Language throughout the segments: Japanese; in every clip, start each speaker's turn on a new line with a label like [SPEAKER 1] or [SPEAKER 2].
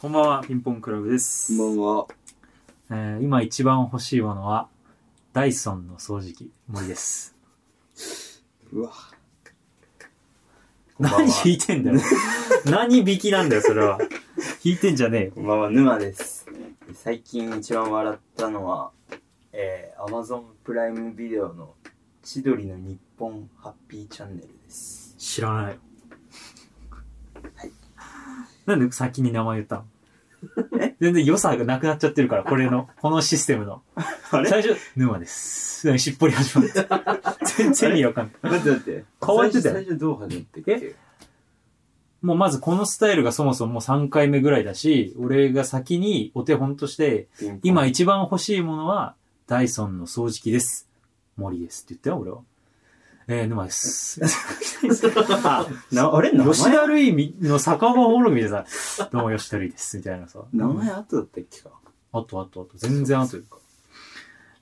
[SPEAKER 1] こんばんは、ピンポンクラブで
[SPEAKER 2] こ
[SPEAKER 1] す。
[SPEAKER 2] んばんは。
[SPEAKER 1] えー今一番欲しいものは、ダイソンの掃除機、森です。
[SPEAKER 2] うわ。こんばんは
[SPEAKER 1] 何引いて んだよ。何引きなんだよ、それは。引いてんじゃねえよ。
[SPEAKER 2] こんばんは、沼です。最近一番笑ったのは、えー、Amazon プライムビデオの千鳥の日本ハッピーチャンネルです。
[SPEAKER 1] 知らない。なんで先に名前言ったの全然良さがなくなっちゃってるから、これの、このシステムの。
[SPEAKER 2] あ
[SPEAKER 1] 最初、沼です。なんかしっぽり始まった。 全然意味わかんない。
[SPEAKER 2] 待って待って。
[SPEAKER 1] 変わってたよ
[SPEAKER 2] 最初最初どう始まってっけ
[SPEAKER 1] もうまずこのスタイルがそもそももう3回目ぐらいだし、俺が先にお手本として、今一番欲しいものは、ダイソンの掃除機です。森ですって言ったよ、俺は。えー、沼です。あ
[SPEAKER 2] な、あれ 名前
[SPEAKER 1] 吉田類の酒場ホールみたいなさ、どうも吉田類です、みたいなさ。
[SPEAKER 2] 名前後だったっけか。
[SPEAKER 1] あとあとあと、全然あと。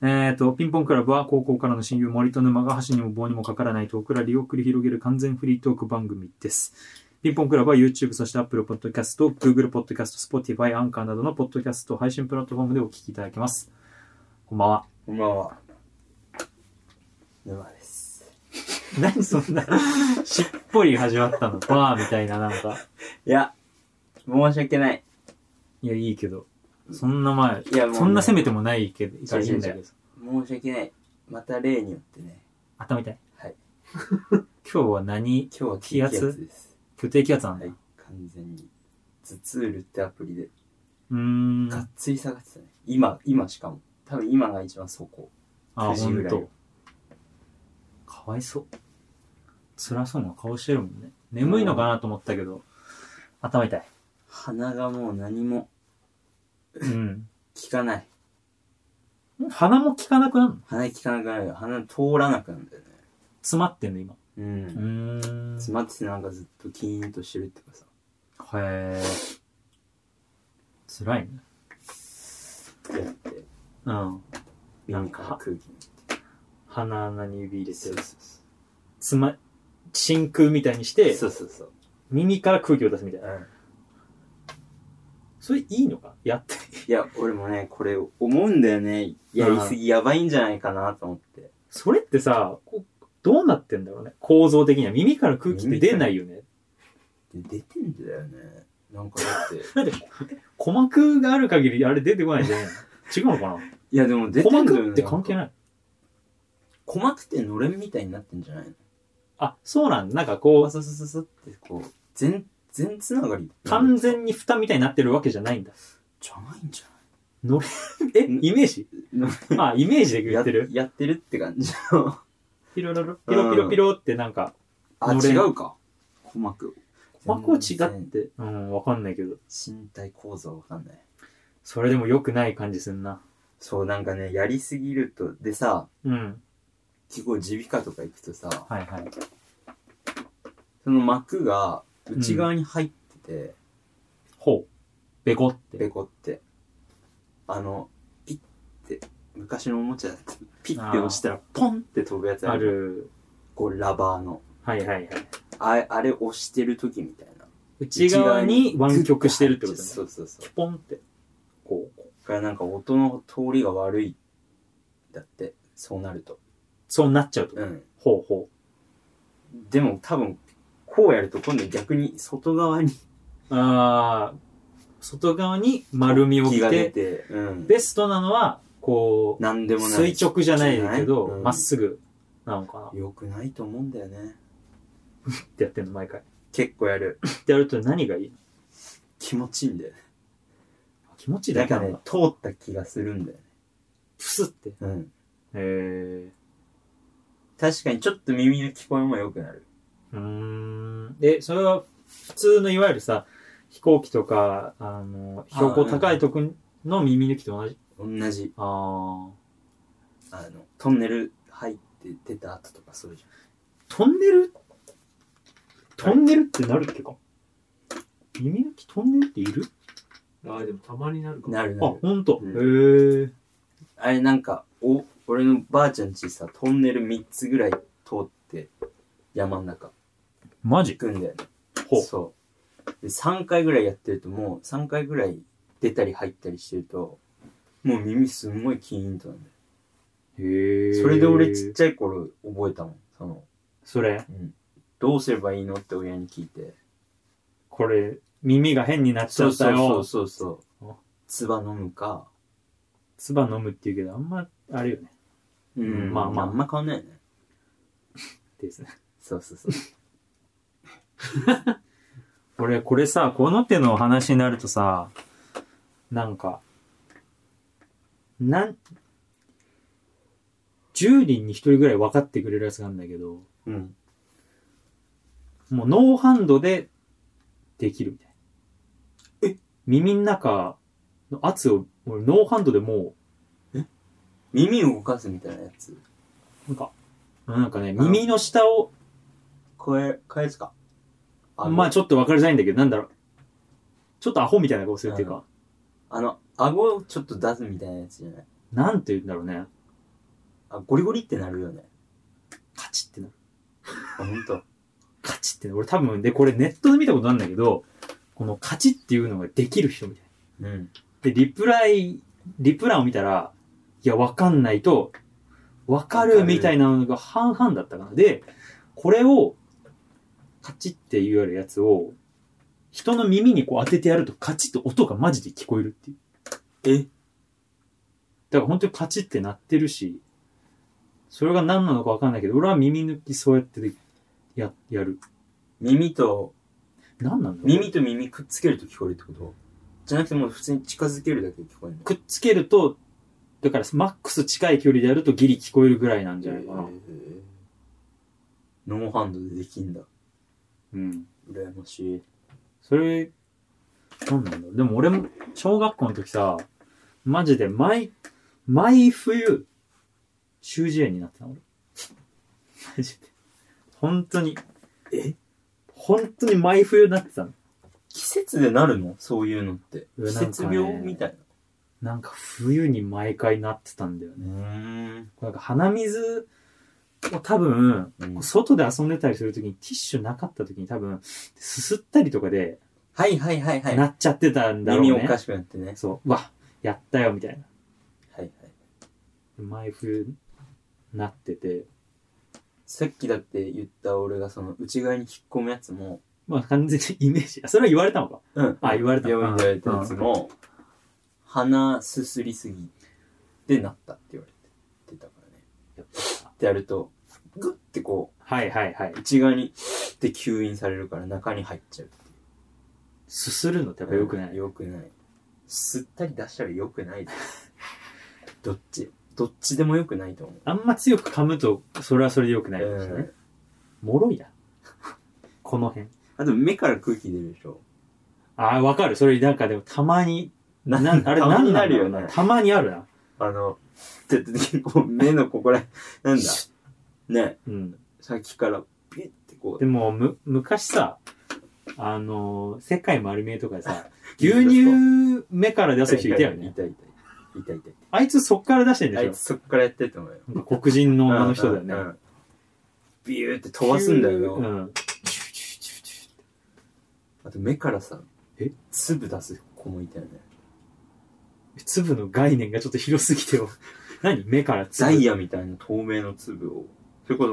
[SPEAKER 1] えっ、と、ピンポンクラブは高校からの親友森と沼が箸にも棒にもかからないトークラリーを繰り広げる完全フリートーク番組です。ピンポンクラブは YouTube、そして Apple Podcast、Google Podcast、Spotify、アンカーなどのポッドキャスト配信プラットフォームでお聞きいただけます。こんばんは。
[SPEAKER 2] こんばんは。沼です。
[SPEAKER 1] 何そんな、しっぽり始まったのバーみたいななんか。
[SPEAKER 2] いや、申し訳ない。
[SPEAKER 1] いや、いいけど。そんな前、
[SPEAKER 2] いやもうね
[SPEAKER 1] そんな攻めてもないけど、いいんだけ
[SPEAKER 2] 違う違
[SPEAKER 1] ど。
[SPEAKER 2] 申し訳ない。また例によってね、
[SPEAKER 1] 頭痛い。
[SPEAKER 2] はい。
[SPEAKER 1] 今日は何
[SPEAKER 2] 今日は低気圧です。
[SPEAKER 1] 今日低気圧なん
[SPEAKER 2] は
[SPEAKER 1] だ。
[SPEAKER 2] い、完全に。頭痛るってアプリで、
[SPEAKER 1] うーん。
[SPEAKER 2] がっつり下がってたね。今、今しかも。多分今が一番そこ。
[SPEAKER 1] あ、
[SPEAKER 2] 9時
[SPEAKER 1] ほ
[SPEAKER 2] ぐ
[SPEAKER 1] ん
[SPEAKER 2] らい
[SPEAKER 1] と。かわいそう。辛そうな顔してるもんね。眠いのかなと思ったけど、頭痛い。
[SPEAKER 2] 鼻がもう何も
[SPEAKER 1] うん。
[SPEAKER 2] 効かない。
[SPEAKER 1] 鼻も効かなくなるの
[SPEAKER 2] 鼻効かなくなるよ。鼻通らなくなるんだよね。
[SPEAKER 1] 詰まってんの、今。
[SPEAKER 2] う。
[SPEAKER 1] うんーん。へ
[SPEAKER 2] 詰まっててなんかずっとキーンとしてるっていうかさ。
[SPEAKER 1] え。辛いね。
[SPEAKER 2] こうやって、
[SPEAKER 1] うん。
[SPEAKER 2] 耳から空気に。
[SPEAKER 1] 鼻穴に指入れ
[SPEAKER 2] そう
[SPEAKER 1] て
[SPEAKER 2] そう、そう。
[SPEAKER 1] つま、真空みたいにして、
[SPEAKER 2] そうそうそう。
[SPEAKER 1] 耳から空気を出すみたいな。
[SPEAKER 2] うん。
[SPEAKER 1] それいいのかやって。
[SPEAKER 2] いや、俺もね、これ思うんだよね。やりすぎやばいんじゃないかなと思って。
[SPEAKER 1] それってさ、こうどうなってんだろうね。構造的には。耳から空気って出ないよね。
[SPEAKER 2] で出てんだよね。なんかだって。
[SPEAKER 1] だって、鼓膜がある限りあれ出てこないじゃん。違うのか
[SPEAKER 2] いや、でも
[SPEAKER 1] な
[SPEAKER 2] 出
[SPEAKER 1] 鼓
[SPEAKER 2] てんだよね。
[SPEAKER 1] 膜って関係
[SPEAKER 2] い。
[SPEAKER 1] ない。
[SPEAKER 2] 鼓膜ってのれんみたいになってんじゃないの
[SPEAKER 1] あ、そうなんだ。なんかこ
[SPEAKER 2] そうそうそうそうってこう、全、全つながり。
[SPEAKER 1] う、完全に蓋みたいになってるわけじゃないんだ。
[SPEAKER 2] じゃないんじゃ
[SPEAKER 1] え、イメージ
[SPEAKER 2] な
[SPEAKER 1] まあ、イメージで
[SPEAKER 2] い
[SPEAKER 1] 言ってる。
[SPEAKER 2] やってるって感じ。
[SPEAKER 1] ピロロロ、ピロピロピロってなんか、
[SPEAKER 2] あ、
[SPEAKER 1] のれん
[SPEAKER 2] 違うか。鼓膜。
[SPEAKER 1] 鼓膜を違っ
[SPEAKER 2] 全然
[SPEAKER 1] て、うん、わかんないけど。
[SPEAKER 2] 身体構造わかんない。
[SPEAKER 1] それでも良くない感じすんな。
[SPEAKER 2] そう、なんかね、やりすぎると、でさ、
[SPEAKER 1] うん。
[SPEAKER 2] 結構耳鼻科とか行くとさ、
[SPEAKER 1] はいはい。
[SPEAKER 2] その膜が内側に入ってて、
[SPEAKER 1] ほう。ベコっ
[SPEAKER 2] ペ
[SPEAKER 1] て。
[SPEAKER 2] コって。あの、ピッて、昔のおもちゃだったピッて押したらポンって飛ぶやつ
[SPEAKER 1] あ
[SPEAKER 2] ある。
[SPEAKER 1] る。
[SPEAKER 2] こう、ラバーの。
[SPEAKER 1] はいはいはい。
[SPEAKER 2] あれ、あれ押してる時みたいな。
[SPEAKER 1] 内側に湾曲してるってことね。
[SPEAKER 2] そうそうそう。
[SPEAKER 1] キュポンって。こう。
[SPEAKER 2] だからなんか音の通りが悪い。だって、そうなると。
[SPEAKER 1] そうなっちゃうと。
[SPEAKER 2] うん。
[SPEAKER 1] ほうほう。
[SPEAKER 2] でも多分、こうやると今度逆に外側に
[SPEAKER 1] ああ、外側に丸みを置
[SPEAKER 2] 気
[SPEAKER 1] い
[SPEAKER 2] が出
[SPEAKER 1] て、
[SPEAKER 2] て、うん。
[SPEAKER 1] ベストなのは、こう、
[SPEAKER 2] なんでもない。
[SPEAKER 1] 垂直じゃないけど、
[SPEAKER 2] うん
[SPEAKER 1] まっすぐなのかなっ
[SPEAKER 2] よくないと思うんだよね。
[SPEAKER 1] てやってんの、毎回。
[SPEAKER 2] 結構やる。
[SPEAKER 1] ってやると何がいいの
[SPEAKER 2] 気持ちいいんだよね。
[SPEAKER 1] 気持ちいいだ
[SPEAKER 2] なん
[SPEAKER 1] け
[SPEAKER 2] か
[SPEAKER 1] なん
[SPEAKER 2] ね
[SPEAKER 1] だ。、
[SPEAKER 2] 通った気がするんだよね。
[SPEAKER 1] プスって。へ
[SPEAKER 2] うん。
[SPEAKER 1] え。
[SPEAKER 2] 確かにちょっと耳の聞こえも良くなる。
[SPEAKER 1] うーん。で、それは、普通のいわゆるさ、飛行機とか、あの、標高高いとこの耳抜きと同じ。
[SPEAKER 2] 同じ、
[SPEAKER 1] ああ。
[SPEAKER 2] あの、トンネル入って出た後とかそうじ
[SPEAKER 1] トンネルトンネルってなるっけか耳抜きトンネルっている
[SPEAKER 3] ああ、でもたまになる
[SPEAKER 2] ゃ
[SPEAKER 3] か
[SPEAKER 2] ん。
[SPEAKER 3] も。
[SPEAKER 2] なるな
[SPEAKER 1] あ、
[SPEAKER 2] る。
[SPEAKER 1] ほんと。
[SPEAKER 2] う
[SPEAKER 1] へえ。
[SPEAKER 2] あれなんか、お、俺のばあちゃんちさ、トンネル3つぐらい通って、山の中
[SPEAKER 1] マジ
[SPEAKER 2] 行くんだよね。
[SPEAKER 1] ほう。
[SPEAKER 2] そで3回ぐらいやってるともう3回ぐらい出たり入ったりしてるともう耳すんごいキーンとなんだよ
[SPEAKER 1] へ
[SPEAKER 2] それで俺ちっちゃい頃覚えたもんその、
[SPEAKER 1] それ、
[SPEAKER 2] うん、どうすればいいのって親に聞いて
[SPEAKER 1] これ、耳が変になっち
[SPEAKER 2] そ
[SPEAKER 1] ゃ
[SPEAKER 2] う
[SPEAKER 1] った
[SPEAKER 2] そう
[SPEAKER 1] よ
[SPEAKER 2] そう。そうそう
[SPEAKER 1] あ
[SPEAKER 2] 唾飲むか、
[SPEAKER 1] 唾飲むって言うけど、あんま、あれよね。
[SPEAKER 2] うん、
[SPEAKER 1] まあまあ
[SPEAKER 2] あんま変わんないよね
[SPEAKER 1] ですね。
[SPEAKER 2] そうそうそう
[SPEAKER 1] 俺、これさ、この手の話になるとさ、なんか、なん、10人に1人ぐらい分かってくれるやつなんだけど、
[SPEAKER 2] うん
[SPEAKER 1] もうノーハンドでできるみたいな。え耳の中の圧を、俺ノーハンドでも
[SPEAKER 2] 耳を動かすみたいなやつ
[SPEAKER 1] う、なんか、なんかね、耳の下を、
[SPEAKER 2] 声返すか
[SPEAKER 1] まあ
[SPEAKER 2] ょ
[SPEAKER 1] ちょっと分かりづらいんだけど、なんだろう。ちょっとアホみたいな顔するっていうか、
[SPEAKER 2] あの顎をちょっと出すみたいなやつじゃない
[SPEAKER 1] なんて言うんだろうね。
[SPEAKER 2] あゴリゴリってなるよね
[SPEAKER 1] カチってなる。
[SPEAKER 2] あ本当。
[SPEAKER 1] カチってなる。俺多分、で、これネットで見たことあるんだけど、このカチっていうのができる人みたいな。
[SPEAKER 2] うん
[SPEAKER 1] で、リプライ、リプランを見たら、いや、わかんないと、わか
[SPEAKER 2] わか
[SPEAKER 1] る
[SPEAKER 2] る
[SPEAKER 1] みたいなのが半々だったかな。で、これを、カチって言われるやつを、人の耳にこう当ててやるとカチッと音がマジで聞こえるっていう。
[SPEAKER 2] え
[SPEAKER 1] だから本当にカチって鳴ってるし、それが何なのかわかんないけど、俺は耳抜きそうやってでや、やる。
[SPEAKER 2] 耳と
[SPEAKER 1] 何なんだろう
[SPEAKER 2] 耳と耳くっつけると聞こえるってことじゃなくてもう普通に近づけるだけで聞こえるの
[SPEAKER 1] くっつけると、だからマックス近い距離でやるとギリ聞こえるぐらいなんじゃないかな。
[SPEAKER 2] えーノーハンドでできんだ
[SPEAKER 1] うん。
[SPEAKER 2] 羨ましい
[SPEAKER 1] それ、なんなんだろう。でも俺も、小学校の時さ、マジで毎、毎冬、習字園になってたの俺。マジで。本当に。
[SPEAKER 2] え
[SPEAKER 1] 本当に毎冬なってたの。
[SPEAKER 2] 季節でなるのそういうのって
[SPEAKER 1] うわ
[SPEAKER 2] 季
[SPEAKER 1] なんかね
[SPEAKER 2] 節病みたい
[SPEAKER 1] なんか冬に毎回なってたんだよね。
[SPEAKER 2] なうん
[SPEAKER 1] なんか鼻水を多分、外で遊んでたりするときにティッシュなかったときに多分、すすったりとかで、
[SPEAKER 2] はいはいはいはい
[SPEAKER 1] なっちゃってたんだろうね。
[SPEAKER 2] 耳おかしくなってね
[SPEAKER 1] そう、うわ、やったよ、みたいな。
[SPEAKER 2] はいはい
[SPEAKER 1] 毎冬、なってて。
[SPEAKER 2] さっきだって言った俺がその内側に引っ込むやつも
[SPEAKER 1] まあ、完全にイメージ。あそれは言われたのか。
[SPEAKER 2] うん
[SPEAKER 1] あ、言われた
[SPEAKER 2] 病院でやったやつも鼻すすりすぎでなったって言われてたからね
[SPEAKER 1] やっ
[SPEAKER 2] ってやるとグッてこ。
[SPEAKER 1] はいはいはいう
[SPEAKER 2] 内側にで吸引されるから中に入っちゃう
[SPEAKER 1] すするのってやっぱ良くない。
[SPEAKER 2] よくない吸ったり出したりよくないですどっちどっちでもよくないと思う
[SPEAKER 1] あんま強く噛むと、それはそれで良くないかもしれ
[SPEAKER 2] う
[SPEAKER 1] ない
[SPEAKER 2] ん。
[SPEAKER 1] もろいな。この辺。
[SPEAKER 2] あと目から空気出るでしょ
[SPEAKER 1] あー、わかる。それなんかでもたまに、な、なんあれ
[SPEAKER 2] たま
[SPEAKER 1] 何
[SPEAKER 2] に
[SPEAKER 1] な
[SPEAKER 2] なん
[SPEAKER 1] だ
[SPEAKER 2] る
[SPEAKER 1] ろ
[SPEAKER 2] よ
[SPEAKER 1] う
[SPEAKER 2] ね
[SPEAKER 1] な。たまにあるな。
[SPEAKER 2] あのって結構目のここら辺なんだね
[SPEAKER 1] うん。
[SPEAKER 2] さっきからピッてこ
[SPEAKER 1] でも、む、昔さ、あのー世界丸見えとかで さ、牛乳目から
[SPEAKER 2] う
[SPEAKER 1] 出す人いたよ
[SPEAKER 2] い
[SPEAKER 1] ね。
[SPEAKER 2] たいたいたいたい
[SPEAKER 1] あいつそっから出してん
[SPEAKER 2] たあ
[SPEAKER 1] で
[SPEAKER 2] い
[SPEAKER 1] し
[SPEAKER 2] つそっからやってると思うよ
[SPEAKER 1] ょなんか黒人の女の人だよ
[SPEAKER 2] うんう
[SPEAKER 1] ね。
[SPEAKER 2] んビューって飛ばすんだ
[SPEAKER 1] う
[SPEAKER 2] よ
[SPEAKER 1] ん。
[SPEAKER 2] あと目からさ
[SPEAKER 1] え
[SPEAKER 2] 粒出す子もいたよね
[SPEAKER 1] 粒の概念がちょっと広すぎてよ。 何目から
[SPEAKER 2] ダイ
[SPEAKER 1] ヤ。
[SPEAKER 2] ヤみたいな透明の粒をそれこ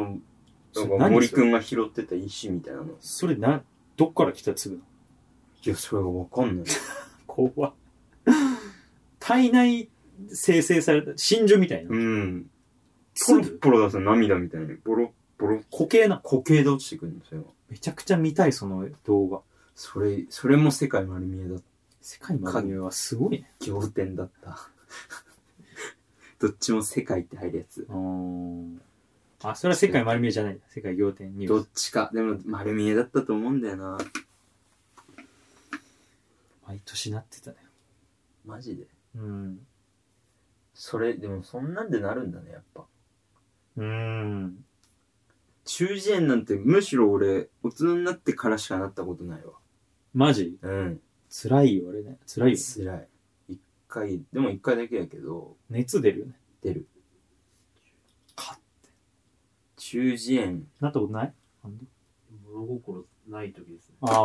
[SPEAKER 2] そ
[SPEAKER 1] そ
[SPEAKER 2] な
[SPEAKER 1] れ
[SPEAKER 2] んか
[SPEAKER 1] 何
[SPEAKER 2] 森くんが拾ってた石みたいなのい
[SPEAKER 1] それな、どっから来た粒なの
[SPEAKER 2] やそれがわかんない
[SPEAKER 1] 怖っ体内生成された真珠みたいな。
[SPEAKER 2] うんポロ
[SPEAKER 1] 粒
[SPEAKER 2] ポロ出す涙みたいにボロボロ
[SPEAKER 1] 固形な。
[SPEAKER 2] 固形で落ちてくるんですよ
[SPEAKER 1] めちゃくちゃ見たい、その動画。
[SPEAKER 2] それそれも世界丸見えだった
[SPEAKER 1] 世界丸見えはすごいね。
[SPEAKER 2] 仰天だった どっちも世界って入るやつ
[SPEAKER 1] うーんあ、それは世界丸見えじゃない。世界仰天ニュース
[SPEAKER 2] どっちかでも丸見えだったと思うんだよな
[SPEAKER 1] 毎年なってたね。
[SPEAKER 2] マジで
[SPEAKER 1] うん。
[SPEAKER 2] それでもそんなんでなるんだねやっぱ
[SPEAKER 1] うん。
[SPEAKER 2] 中耳炎なんてむしろ俺大人になってからしかなったことないわ
[SPEAKER 1] マジ
[SPEAKER 2] うん
[SPEAKER 1] 辛いよ、あれね。辛いよ。
[SPEAKER 2] つらい一回でも一回だけやけど
[SPEAKER 1] 熱出るよね。
[SPEAKER 2] 出る
[SPEAKER 1] か
[SPEAKER 2] 中耳炎
[SPEAKER 1] なったことない
[SPEAKER 3] 物心ない時ですね。
[SPEAKER 1] ああ。ち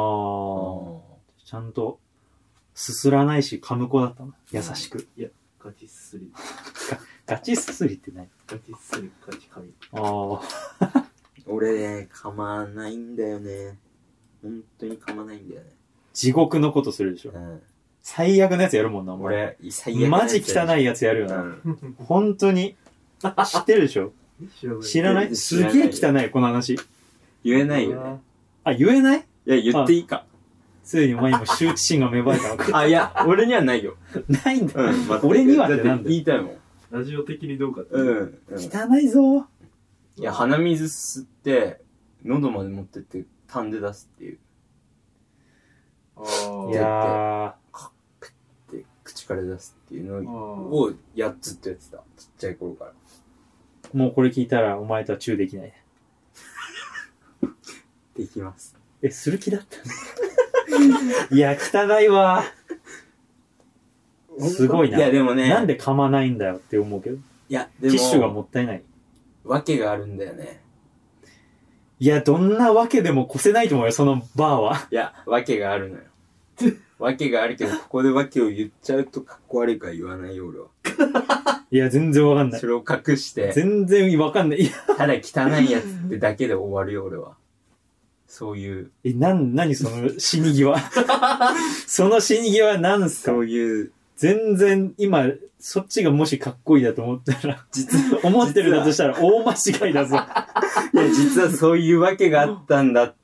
[SPEAKER 1] ゃんと、すすらないし、噛む子だったの。優しく。
[SPEAKER 3] ガチすすり、
[SPEAKER 1] ガチすすりってない。
[SPEAKER 3] ガチすすり、ガチ髪。
[SPEAKER 1] あ
[SPEAKER 2] 俺ね、噛まないんだよね。本当に噛まないんだよね。
[SPEAKER 1] 地獄のことするでしょ
[SPEAKER 2] う。ん。
[SPEAKER 1] 最悪のやつやるもんな、お前。
[SPEAKER 2] 俺、最悪な
[SPEAKER 1] マ
[SPEAKER 2] やつ
[SPEAKER 1] ジ汚いやつやるよ
[SPEAKER 2] う
[SPEAKER 1] な。
[SPEAKER 2] ん。
[SPEAKER 1] 本当に。知ってるでしょ
[SPEAKER 3] 知らない。
[SPEAKER 1] 知らないす
[SPEAKER 2] 知らない
[SPEAKER 1] げえ汚い、この話。
[SPEAKER 2] 言えないよね。
[SPEAKER 1] あ、言えない
[SPEAKER 2] いや、言っていいか。
[SPEAKER 1] ついにお前にも羞恥心が芽生えたのか。
[SPEAKER 2] あ、いや、俺にはないよ。
[SPEAKER 1] ないんだ。
[SPEAKER 2] うん。全く
[SPEAKER 1] 俺にはってなんだよ
[SPEAKER 2] って言いたいもん。
[SPEAKER 3] ラジオ的にどうかって。
[SPEAKER 2] うん
[SPEAKER 3] ん。。
[SPEAKER 2] うん
[SPEAKER 1] 汚いぞ。
[SPEAKER 2] いや、鼻水吸って、喉まで持ってって、痰で出すっていう。
[SPEAKER 3] あー
[SPEAKER 1] いや
[SPEAKER 2] で、口から出すっていう
[SPEAKER 3] あ
[SPEAKER 2] の
[SPEAKER 3] ー。
[SPEAKER 2] を、やっずっとやってた。ちっちゃい頃から。
[SPEAKER 1] ー、もうこれ聞いたらお前とはチューできない。
[SPEAKER 2] できます。
[SPEAKER 1] え、する気だった のいや、汚いわ。すごいな。
[SPEAKER 2] いや、でもね。
[SPEAKER 1] なんで噛まないんだよって思うけど。
[SPEAKER 2] いや、
[SPEAKER 1] テ
[SPEAKER 2] で
[SPEAKER 1] ィッシュが
[SPEAKER 2] も、
[SPEAKER 1] もったいない。
[SPEAKER 2] わけがあるんだよね。
[SPEAKER 1] いや、どんなわけでも越せないと思うよ、そのバーは。
[SPEAKER 2] いや、わけがあるのよ。わけがあるけど、ここでわけを言っちゃうとかっこ悪いから言わないよ、俺は。
[SPEAKER 1] いや、全然わかんない
[SPEAKER 2] そ。れを隠して、
[SPEAKER 1] 全然わかんない。いや、
[SPEAKER 2] ただ汚いやつってだけで終わるよ、俺は。そういう、
[SPEAKER 1] え、なん、なにその死に 際。その死に際なんすか
[SPEAKER 2] そういう、
[SPEAKER 1] 全然今、そっちがもしかっこいいだと思ったら、
[SPEAKER 2] 実は、
[SPEAKER 1] 思ってるだとしたら大間違いだぞ。
[SPEAKER 2] いや、実はそういうわけがあったんだ。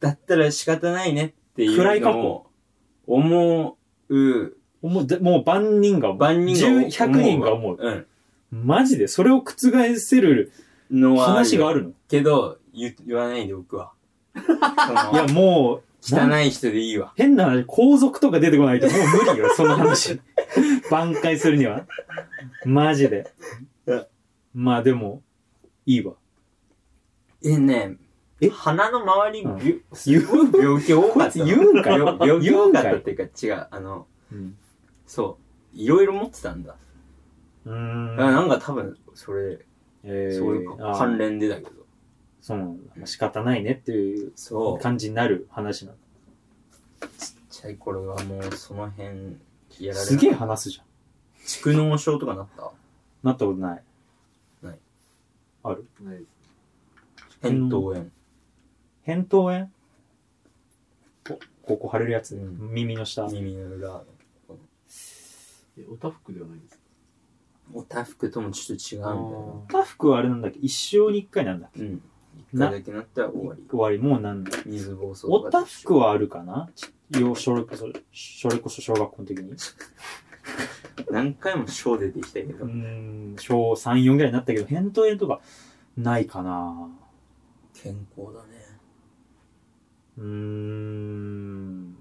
[SPEAKER 2] だったら仕方ないねってい
[SPEAKER 1] 暗いう過
[SPEAKER 2] の
[SPEAKER 1] 去
[SPEAKER 2] を、思う、
[SPEAKER 1] もう、だもう万人が思う。
[SPEAKER 2] 万人が思う。
[SPEAKER 1] 10 100人が思う。
[SPEAKER 2] うん。
[SPEAKER 1] マジでそれを覆せる
[SPEAKER 2] のは
[SPEAKER 1] 話があ
[SPEAKER 2] る。
[SPEAKER 1] る
[SPEAKER 2] けど、言言わないで、僕 は。
[SPEAKER 1] のいや、もう、
[SPEAKER 2] その汚い人でいいわ。
[SPEAKER 1] 変な話、皇族とか出てこないともう無 理よ、その話。挽回するには。マジで
[SPEAKER 2] え。
[SPEAKER 1] まあでも、いいわ。
[SPEAKER 2] え、ね
[SPEAKER 1] え
[SPEAKER 2] 鼻の周り、
[SPEAKER 1] うん
[SPEAKER 2] びゅすごい病気多かった
[SPEAKER 1] こいつ
[SPEAKER 2] の。
[SPEAKER 1] 言うん かよ
[SPEAKER 2] 病 病気
[SPEAKER 1] 言う
[SPEAKER 2] 多
[SPEAKER 1] ん
[SPEAKER 2] か
[SPEAKER 1] かい
[SPEAKER 2] ったっていうか、違う。あの、
[SPEAKER 1] うん。
[SPEAKER 2] そう。いろいろ持ってたんだ。
[SPEAKER 1] う
[SPEAKER 2] だから
[SPEAKER 1] ー。
[SPEAKER 2] なんんか多分、それ、
[SPEAKER 1] え
[SPEAKER 2] そういうか
[SPEAKER 1] あ
[SPEAKER 2] 関連でだけど。
[SPEAKER 1] そうなんだまあ仕方ないねっていう
[SPEAKER 2] そう。ちっ
[SPEAKER 1] 感じになる話なん
[SPEAKER 2] ちゃい頃はもう、その辺、や
[SPEAKER 1] だ。
[SPEAKER 2] られ
[SPEAKER 1] すげえ話すじゃん。
[SPEAKER 2] 蓄膿症とかなった
[SPEAKER 1] なったことない。
[SPEAKER 3] ないです
[SPEAKER 2] 扁桃炎。
[SPEAKER 1] 扁桃炎ここ腫れるやつ、
[SPEAKER 2] うん
[SPEAKER 1] 耳の下。
[SPEAKER 2] 耳の裏の。
[SPEAKER 3] えおたふくではないんですか
[SPEAKER 2] おたふくともちょっと違うん
[SPEAKER 1] パフクはあれなんだっけ一生に一回なんだっ
[SPEAKER 2] だよな。うん。一
[SPEAKER 1] な
[SPEAKER 2] 回だけなったら終わり。
[SPEAKER 1] け終わり、もうなんだ
[SPEAKER 2] 水暴走
[SPEAKER 1] おたふく
[SPEAKER 2] は
[SPEAKER 1] はあるかなよ、それこそ、それこそ小学校の時に。う
[SPEAKER 2] 何回もショー出てきたけど
[SPEAKER 1] ー。ん、小3、4ぐらいになったけど、扁桃炎とか、ないかな
[SPEAKER 2] 健康だね。
[SPEAKER 1] うーん、ど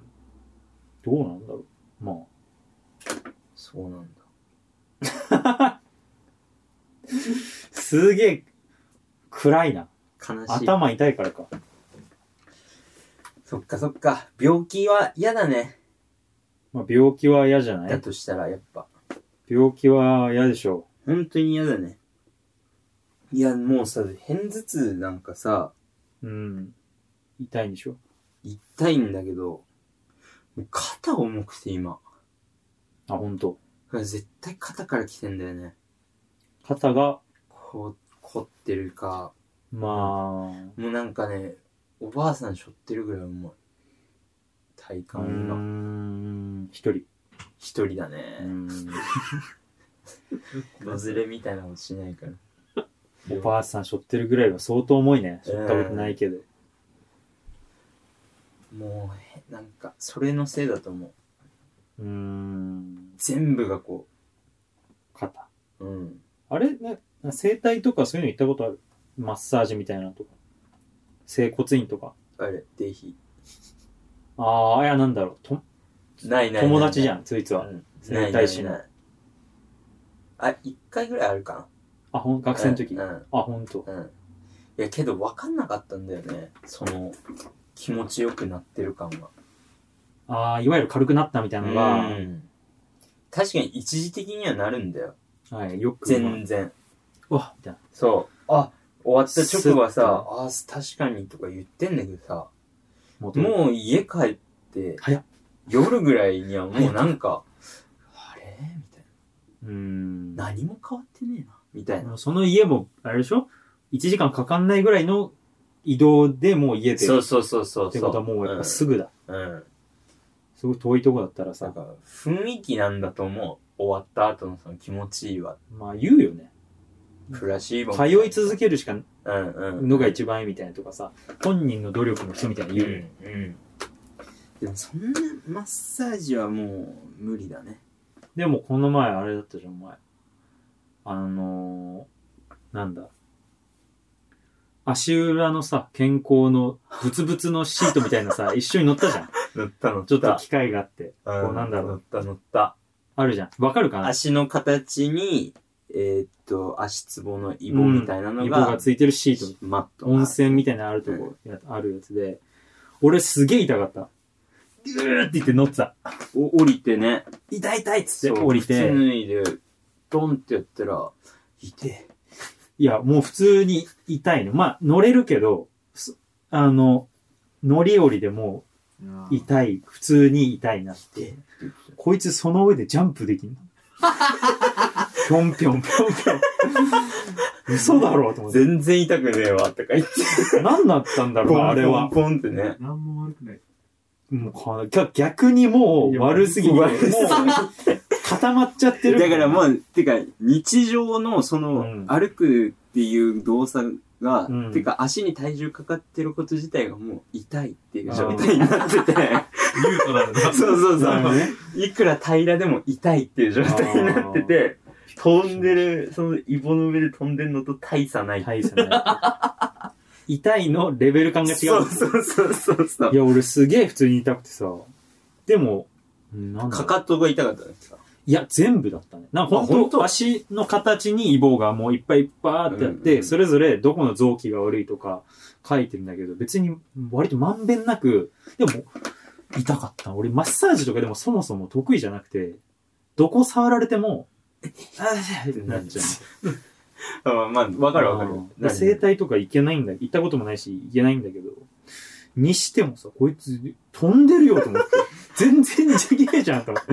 [SPEAKER 1] うなんだろう。まあ、
[SPEAKER 2] そうなんだ。
[SPEAKER 1] すげえ、暗いな。
[SPEAKER 2] 悲しい。
[SPEAKER 1] 頭痛いからか。
[SPEAKER 2] そっかそっか。病気は嫌だね。
[SPEAKER 1] まあ、病気は嫌じゃな
[SPEAKER 2] だ
[SPEAKER 1] い
[SPEAKER 2] としたらやっぱ。
[SPEAKER 1] 病気は嫌でしょ
[SPEAKER 2] 本当に嫌だね。いや、もうさ、片頭痛なんかさ、
[SPEAKER 1] う。うん。痛いんでしょ
[SPEAKER 2] 痛いんだけど、もう肩重くて今。
[SPEAKER 1] あ、本当。
[SPEAKER 2] 絶対肩から来てんだよね。
[SPEAKER 1] 肩が、
[SPEAKER 2] こう、凝ってるか。
[SPEAKER 1] まあ、
[SPEAKER 2] もうなんかね、おばあさんしょってるぐらい重い。体
[SPEAKER 1] うー
[SPEAKER 2] 感が。
[SPEAKER 1] ん、一人。
[SPEAKER 2] 一人だ
[SPEAKER 1] うー
[SPEAKER 2] ね。
[SPEAKER 1] ん
[SPEAKER 2] ノズレみたいなことしないから。
[SPEAKER 1] おばあさん背負ってるぐらいは相当重いね。背負ったことないけど。
[SPEAKER 2] もうへ、なんか、それのせいだと思う。
[SPEAKER 1] うーん。
[SPEAKER 2] 全部がこ
[SPEAKER 1] 肩。
[SPEAKER 2] う。うん。
[SPEAKER 1] あれね、整体とかそういうの行ったことあるマッサージみたいなとか。整骨院とか。
[SPEAKER 2] あれ、ぜひ。
[SPEAKER 1] ああ、いや、なんだろう。と
[SPEAKER 2] ないないない
[SPEAKER 1] 友達じゃ
[SPEAKER 2] ん。
[SPEAKER 1] ん、そいつは。
[SPEAKER 2] うん
[SPEAKER 1] 整体師の
[SPEAKER 2] ないないないあ、一回ぐらいあるかな。
[SPEAKER 1] あ、ほん、学生の時。
[SPEAKER 2] う
[SPEAKER 1] あ、
[SPEAKER 2] ん。
[SPEAKER 1] ほんと。
[SPEAKER 2] うん。いや、けど分かんなかったんだよね。その、気持ちよくなってる感が。
[SPEAKER 1] ああ、いわゆる軽くなったみたいなのが、
[SPEAKER 2] ん。確かに一時的にはなるんだよ。
[SPEAKER 1] はい、よく。
[SPEAKER 2] 全然。
[SPEAKER 1] うわ、みたいな。
[SPEAKER 2] そう。あ、終わった直後は
[SPEAKER 1] スッ
[SPEAKER 2] さ、あ、確かにとか言ってんだけどさ、
[SPEAKER 1] 戻る
[SPEAKER 2] もう家帰って
[SPEAKER 1] 早っ
[SPEAKER 2] 夜ぐらいにはもうなんかあれみたいう
[SPEAKER 1] ーん
[SPEAKER 2] な何も変わってねえなみたいな
[SPEAKER 1] その家もあれでしょ1時間かかんないぐらいの移動でもう家で
[SPEAKER 2] そうそうそうそう
[SPEAKER 1] ってことはもうやっぱすぐだ、
[SPEAKER 2] うん、うん、
[SPEAKER 1] すごい遠いとこだったら
[SPEAKER 2] な
[SPEAKER 1] さ
[SPEAKER 2] んか雰囲気なんだと思う終わった後のその気持ちいいわ
[SPEAKER 1] まあ言うよね
[SPEAKER 2] プラシーボ
[SPEAKER 1] 通い続けるしか
[SPEAKER 2] けうんうん
[SPEAKER 1] のが一番いいみたいなとかさ本人の努力の人みたいな
[SPEAKER 2] うん
[SPEAKER 1] 言うよね、
[SPEAKER 2] うんでもそんなマッサージはもう無理だね
[SPEAKER 1] でもこの前あれだったじゃんお前あのー、なんだ足裏のさ健康のブツブツのシートみたいなさ一緒に乗ったじゃん
[SPEAKER 2] 乗った乗った
[SPEAKER 1] ちょっと機械があってこ
[SPEAKER 2] こ
[SPEAKER 1] うなんだろう
[SPEAKER 2] 乗った乗った
[SPEAKER 1] あるじゃんわかるかな
[SPEAKER 2] 足の形にえーっと足つぼのイボみたいなの
[SPEAKER 1] イボ
[SPEAKER 2] が、
[SPEAKER 1] がついてるシート
[SPEAKER 2] マット
[SPEAKER 1] 温泉みたいなのあるとこ、やあるやつで、俺すげえ痛かった。ぐーって言って乗ってた。
[SPEAKER 2] お降りてね痛い痛いっつ
[SPEAKER 1] そう降りて
[SPEAKER 2] 靴脱いでドンってやったら痛え
[SPEAKER 1] いや、もう普通に痛いの。まあ、乗れるけど、すあの、乗り降りでもう
[SPEAKER 3] い
[SPEAKER 1] 痛い、普通に痛いなっ。
[SPEAKER 2] 痛えってて言って
[SPEAKER 1] こいつその上でジャンプできん のぴょんぴょんぴょんぴょん。嘘だろうと思って。
[SPEAKER 2] 全然痛くねえわとか言 って
[SPEAKER 1] 何だったんだろうなあれは。
[SPEAKER 2] ポンポンってね
[SPEAKER 3] 何も悪くない
[SPEAKER 1] もうこの逆逆にもう悪すぎて、もう
[SPEAKER 2] 悪すぎて
[SPEAKER 1] 固まっちゃってる。
[SPEAKER 2] だからもうてか日常のその、
[SPEAKER 1] うん
[SPEAKER 2] 歩くっていう動作が、
[SPEAKER 1] うん
[SPEAKER 2] てか足に体重かかってること自体がもう痛いっていう状
[SPEAKER 1] あー
[SPEAKER 2] 態になってて
[SPEAKER 3] 言うとなる な
[SPEAKER 2] そうそうそう、
[SPEAKER 1] なるほどね
[SPEAKER 2] いくら平らでも痛いっていう状態になってて、飛んでる、そのイボの上で飛んでんのと大差ない。
[SPEAKER 1] 大差ない。痛いのレベル感が違う。
[SPEAKER 2] そうそうそうそう
[SPEAKER 1] い。や、俺すげえ普通に痛くてさ。でも、うんなんだろ
[SPEAKER 2] か
[SPEAKER 1] う
[SPEAKER 2] かとが痛かったんですか
[SPEAKER 1] いや、全部だったね。なんか
[SPEAKER 2] あ
[SPEAKER 1] 本
[SPEAKER 2] 本
[SPEAKER 1] 当
[SPEAKER 2] 当
[SPEAKER 1] 足の形にイボがもういっぱいいっぱいってあっ
[SPEAKER 2] うん
[SPEAKER 1] て、
[SPEAKER 2] うん
[SPEAKER 1] それぞれどこの臓器が悪いとか書いてるんだけど、別に割とまんべんなく、でも、痛かった。俺マッサージとかでもそもそも得意じゃなくて、どこ触られても、あーってなっちゃう。
[SPEAKER 2] あまあ、わかるわか
[SPEAKER 1] う
[SPEAKER 2] る
[SPEAKER 1] ん。で整体とか行けないんだ、行ったこともないし、行けないんだけど、にしてもさ、こいつ飛んでるよと 思って、全然違えじゃんと思って。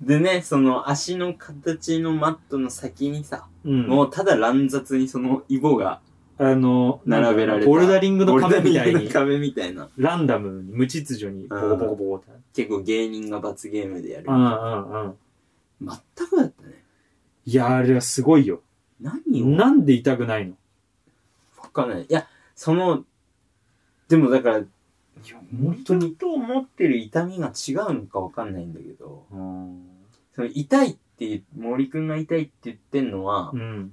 [SPEAKER 2] でね、その足の形のマットの先にさ、
[SPEAKER 1] うん。
[SPEAKER 2] もうただ乱雑にそのイボが
[SPEAKER 1] あの、
[SPEAKER 2] 並べられた。
[SPEAKER 1] ボルダリングの壁みたい
[SPEAKER 2] ボルダリング
[SPEAKER 1] に
[SPEAKER 2] の、壁みたいな。
[SPEAKER 1] ランダムに、無秩序に、ボコボコボコってなる。
[SPEAKER 2] 結構芸人が罰ゲームでやる
[SPEAKER 1] う。んうんうん。
[SPEAKER 2] 全くだったね。
[SPEAKER 1] いや、あれはすごいよ。
[SPEAKER 2] 何を
[SPEAKER 1] なんで痛くないの
[SPEAKER 2] わかんない。いや、その、でもだから、
[SPEAKER 1] 本当に。
[SPEAKER 2] と思ってる痛みが違うのかわかんないんだけど、
[SPEAKER 1] う
[SPEAKER 2] その痛いって、森くんが痛いって言ってんのは、
[SPEAKER 1] ん。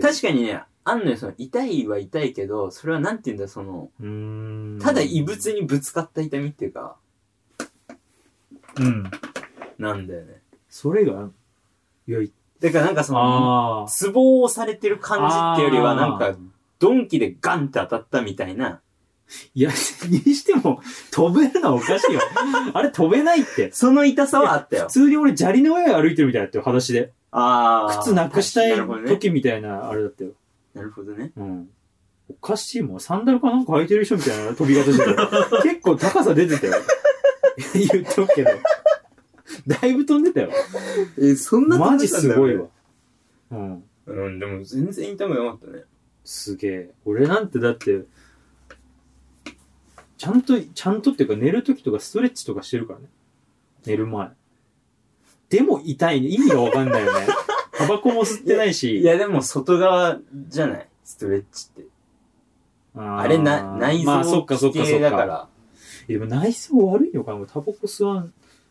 [SPEAKER 2] 確かにね、あんのよ、その痛いは痛いけど、それはなんて言うんだ、その、
[SPEAKER 1] うん。
[SPEAKER 2] ただ異物にぶつかった痛みっていうか、
[SPEAKER 1] うん。
[SPEAKER 2] なんだよね。
[SPEAKER 1] それが、いや、
[SPEAKER 2] だからなんかその、
[SPEAKER 1] ああ。
[SPEAKER 2] ツボを押されてる感じっていうよりは、
[SPEAKER 1] あー
[SPEAKER 2] なんか、ドンキでガンって当たったみたいな。
[SPEAKER 1] いや、にしても、飛べるのはおか しいよ。あれ飛べないって。
[SPEAKER 2] その痛さはあった
[SPEAKER 1] 普
[SPEAKER 2] よ。
[SPEAKER 1] 通に俺砂利の上を歩いてるみたいだったよ、裸足で。
[SPEAKER 2] ああ。
[SPEAKER 1] 靴なくしたい
[SPEAKER 2] なるほどね。
[SPEAKER 1] 時みたいな、あれだったよ。
[SPEAKER 2] なるほどね。
[SPEAKER 1] うん。おかしいもん。サンダルかなんか履いてる人みたいな飛び方してた よ。結構高さ出てたよ。 言っとくけど。だいぶ飛んでたよ。
[SPEAKER 2] え、そん
[SPEAKER 1] マジすごいわ。。うん。
[SPEAKER 2] うん、でも全然痛くなかったね。
[SPEAKER 1] すげえ。俺なんてだって、ちゃんと、ちゃんとっていうか寝る時とかストレッチとかしてるからね。寝る前。でも痛いね。意味がわかんないよね。タバコも吸ってないし。
[SPEAKER 2] いや、でも外側じゃないストレッチって。
[SPEAKER 1] あー
[SPEAKER 2] あれな、内
[SPEAKER 1] まあそ
[SPEAKER 2] 臓
[SPEAKER 1] っかそっかそっ
[SPEAKER 2] だか
[SPEAKER 1] か。
[SPEAKER 2] ら。
[SPEAKER 1] いやでも内臓悪いのかな俺タバコ吸わん。ない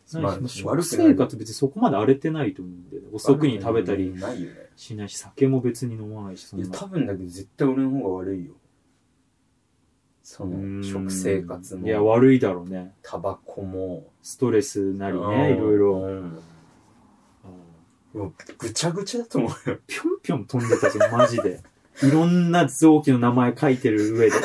[SPEAKER 1] し、
[SPEAKER 2] まあ
[SPEAKER 1] まあ食
[SPEAKER 2] 悪くない
[SPEAKER 1] 生活別にそこまで荒れてないと思うんだよね。遅くに食べたり
[SPEAKER 2] ないよね。
[SPEAKER 1] しないし、酒も別に飲まないし、そん
[SPEAKER 2] いや、
[SPEAKER 1] な。
[SPEAKER 2] 多分だけど絶対俺の方が悪いよ。そう
[SPEAKER 1] ー
[SPEAKER 2] の、
[SPEAKER 1] ん
[SPEAKER 2] 食生活
[SPEAKER 1] いや、
[SPEAKER 2] も、
[SPEAKER 1] 悪いだろうね。
[SPEAKER 2] タバコも、
[SPEAKER 1] ストレスなり
[SPEAKER 2] うん
[SPEAKER 1] ね、いろいろ。
[SPEAKER 2] うんぐちゃぐちゃだと思うよ。
[SPEAKER 1] ぴょんぴょん飛んでたぞ、マジで。いろんな臓器の名前書いてる 上で。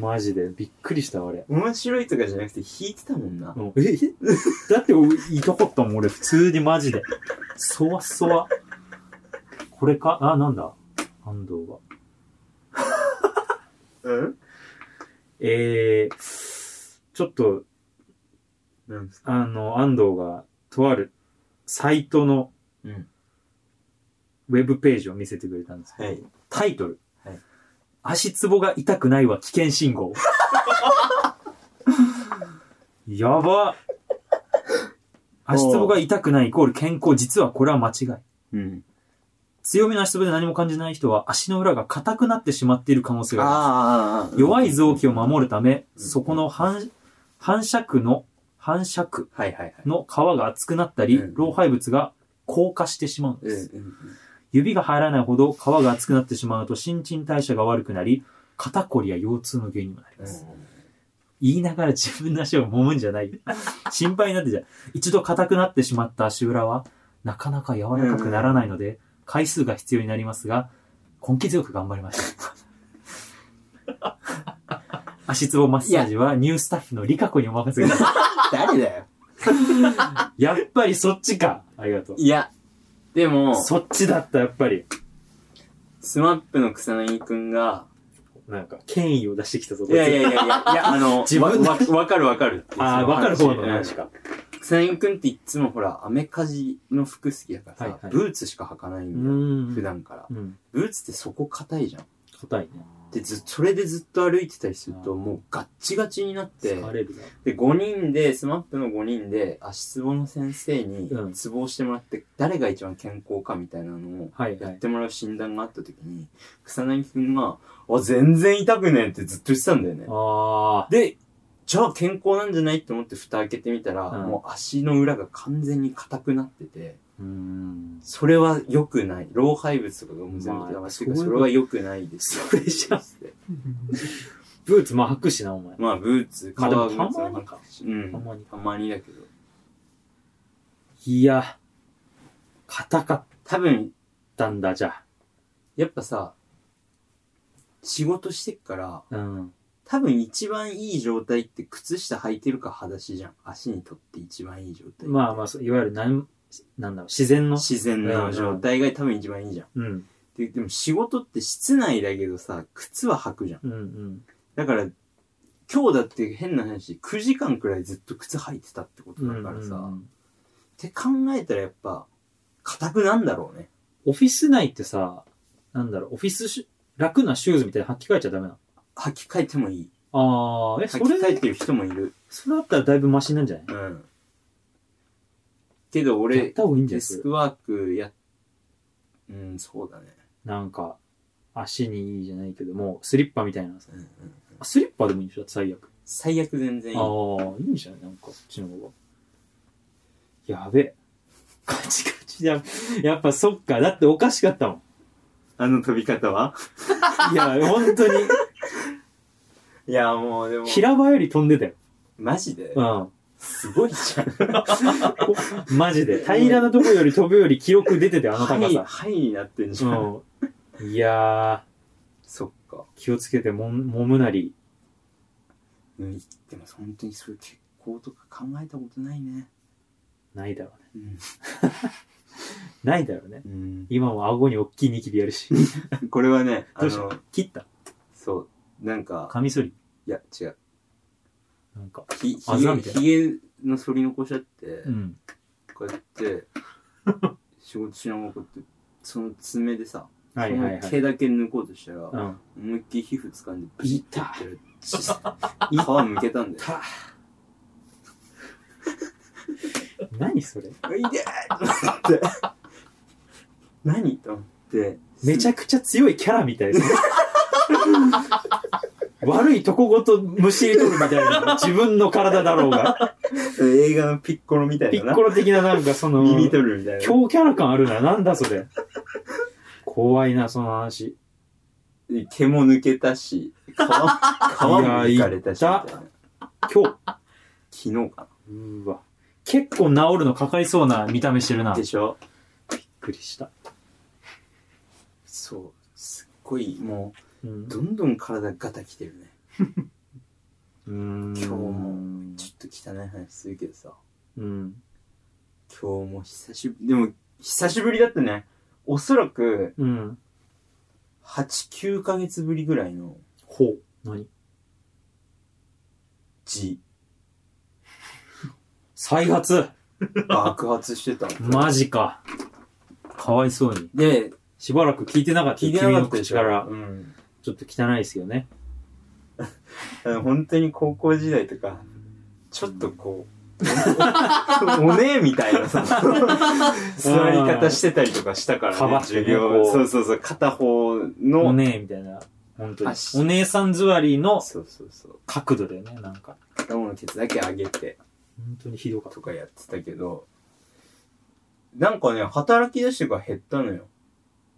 [SPEAKER 1] マジで、びっくりした、あれ。
[SPEAKER 2] 面白いとかじゃなくて弾いてたもんな
[SPEAKER 1] う。んえ だって俺、痛かったもん、俺、普通にマジで。そわそわ。これか、あ、なんだ安藤が。
[SPEAKER 2] うん
[SPEAKER 1] えー、ちょっと、
[SPEAKER 2] なんですか
[SPEAKER 1] あの、安藤が、とあるサイトの
[SPEAKER 2] うん。
[SPEAKER 1] ウェブページを見せてくれたんですけど、
[SPEAKER 2] はい。
[SPEAKER 1] タイトル、
[SPEAKER 2] はい
[SPEAKER 1] 足つぼが痛くないは危険信号。 やば足つぼが痛くないイコール健康、実はこれは間違い。
[SPEAKER 2] うん。
[SPEAKER 1] 強めの足つぼで何も感じない人は足の裏が硬くなってしまっている可能性がある。
[SPEAKER 2] ああ。
[SPEAKER 1] 弱い臓
[SPEAKER 2] 器。
[SPEAKER 1] 器を守るため、
[SPEAKER 2] うん
[SPEAKER 1] そこの反、反射区の、反射区
[SPEAKER 2] はいはいはい。
[SPEAKER 1] の皮が厚くなったり
[SPEAKER 2] う、ん
[SPEAKER 1] 老廃物が硬化してしまうん
[SPEAKER 2] う
[SPEAKER 1] で
[SPEAKER 2] ん
[SPEAKER 1] す。指が入らないほど皮が厚くなってしまうと新陳代謝が悪くなり、肩こりや腰痛の原因にもなり
[SPEAKER 2] う
[SPEAKER 1] ます。
[SPEAKER 2] ん。
[SPEAKER 1] 言いながら自分の足を揉むんじゃない。心配になってじゃん一度硬くなってしまった足裏は、なかなか柔らかくならないので、回数が必要になりますが、根気強く頑張りました。 足つぼマッサージはニュースタッフのリカ子にお任せくださ
[SPEAKER 2] 誰だよ。
[SPEAKER 1] い。やっぱりそっちか。ありがとう。
[SPEAKER 2] いや、でも、
[SPEAKER 1] そっちだった、やっぱり。
[SPEAKER 2] スマップの草薙くんが、
[SPEAKER 1] なんか、権威を出してきたぞ、
[SPEAKER 2] いやい
[SPEAKER 1] こ
[SPEAKER 2] やいやいや、いや、あ の、
[SPEAKER 1] 自分の
[SPEAKER 2] わ、わわかるわかるって
[SPEAKER 1] いつああ、わかる方の
[SPEAKER 2] うん
[SPEAKER 1] 話か。
[SPEAKER 2] 草薙くんっていっつもほら、アメカジの服好きだからさ、
[SPEAKER 1] はいはい
[SPEAKER 2] ブーツしか履かないんだよ。
[SPEAKER 1] ん
[SPEAKER 2] 普。段から。
[SPEAKER 1] うん。
[SPEAKER 2] ブーツってそこ硬いじゃん。
[SPEAKER 1] 硬いね。
[SPEAKER 2] で、ず、それでずっと歩いてたりする
[SPEAKER 1] う
[SPEAKER 2] と、
[SPEAKER 1] ん
[SPEAKER 2] もうガッチガチになって、
[SPEAKER 1] 疲れるな。
[SPEAKER 2] で、5人で、スマップの5人で、足つぼの先生に
[SPEAKER 1] うん、
[SPEAKER 2] ツボをしてもらって、誰が一番健康かみたいなのを、
[SPEAKER 1] はい
[SPEAKER 2] や
[SPEAKER 1] は
[SPEAKER 2] っ
[SPEAKER 1] い。
[SPEAKER 2] てもらう診断があった時に、草薙くんが、あ、全然痛くねえってずっと言ってたんだよね。
[SPEAKER 1] ああ。
[SPEAKER 2] で、じゃあ健康なんじゃないって思って蓋開けてみたら、
[SPEAKER 1] うん
[SPEAKER 2] もう足の裏が完全に硬くなってて、
[SPEAKER 1] うーん。
[SPEAKER 2] それは良くない。老廃物とかがもう全
[SPEAKER 1] まあ
[SPEAKER 2] 部出ましてるか
[SPEAKER 1] そう
[SPEAKER 2] ら、
[SPEAKER 1] いう
[SPEAKER 2] そ
[SPEAKER 1] こと
[SPEAKER 2] れは良くないですよ。
[SPEAKER 1] それじ ゃん
[SPEAKER 2] って
[SPEAKER 1] ブーツも履くしな、お前。
[SPEAKER 2] まあ、ブーツ、
[SPEAKER 1] まあでも
[SPEAKER 2] 革靴は
[SPEAKER 1] たまにか
[SPEAKER 2] うん。
[SPEAKER 1] たまに
[SPEAKER 2] たまにだけど。
[SPEAKER 1] いや、硬かっ
[SPEAKER 2] 多分、
[SPEAKER 1] たんだ、じゃ
[SPEAKER 2] やっぱさ、仕事してっから、
[SPEAKER 1] あ。うん。
[SPEAKER 2] 多分一番いい状態って靴下履いてるか裸足じゃん。足にとって一番いい状態。
[SPEAKER 1] まあまあ、そういわゆる、なん、なんだろう、自然の。
[SPEAKER 2] 自然の状態が多分一番いいじゃん。
[SPEAKER 1] うん。
[SPEAKER 2] ででも仕事って室内だけどさ、靴は履くじゃん。
[SPEAKER 1] うんうん。
[SPEAKER 2] だから、今日だって変な話、9時間くらいずっと靴履いてたってことだからさ、
[SPEAKER 1] うんう
[SPEAKER 2] っ
[SPEAKER 1] ん
[SPEAKER 2] て考えたらやっぱ、硬くなんだろうね。
[SPEAKER 1] オフィス内ってさ、なんだろう、オフィスシュ、楽なシューズみたいに履き替えちゃダメな
[SPEAKER 2] 履き替えてもいい。
[SPEAKER 1] の。ああ、え、そ
[SPEAKER 2] 履き替え
[SPEAKER 1] れ、
[SPEAKER 2] てる人もいる。
[SPEAKER 1] それだったらだいぶマシなんじゃない
[SPEAKER 2] うん。けど
[SPEAKER 1] やっ
[SPEAKER 2] 俺、
[SPEAKER 1] た方がいいんじゃな
[SPEAKER 2] デ
[SPEAKER 1] いそ
[SPEAKER 2] ス
[SPEAKER 1] れ
[SPEAKER 2] クワークや、うん、そうだね。
[SPEAKER 1] なんか、足にいいじゃないけども、スリッパみたいなさ。
[SPEAKER 2] うんうん、
[SPEAKER 1] あスリッパでもいいんでしょ最悪。
[SPEAKER 2] 最悪全然いい。
[SPEAKER 1] ああ、いいんじゃないなんか、こっちの方が。やべえ。カチカチや。やっぱそっか。だっておかしかったも
[SPEAKER 2] あの飛び方は
[SPEAKER 1] ん。いや、本当に。
[SPEAKER 2] いや、もうでも、
[SPEAKER 1] 平場より飛んでたよ。
[SPEAKER 2] マジで
[SPEAKER 1] う
[SPEAKER 2] すごいじゃん。
[SPEAKER 1] ん。マジで。平らなとこより飛ぶより記録出てたよ、あの高
[SPEAKER 2] はい、
[SPEAKER 1] さ。
[SPEAKER 2] はいになってんじゃん。
[SPEAKER 1] うん。いや
[SPEAKER 2] そっか。
[SPEAKER 1] ー、気をつけてもん、揉むなり。
[SPEAKER 2] うん、でも本当にそういう結婚とか考えたことないね。
[SPEAKER 1] ないだろうね。
[SPEAKER 2] うん。
[SPEAKER 1] ないだろうね。今も顎に大きいニキビやるし。
[SPEAKER 2] これはね、あ
[SPEAKER 1] どうした
[SPEAKER 2] の、
[SPEAKER 1] 切った
[SPEAKER 2] そう、なんか、
[SPEAKER 1] カミソリ。
[SPEAKER 2] いや、違う。
[SPEAKER 1] なんか。
[SPEAKER 2] ひ、
[SPEAKER 1] あ
[SPEAKER 2] ひ
[SPEAKER 1] ざ
[SPEAKER 2] げ、
[SPEAKER 1] みたいな
[SPEAKER 2] ひげの剃り残しちゃって、
[SPEAKER 1] うん。
[SPEAKER 2] こうやって、仕事しながらこうやって、その爪でさ、
[SPEAKER 1] はいはい
[SPEAKER 2] そ
[SPEAKER 1] は
[SPEAKER 2] の
[SPEAKER 1] い。
[SPEAKER 2] 毛だけ抜こうとしたら、
[SPEAKER 1] うん。
[SPEAKER 2] 思いっきり皮膚掴んで、ビシッてやってる。
[SPEAKER 1] い
[SPEAKER 2] 皮むけたんだよ。
[SPEAKER 1] た。何それ
[SPEAKER 2] いでーと思って。何と思って。
[SPEAKER 1] めちゃくちゃ強いキャラみたいですね悪いとこごとむしり取るみたいな。自分の体だろうが。
[SPEAKER 2] 映画のピッコロみたい
[SPEAKER 1] ピ
[SPEAKER 2] なな
[SPEAKER 1] ッコ。ロ的ななんかその、
[SPEAKER 2] 耳
[SPEAKER 1] 強
[SPEAKER 2] 取るみたいな。
[SPEAKER 1] キャラ感あるな。なんだそれ。怖いな、その話。
[SPEAKER 2] 毛も抜けたし、皮皮も抜かれたしみたいな、
[SPEAKER 1] 今
[SPEAKER 2] 昨日か
[SPEAKER 1] 日。うわ。結構治るのかかりそうな見た目してるな。
[SPEAKER 2] な。
[SPEAKER 1] び
[SPEAKER 2] で
[SPEAKER 1] っ
[SPEAKER 2] しょ
[SPEAKER 1] くりした。
[SPEAKER 2] そう。すっごい、も
[SPEAKER 1] う
[SPEAKER 2] う、
[SPEAKER 1] ん。
[SPEAKER 2] どんどん体がタきてるね。
[SPEAKER 1] 今
[SPEAKER 2] 今日もちょっと汚い話するけどさ、
[SPEAKER 1] うん。
[SPEAKER 2] 今日も久しぶり、でも、久しぶりだったね。おそらく、
[SPEAKER 1] うん。
[SPEAKER 2] 8、9ヶ月ぶりぐらいの
[SPEAKER 1] ほう。何
[SPEAKER 2] 字
[SPEAKER 1] 再発
[SPEAKER 2] 爆発してた
[SPEAKER 1] マジか。かわいそうに。
[SPEAKER 2] で
[SPEAKER 1] しばらく聞いてなかった
[SPEAKER 2] 聞いて
[SPEAKER 1] 君
[SPEAKER 2] なか
[SPEAKER 1] の
[SPEAKER 2] ったでし
[SPEAKER 1] 口
[SPEAKER 2] ょ
[SPEAKER 1] から。
[SPEAKER 2] うん
[SPEAKER 1] ちょっと汚いですよね。
[SPEAKER 2] あの本当に高校時代とか、ちょっとこ う、おねえみたいなさ、座り方してたりとかしたから
[SPEAKER 1] かば
[SPEAKER 2] ね、
[SPEAKER 1] ってね
[SPEAKER 2] 授業。
[SPEAKER 1] こう
[SPEAKER 2] そうそうそう、片方
[SPEAKER 1] お
[SPEAKER 2] の、
[SPEAKER 1] ねえみたいな。本当に。
[SPEAKER 2] 足
[SPEAKER 1] お姉さん座りの
[SPEAKER 2] そうそうそう、
[SPEAKER 1] 角度だよね、なんか。
[SPEAKER 2] 片方のケツだけ上げて
[SPEAKER 1] 本当にひどかった。
[SPEAKER 2] とかやってたけど、なんかね、働き出してから減ったのよ。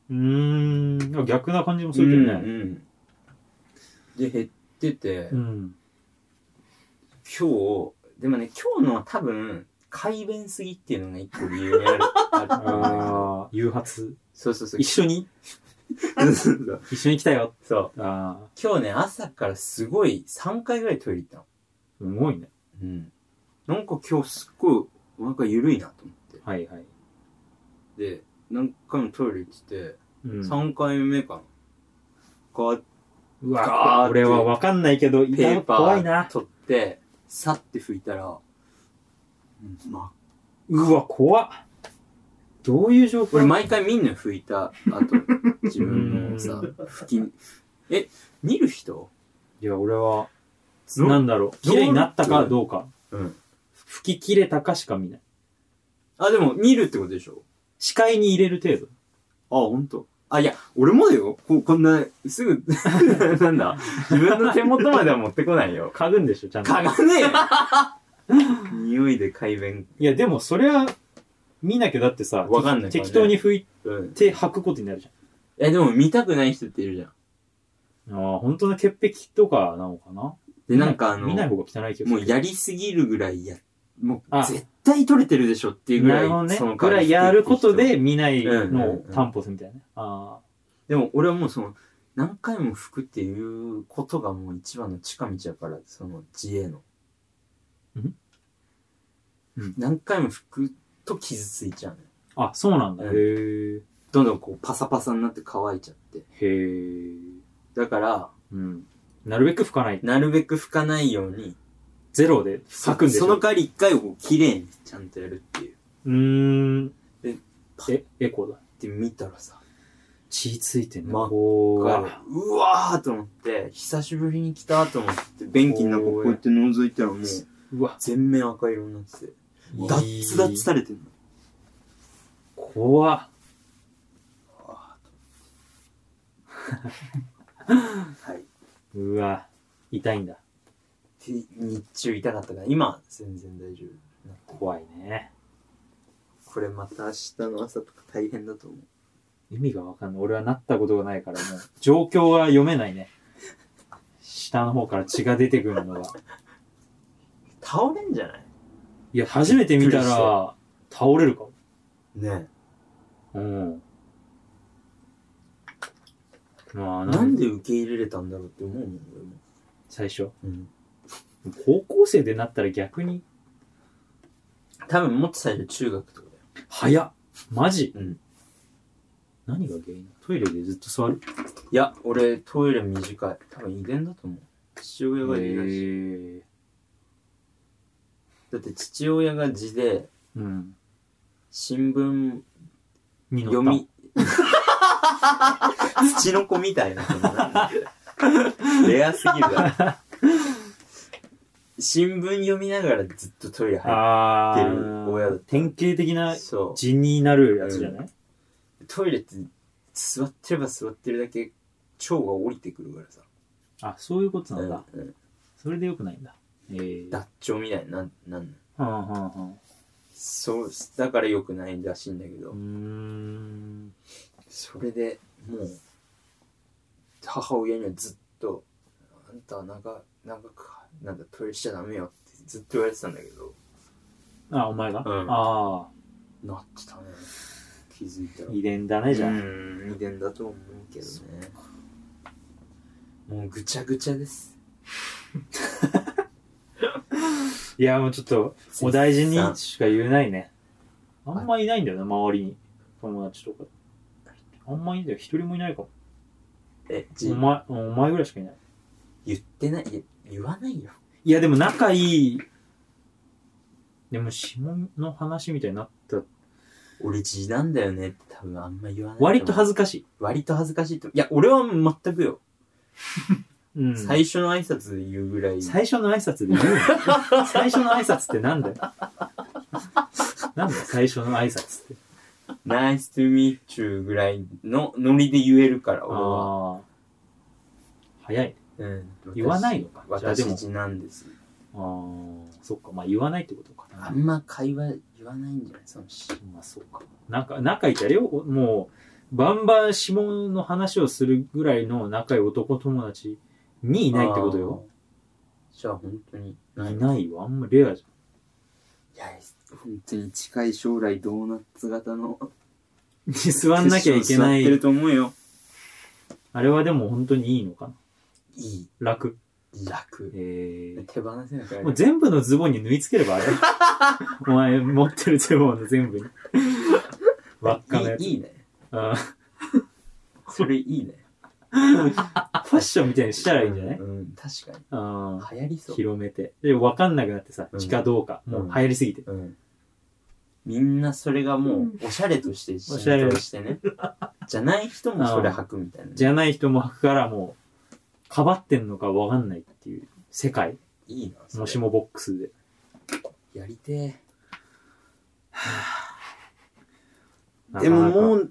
[SPEAKER 1] うーん。逆な感じもするけど
[SPEAKER 2] うん
[SPEAKER 1] ね。
[SPEAKER 2] うんで、減ってて、
[SPEAKER 1] うん。
[SPEAKER 2] 今日、でもね、今日のは多分、改便すぎっていうのが一個理由にあ る。あると思うんだけど
[SPEAKER 1] ああ、誘発。
[SPEAKER 2] そうそうそう
[SPEAKER 1] 一。緒に
[SPEAKER 2] そう
[SPEAKER 1] 一緒に来たよ。
[SPEAKER 2] そう。
[SPEAKER 1] ああ、
[SPEAKER 2] 今日ね、朝からすごい3回ぐらいトイレ行ったの。
[SPEAKER 1] すごいね。
[SPEAKER 2] うん。なんか今日すっごいお腹緩いなと思っ
[SPEAKER 1] はいはい。
[SPEAKER 2] て。で、何回もトイレ行ってて、
[SPEAKER 1] うん
[SPEAKER 2] 3回目かな。こう、
[SPEAKER 1] う
[SPEAKER 2] ガー
[SPEAKER 1] わ
[SPEAKER 2] って
[SPEAKER 1] 俺はわかんないけど、痛い
[SPEAKER 2] ペーパ
[SPEAKER 1] 怖い
[SPEAKER 2] ー
[SPEAKER 1] な。
[SPEAKER 2] 取って、さって拭いたら、うんまあ、
[SPEAKER 1] うわ、怖っ。どういう状況
[SPEAKER 2] 俺毎回みんな拭 いた後、自分のさ、拭き、え、見る人
[SPEAKER 1] いや、俺は、
[SPEAKER 2] ど
[SPEAKER 1] なんだろう。綺麗になったかどうか。
[SPEAKER 2] うん。
[SPEAKER 1] 吹き切れたかしか見ない。
[SPEAKER 2] あ、でも見るってことでしょ
[SPEAKER 1] 視界に入れる程度。
[SPEAKER 2] あ、ほんと。あ、いや、俺もだよ。ここんな、すぐ、 なんだ、自分の手元までは持ってこないよ。
[SPEAKER 1] 嗅ぐんでしょ、ちゃんと。
[SPEAKER 2] 嗅が ねえよ匂いで改便。
[SPEAKER 1] いや、でもそれは、見なきゃだってさ、
[SPEAKER 2] わかんないからね
[SPEAKER 1] 適当に拭い
[SPEAKER 2] うん。
[SPEAKER 1] て吐くことになるじ
[SPEAKER 2] え、でも見たくない人っているじゃん。
[SPEAKER 1] ゃん。ああ、本当の潔癖とかなのかな
[SPEAKER 2] で、なんかあの、
[SPEAKER 1] 見ない方が汚い気がする。
[SPEAKER 2] もうやりすぎるぐらいや、もう
[SPEAKER 1] あ
[SPEAKER 2] 絶対取れてるでしょっていうぐ
[SPEAKER 1] な
[SPEAKER 2] ら
[SPEAKER 1] るほど
[SPEAKER 2] い、
[SPEAKER 1] ね
[SPEAKER 2] その。
[SPEAKER 1] ぐらいやることで見ない
[SPEAKER 2] うん
[SPEAKER 1] の
[SPEAKER 2] うん
[SPEAKER 1] を
[SPEAKER 2] うん
[SPEAKER 1] 担保するみたいなね。あ
[SPEAKER 2] でも俺はもうその、何回も拭くっていうことがもう一番の近道やから、その自衛の。
[SPEAKER 1] んうん
[SPEAKER 2] 何回も拭くと傷ついちゃうのよ
[SPEAKER 1] あ。あ、そうなんだ。
[SPEAKER 2] う
[SPEAKER 1] へ
[SPEAKER 2] ん
[SPEAKER 1] え。
[SPEAKER 2] どんどんこうパサパサになって乾いちゃって。
[SPEAKER 1] へえ。
[SPEAKER 2] だから、
[SPEAKER 1] うん。なるべく拭かない。
[SPEAKER 2] なるべく拭かないように、
[SPEAKER 1] ゼロで
[SPEAKER 2] そ
[SPEAKER 1] 吐くんでし
[SPEAKER 2] その
[SPEAKER 1] ょ。
[SPEAKER 2] 代わり一回を綺麗にちゃんとやるっていう。
[SPEAKER 1] うーん。
[SPEAKER 2] え、
[SPEAKER 1] え、エコーだ。
[SPEAKER 2] で、見たらさ、
[SPEAKER 1] 血ついてんね。
[SPEAKER 2] 真っ
[SPEAKER 1] こ
[SPEAKER 2] う
[SPEAKER 1] う
[SPEAKER 2] わーと思って、久しぶりに来たと思って、便器の中こうやって覗いたらもう、
[SPEAKER 1] うわ。
[SPEAKER 2] 全面赤色になってて、ダッツダッツされてんの。
[SPEAKER 1] 怖っ
[SPEAKER 2] はい。
[SPEAKER 1] うわ。痛いんだ。
[SPEAKER 2] で日中痛かったから、今は全然大丈夫。
[SPEAKER 1] 怖いね。
[SPEAKER 2] これまた明日の朝とか大変だと思う。
[SPEAKER 1] 意味がわかんない。俺はなったことがないから、もう、状況は読めないね。下の方から血が出てくるのが。
[SPEAKER 2] 倒れんじゃない
[SPEAKER 1] いや、初めて見た
[SPEAKER 2] びっくりし
[SPEAKER 1] ら、倒れるかも。
[SPEAKER 2] ね
[SPEAKER 1] うん。まあ、な
[SPEAKER 2] え。なんん
[SPEAKER 1] で
[SPEAKER 2] で受け入れれたんだろうって思うもん、俺も。
[SPEAKER 1] 最初。
[SPEAKER 2] うん。
[SPEAKER 1] 高校生でなったら逆に、
[SPEAKER 2] 多分もっと最初中学とかだよ。
[SPEAKER 1] 早っマジ
[SPEAKER 2] うん。
[SPEAKER 1] 何が原因トイレでずっと座る
[SPEAKER 2] いや、俺、トイレ短い。多分遺伝だと思う。父親が遺伝し。
[SPEAKER 1] え。
[SPEAKER 2] だって父親が字で、
[SPEAKER 1] うん。
[SPEAKER 2] 新聞
[SPEAKER 1] に乗
[SPEAKER 2] 読
[SPEAKER 1] った。
[SPEAKER 2] み、 土の子みたいな。レアすぎるだろ。新聞読みながらずっとトイレ入
[SPEAKER 1] あ
[SPEAKER 2] ってる親だ
[SPEAKER 1] ー、典型的
[SPEAKER 2] っ
[SPEAKER 1] な
[SPEAKER 2] て。そ
[SPEAKER 1] 字になるやつじゃない、
[SPEAKER 2] う。トイレって座ってれば座ってるだけ腸が降りてくるからさ。
[SPEAKER 1] あ、そういうことなんだ。
[SPEAKER 2] うんうん
[SPEAKER 1] それでよくないんだ。えー。
[SPEAKER 2] 脱腸みたいになん、なんの
[SPEAKER 1] はんはんはん。
[SPEAKER 2] そう、だから良くないらしいんだけど。
[SPEAKER 1] うーん。
[SPEAKER 2] それでもう母親にはずっと「あんたは長長くなんだトイレしちゃダメよ」ってずっと言われてたんだけど
[SPEAKER 1] あ、お前が、
[SPEAKER 2] うん
[SPEAKER 1] ああ、
[SPEAKER 2] なってたね気づいたら
[SPEAKER 1] 遺伝だね、じゃあ。
[SPEAKER 2] うん遺伝だと思うけどねもうぐちゃぐちゃです
[SPEAKER 1] いや、もうちょっと、お大事にしか言えないね。あ
[SPEAKER 2] ん
[SPEAKER 1] んまいないんだよな、周りに。友達とか。あんまいいんだよ、一人もいないかも。
[SPEAKER 2] えじ
[SPEAKER 1] お前、お前ぐらいしかいない。
[SPEAKER 2] 言ってない、いや言わないよ。
[SPEAKER 1] いや、でも仲いい、でも指紋の話みたいになった。
[SPEAKER 2] 俺字なんだよねって多分あんま言わない。
[SPEAKER 1] 割と恥
[SPEAKER 2] ず、
[SPEAKER 1] ずかしい。
[SPEAKER 2] 割と恥ずかしいと。いや、俺は全くよ。
[SPEAKER 1] うん。
[SPEAKER 2] 最初の挨拶言うぐらい。
[SPEAKER 1] 最初の挨拶で言うの最初の挨拶ってなんだよ。なんだよ、最初の挨拶 って。
[SPEAKER 2] ナイス to meet you ぐらいのノリで言えるから、俺は。
[SPEAKER 1] ああ。早い。
[SPEAKER 2] うん。
[SPEAKER 1] 言わないのかじゃあでも
[SPEAKER 2] 私字なんです。
[SPEAKER 1] ああ。そっか。まあ言わないってことか
[SPEAKER 2] あ
[SPEAKER 1] な。
[SPEAKER 2] んま会話言わないんじゃないそのし。
[SPEAKER 1] まあそうか。なんか、仲いいってあれよ。もう、バンバン指紋の話をするぐらいの仲いい男友達にいないってことよ。
[SPEAKER 2] あー。じゃあ本当にない
[SPEAKER 1] いないよ。あんまレアじ
[SPEAKER 2] いや、本当に近い将来ドーナツ型の。
[SPEAKER 1] ゃん。 座んなきゃいけな
[SPEAKER 2] 座ってる
[SPEAKER 1] い。
[SPEAKER 2] と思うよ。
[SPEAKER 1] あれはでも本当にいいのかな。
[SPEAKER 2] い
[SPEAKER 1] 楽。
[SPEAKER 2] い、楽。
[SPEAKER 1] ええ
[SPEAKER 2] 手放せなく
[SPEAKER 1] も
[SPEAKER 2] な
[SPEAKER 1] う
[SPEAKER 2] る。
[SPEAKER 1] 全部のズボンに縫い付けれ ばあれ。お前持ってるズボンの全部に。輪っかのやつ。
[SPEAKER 2] いいいいね。
[SPEAKER 1] うん
[SPEAKER 2] それいいね。
[SPEAKER 1] ファッションみたいにしたらいいんじゃない、
[SPEAKER 2] うん、うん確かに。
[SPEAKER 1] うん
[SPEAKER 2] 流行りそう。
[SPEAKER 1] 広めて。で、わかんなくなってさ
[SPEAKER 2] う、ん
[SPEAKER 1] 地下どうか。もう流行りすぎて。
[SPEAKER 2] うん。みんなそれがもう、おしゃれとして、
[SPEAKER 1] おしゃれ
[SPEAKER 2] 浸透してね。じゃない人もそれ履くみたいな。
[SPEAKER 1] じゃない人も履くからもう、かばってんのかわかんないっていう世界。
[SPEAKER 2] いいな。それ
[SPEAKER 1] もしもボックスで。
[SPEAKER 2] やりて
[SPEAKER 1] な
[SPEAKER 2] え。
[SPEAKER 1] か
[SPEAKER 2] で
[SPEAKER 1] な
[SPEAKER 2] も
[SPEAKER 1] か
[SPEAKER 2] もう、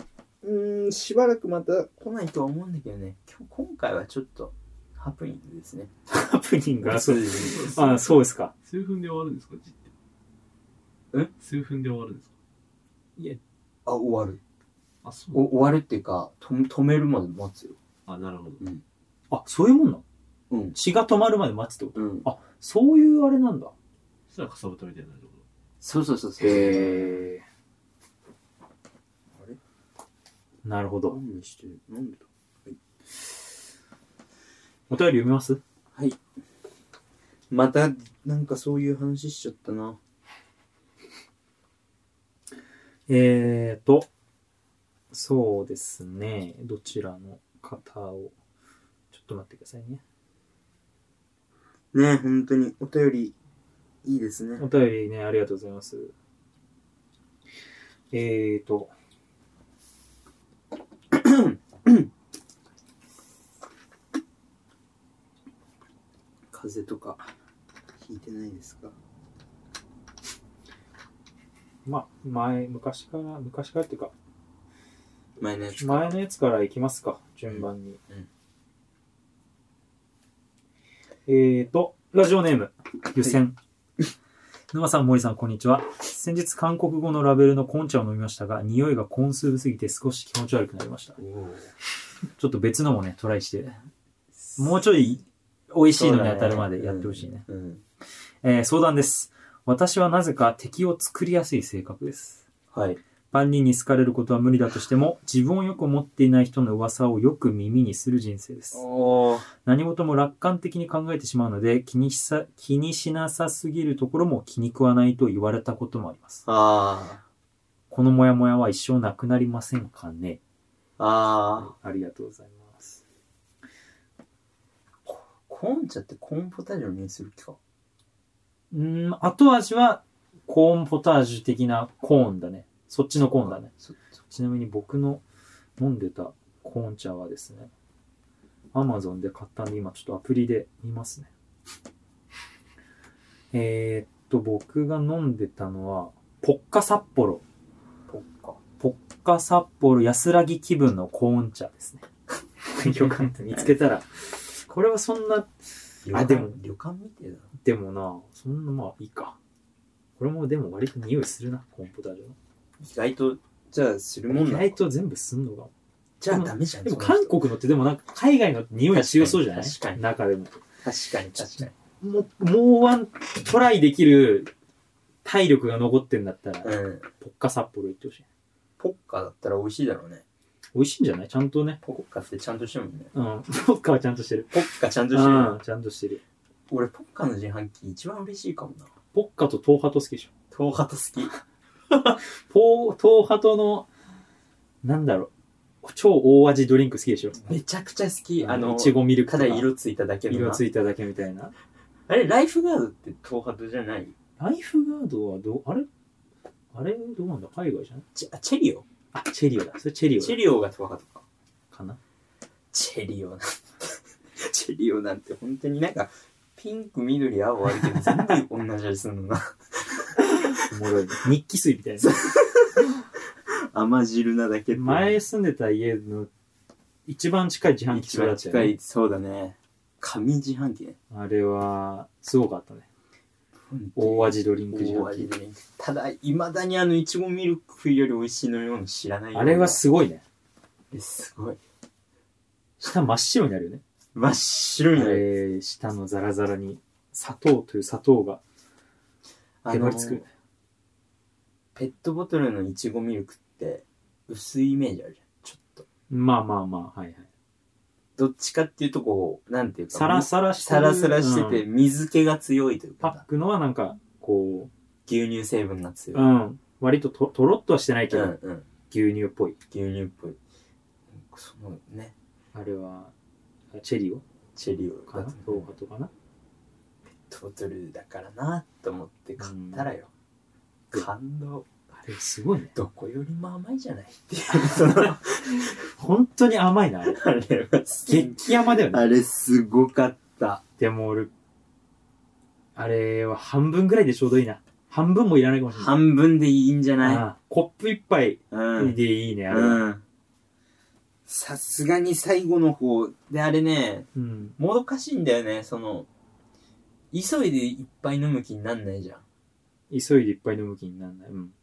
[SPEAKER 2] うん、しばらくまた来ないとは思うんだけどね。今日、今回はちょっと、ハプニングですね。
[SPEAKER 1] ハプニングがそう。
[SPEAKER 2] です
[SPEAKER 1] あ、そうですか。
[SPEAKER 3] 数分で終わるんですか字
[SPEAKER 2] え
[SPEAKER 3] って。数分で終わるんですか
[SPEAKER 2] あ、終わる。
[SPEAKER 3] あ、そう。
[SPEAKER 2] お終わるっていうか、と止めるまで待つよ。
[SPEAKER 3] あ、なるほど。
[SPEAKER 1] あ、そういうもんなの
[SPEAKER 2] うん。
[SPEAKER 1] 血が止まるまで待つってこと
[SPEAKER 2] うん。
[SPEAKER 1] そういうあれなんだ。
[SPEAKER 3] そしたらかさぶたみたいになるってこ
[SPEAKER 2] そうそうそうそう。
[SPEAKER 1] へえ。
[SPEAKER 2] あれ
[SPEAKER 1] なるほど。
[SPEAKER 2] 何してるなんでだ
[SPEAKER 1] お便り読みます
[SPEAKER 2] また、なんかそういう話しちゃったな。
[SPEAKER 1] えーと、そうですね。どちらの方を。ちょっと待ってくださいね。
[SPEAKER 2] ねえ、本当に、お便り、いいですね。
[SPEAKER 1] お便りね、ありがとうございます。えーと。
[SPEAKER 2] 風邪とか、ひいてないですか
[SPEAKER 1] まあ、前、昔から、昔からっていうか、
[SPEAKER 2] 前のやつ。
[SPEAKER 1] 前のやつからいきますか、順番に。
[SPEAKER 2] うん
[SPEAKER 1] えーと、ラジオネーム、湯煎。沼さん、森さん、こんにちは。先日、韓国語のラベルのコーン茶を飲みましたが、匂いがコーンスープすぎて少し気持ち悪くなりました。ちょっと別のもね、トライして、もうちょい美味しいのに当たるまでやってほしいね。
[SPEAKER 2] そうだね。うん。
[SPEAKER 1] えー相談です。私はなぜか敵を作りやすい性格です。
[SPEAKER 2] はい。
[SPEAKER 1] 万人に好かれることは無理だとしても、自分をよく思っていない人の噂をよく耳にする人生です。
[SPEAKER 2] おー。
[SPEAKER 1] 何事も楽観的に考えてしまうので、気にしさ、気にしなさすぎるところも気に食わないと言われたこともあります。
[SPEAKER 2] あ
[SPEAKER 1] このモヤモヤは一生なくなりませんかね
[SPEAKER 2] ー。あー。
[SPEAKER 1] ありがとうございます。
[SPEAKER 2] コーン茶ってコーンポタージュの匂いする気か。
[SPEAKER 1] うーん、後味はコーンポタージュ的なコーンだね。そっちのコーンだね。
[SPEAKER 2] そそ
[SPEAKER 1] ちなみに僕の飲んでたコーン茶はですね、Amazon で買ったんで、今ちょっとアプリで見ますね。 えー、っと、僕が飲んでたのは、ポッカ札幌。
[SPEAKER 2] ポッカ。
[SPEAKER 1] ポッカ札幌安らぎ気分のコーン茶ですね。 よかった。見つけたら。これはそんな、あでも
[SPEAKER 2] 旅館みてえだな。
[SPEAKER 1] でもな、そんなまあいいか。これもでも割と匂いするな、コーンポタージュの。
[SPEAKER 2] 意外と、じゃあするもん
[SPEAKER 1] 意
[SPEAKER 2] な。
[SPEAKER 1] 外と全部すんのが
[SPEAKER 2] じゃあダメじゃん。
[SPEAKER 1] でも
[SPEAKER 2] その
[SPEAKER 1] 韓
[SPEAKER 2] 人
[SPEAKER 1] 国のってでもなんか海外の匂い強そうじゃない
[SPEAKER 2] 確かに
[SPEAKER 1] 中でも。
[SPEAKER 2] 確かに確かに。
[SPEAKER 1] もう、もうワントライできる体力が残ってんだったら、
[SPEAKER 2] うん。
[SPEAKER 1] ポッカ札幌行ってほしい。
[SPEAKER 2] ポッカだったら美味しいだろうね。
[SPEAKER 1] 美味しいんじゃないちゃんとね。
[SPEAKER 2] ポッカってちゃんとしてるもんね。
[SPEAKER 1] うん。 ポッカはちゃんとしてる。
[SPEAKER 2] ポッカちゃんとしてる。
[SPEAKER 1] うん。ちゃんとしてる。
[SPEAKER 2] 俺、ポッカの自販機一番嬉しいかもな。
[SPEAKER 1] ポッカと東ハト好きでしょ。
[SPEAKER 2] 東ハト好き。
[SPEAKER 1] ポー、東ハトの、なんだろう。超大味ドリンク好きでしょ
[SPEAKER 2] めちゃくちゃ好き。あ
[SPEAKER 1] あの、
[SPEAKER 2] の
[SPEAKER 1] い、ちごミルク
[SPEAKER 2] た
[SPEAKER 1] と
[SPEAKER 2] だ
[SPEAKER 1] か
[SPEAKER 2] 色ついただけのが。
[SPEAKER 1] 色ついただけみたいな。
[SPEAKER 2] あれ、ライフガードって東ハじゃない
[SPEAKER 1] ライフガードはどう、あれあれどうなんだ海外じゃない
[SPEAKER 2] チェあチェリオ
[SPEAKER 1] あ、チェリオだ。それチェリオ
[SPEAKER 2] チェ
[SPEAKER 1] だ
[SPEAKER 2] リオが東ハか。
[SPEAKER 1] かな
[SPEAKER 2] チェリオなんて。チェリオなんて本当になんか、ピンク、緑、青あるけど全部同じ味するのな。
[SPEAKER 1] おもろいね。日記水みたいな。
[SPEAKER 2] 甘汁なだけって
[SPEAKER 1] 前住んでた家の一番近い自販機
[SPEAKER 2] 一
[SPEAKER 1] それだ
[SPEAKER 2] 番
[SPEAKER 1] った
[SPEAKER 2] 近
[SPEAKER 1] よね。
[SPEAKER 2] い、そうだね。紙自販機ね。
[SPEAKER 1] あれは、すごかったね。
[SPEAKER 2] 本当に
[SPEAKER 1] 大味ドリンク自
[SPEAKER 2] 大
[SPEAKER 1] 販
[SPEAKER 2] 味
[SPEAKER 1] 機。
[SPEAKER 2] でねただいまだにあのいちごミルクより美味しいのように知らないよう
[SPEAKER 1] あ
[SPEAKER 2] な
[SPEAKER 1] れはすごいね。
[SPEAKER 2] えすごい
[SPEAKER 1] 下真っ白になるよね。
[SPEAKER 2] 真っ白いのよ
[SPEAKER 1] えー、下のザラザラに砂糖という砂糖が
[SPEAKER 2] あ
[SPEAKER 1] へば
[SPEAKER 2] の
[SPEAKER 1] りつく。
[SPEAKER 2] ペットボトルのいちごミルクって薄いイメージあるじゃんちょっと
[SPEAKER 1] まあまあまあ、はいはい。
[SPEAKER 2] どっちかっていうとこうなんていうか
[SPEAKER 1] サラサラして
[SPEAKER 2] サ
[SPEAKER 1] る
[SPEAKER 2] ラサラしてて、
[SPEAKER 1] うん
[SPEAKER 2] 水気が強いという
[SPEAKER 1] パ
[SPEAKER 2] か
[SPEAKER 1] ックのはなんか、こ
[SPEAKER 2] 牛乳成分が強
[SPEAKER 1] う、う
[SPEAKER 2] い、
[SPEAKER 1] ん。割とととろっとはしてないけ
[SPEAKER 2] うん
[SPEAKER 1] ど、
[SPEAKER 2] うん、
[SPEAKER 1] 牛乳っぽい。
[SPEAKER 2] 牛乳っぽいそのね
[SPEAKER 1] あれは、チェリオ
[SPEAKER 2] チェリオ
[SPEAKER 1] か
[SPEAKER 2] だ
[SPEAKER 1] な
[SPEAKER 2] と
[SPEAKER 1] どう
[SPEAKER 2] ペ
[SPEAKER 1] かとかな
[SPEAKER 2] ットボトルだからなと思って買ったらよ、
[SPEAKER 1] うん
[SPEAKER 2] 感動
[SPEAKER 1] あれすごいね。
[SPEAKER 2] どこよりも甘いじゃないっていう、その、
[SPEAKER 1] 本当に甘いな、あれ。
[SPEAKER 2] あれはす、
[SPEAKER 1] 激甘だよね。
[SPEAKER 2] あれすごかった。
[SPEAKER 1] でも俺、あれは半分ぐらいでちょうどいいな。半分もいらないかもしれない。
[SPEAKER 2] 半分でいいんじゃない
[SPEAKER 1] ああコップ一杯
[SPEAKER 2] うん。
[SPEAKER 1] でいいね、あれは。
[SPEAKER 2] うん。さすがに最後の方、で、あれね、
[SPEAKER 1] うん。
[SPEAKER 2] もどかしいんだよね、その、急いでいっぱい飲む気になんないじゃん。
[SPEAKER 1] 急いでいっぱい飲む気にならない。うん。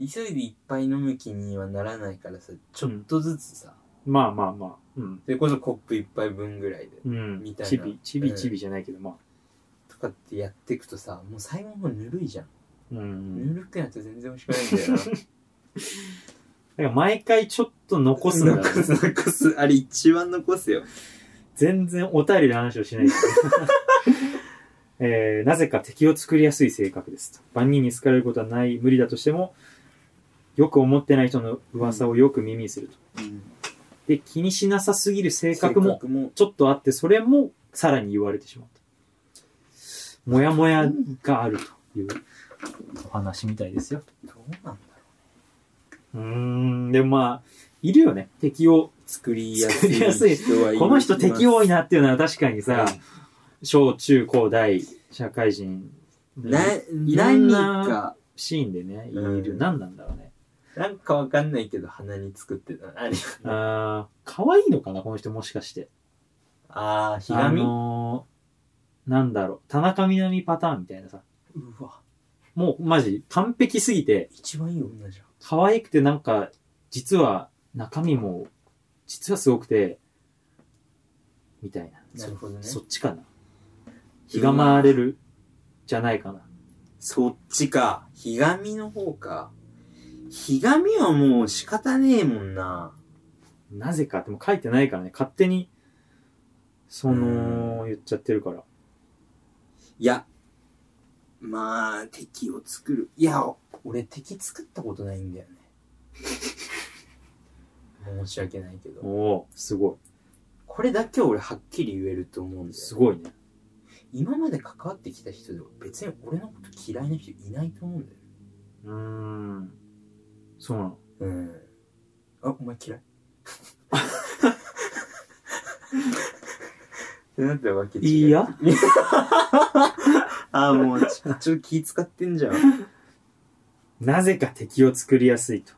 [SPEAKER 2] 急いでいっぱい飲む気にはならないからさ、ちょっとずつさ、
[SPEAKER 1] まあまあまあ。うん。
[SPEAKER 2] それこそコップ一杯分ぐらいで、
[SPEAKER 1] うん
[SPEAKER 2] みたいな
[SPEAKER 1] ちび、ちびちびじゃないけど、まあ。
[SPEAKER 2] とかってやっていくとさ、もう最後の方ぬるいじゃん。
[SPEAKER 1] うんうん。
[SPEAKER 2] ぬるくなって全然美味しくないんだよな。
[SPEAKER 1] だから毎回ちょっと残すんだ、ね、
[SPEAKER 2] 残す残すあれ一番残すよ
[SPEAKER 1] 全然お便りの話をしない です。えー、なぜか敵を作りやすい性格ですと。万人に好かれることはない、無理だとしても、よく思ってない人の噂をよく耳にすると。で、気にしなさすぎる性格もちょっとあって、それもさらに言われてしまった。もやもやがあるというお話みたいですよ。
[SPEAKER 2] どうなんだ
[SPEAKER 1] うーん、でもまあ、いるよね。敵を
[SPEAKER 2] 作り
[SPEAKER 1] や
[SPEAKER 2] や
[SPEAKER 1] すい
[SPEAKER 2] すい人はいる
[SPEAKER 1] この人敵多い
[SPEAKER 2] な
[SPEAKER 1] なっていうのは確かにさ、小中高大社会人
[SPEAKER 2] な
[SPEAKER 1] ろん
[SPEAKER 2] 何
[SPEAKER 1] な
[SPEAKER 2] か
[SPEAKER 1] シーンでねいる、
[SPEAKER 2] うん
[SPEAKER 1] 何なんだろうね
[SPEAKER 2] なんかわかんないけど鼻に作ってたあれ
[SPEAKER 1] あー可愛いのかなこの人もしかして
[SPEAKER 2] あーひがみ、
[SPEAKER 1] あのーなんだろう田中みな実パターンみたいなさ
[SPEAKER 2] うわ
[SPEAKER 1] もうマジ完璧すぎて
[SPEAKER 2] 一番いい女じ
[SPEAKER 1] 可愛くてなんか実は中身も実はすごくてみたいな
[SPEAKER 2] ゃんなるほどね
[SPEAKER 1] そっちかなひがまれるじゃないかな
[SPEAKER 2] そっちかひがみの方かひがみはもう仕方ねえもんな
[SPEAKER 1] なぜか、でも書いてないからね、勝手に、その、言っちゃってるから。
[SPEAKER 2] いやまあ敵を作るいや俺敵作ったことないんだ よね申し訳ないけど
[SPEAKER 1] おおーすご
[SPEAKER 2] これだけは俺はっきり言えると思うん
[SPEAKER 1] い。
[SPEAKER 2] ですすよ
[SPEAKER 1] ごいね。
[SPEAKER 2] 今まで関わってきた人でも別に俺のこと嫌いな人いないと思うんだよ
[SPEAKER 1] うーん。そうなの。
[SPEAKER 2] うんあお前嫌いって なったわけ違う
[SPEAKER 1] いや
[SPEAKER 2] ああもうちちょっと気使ってんじゃん
[SPEAKER 1] なぜか敵を作りやすいと。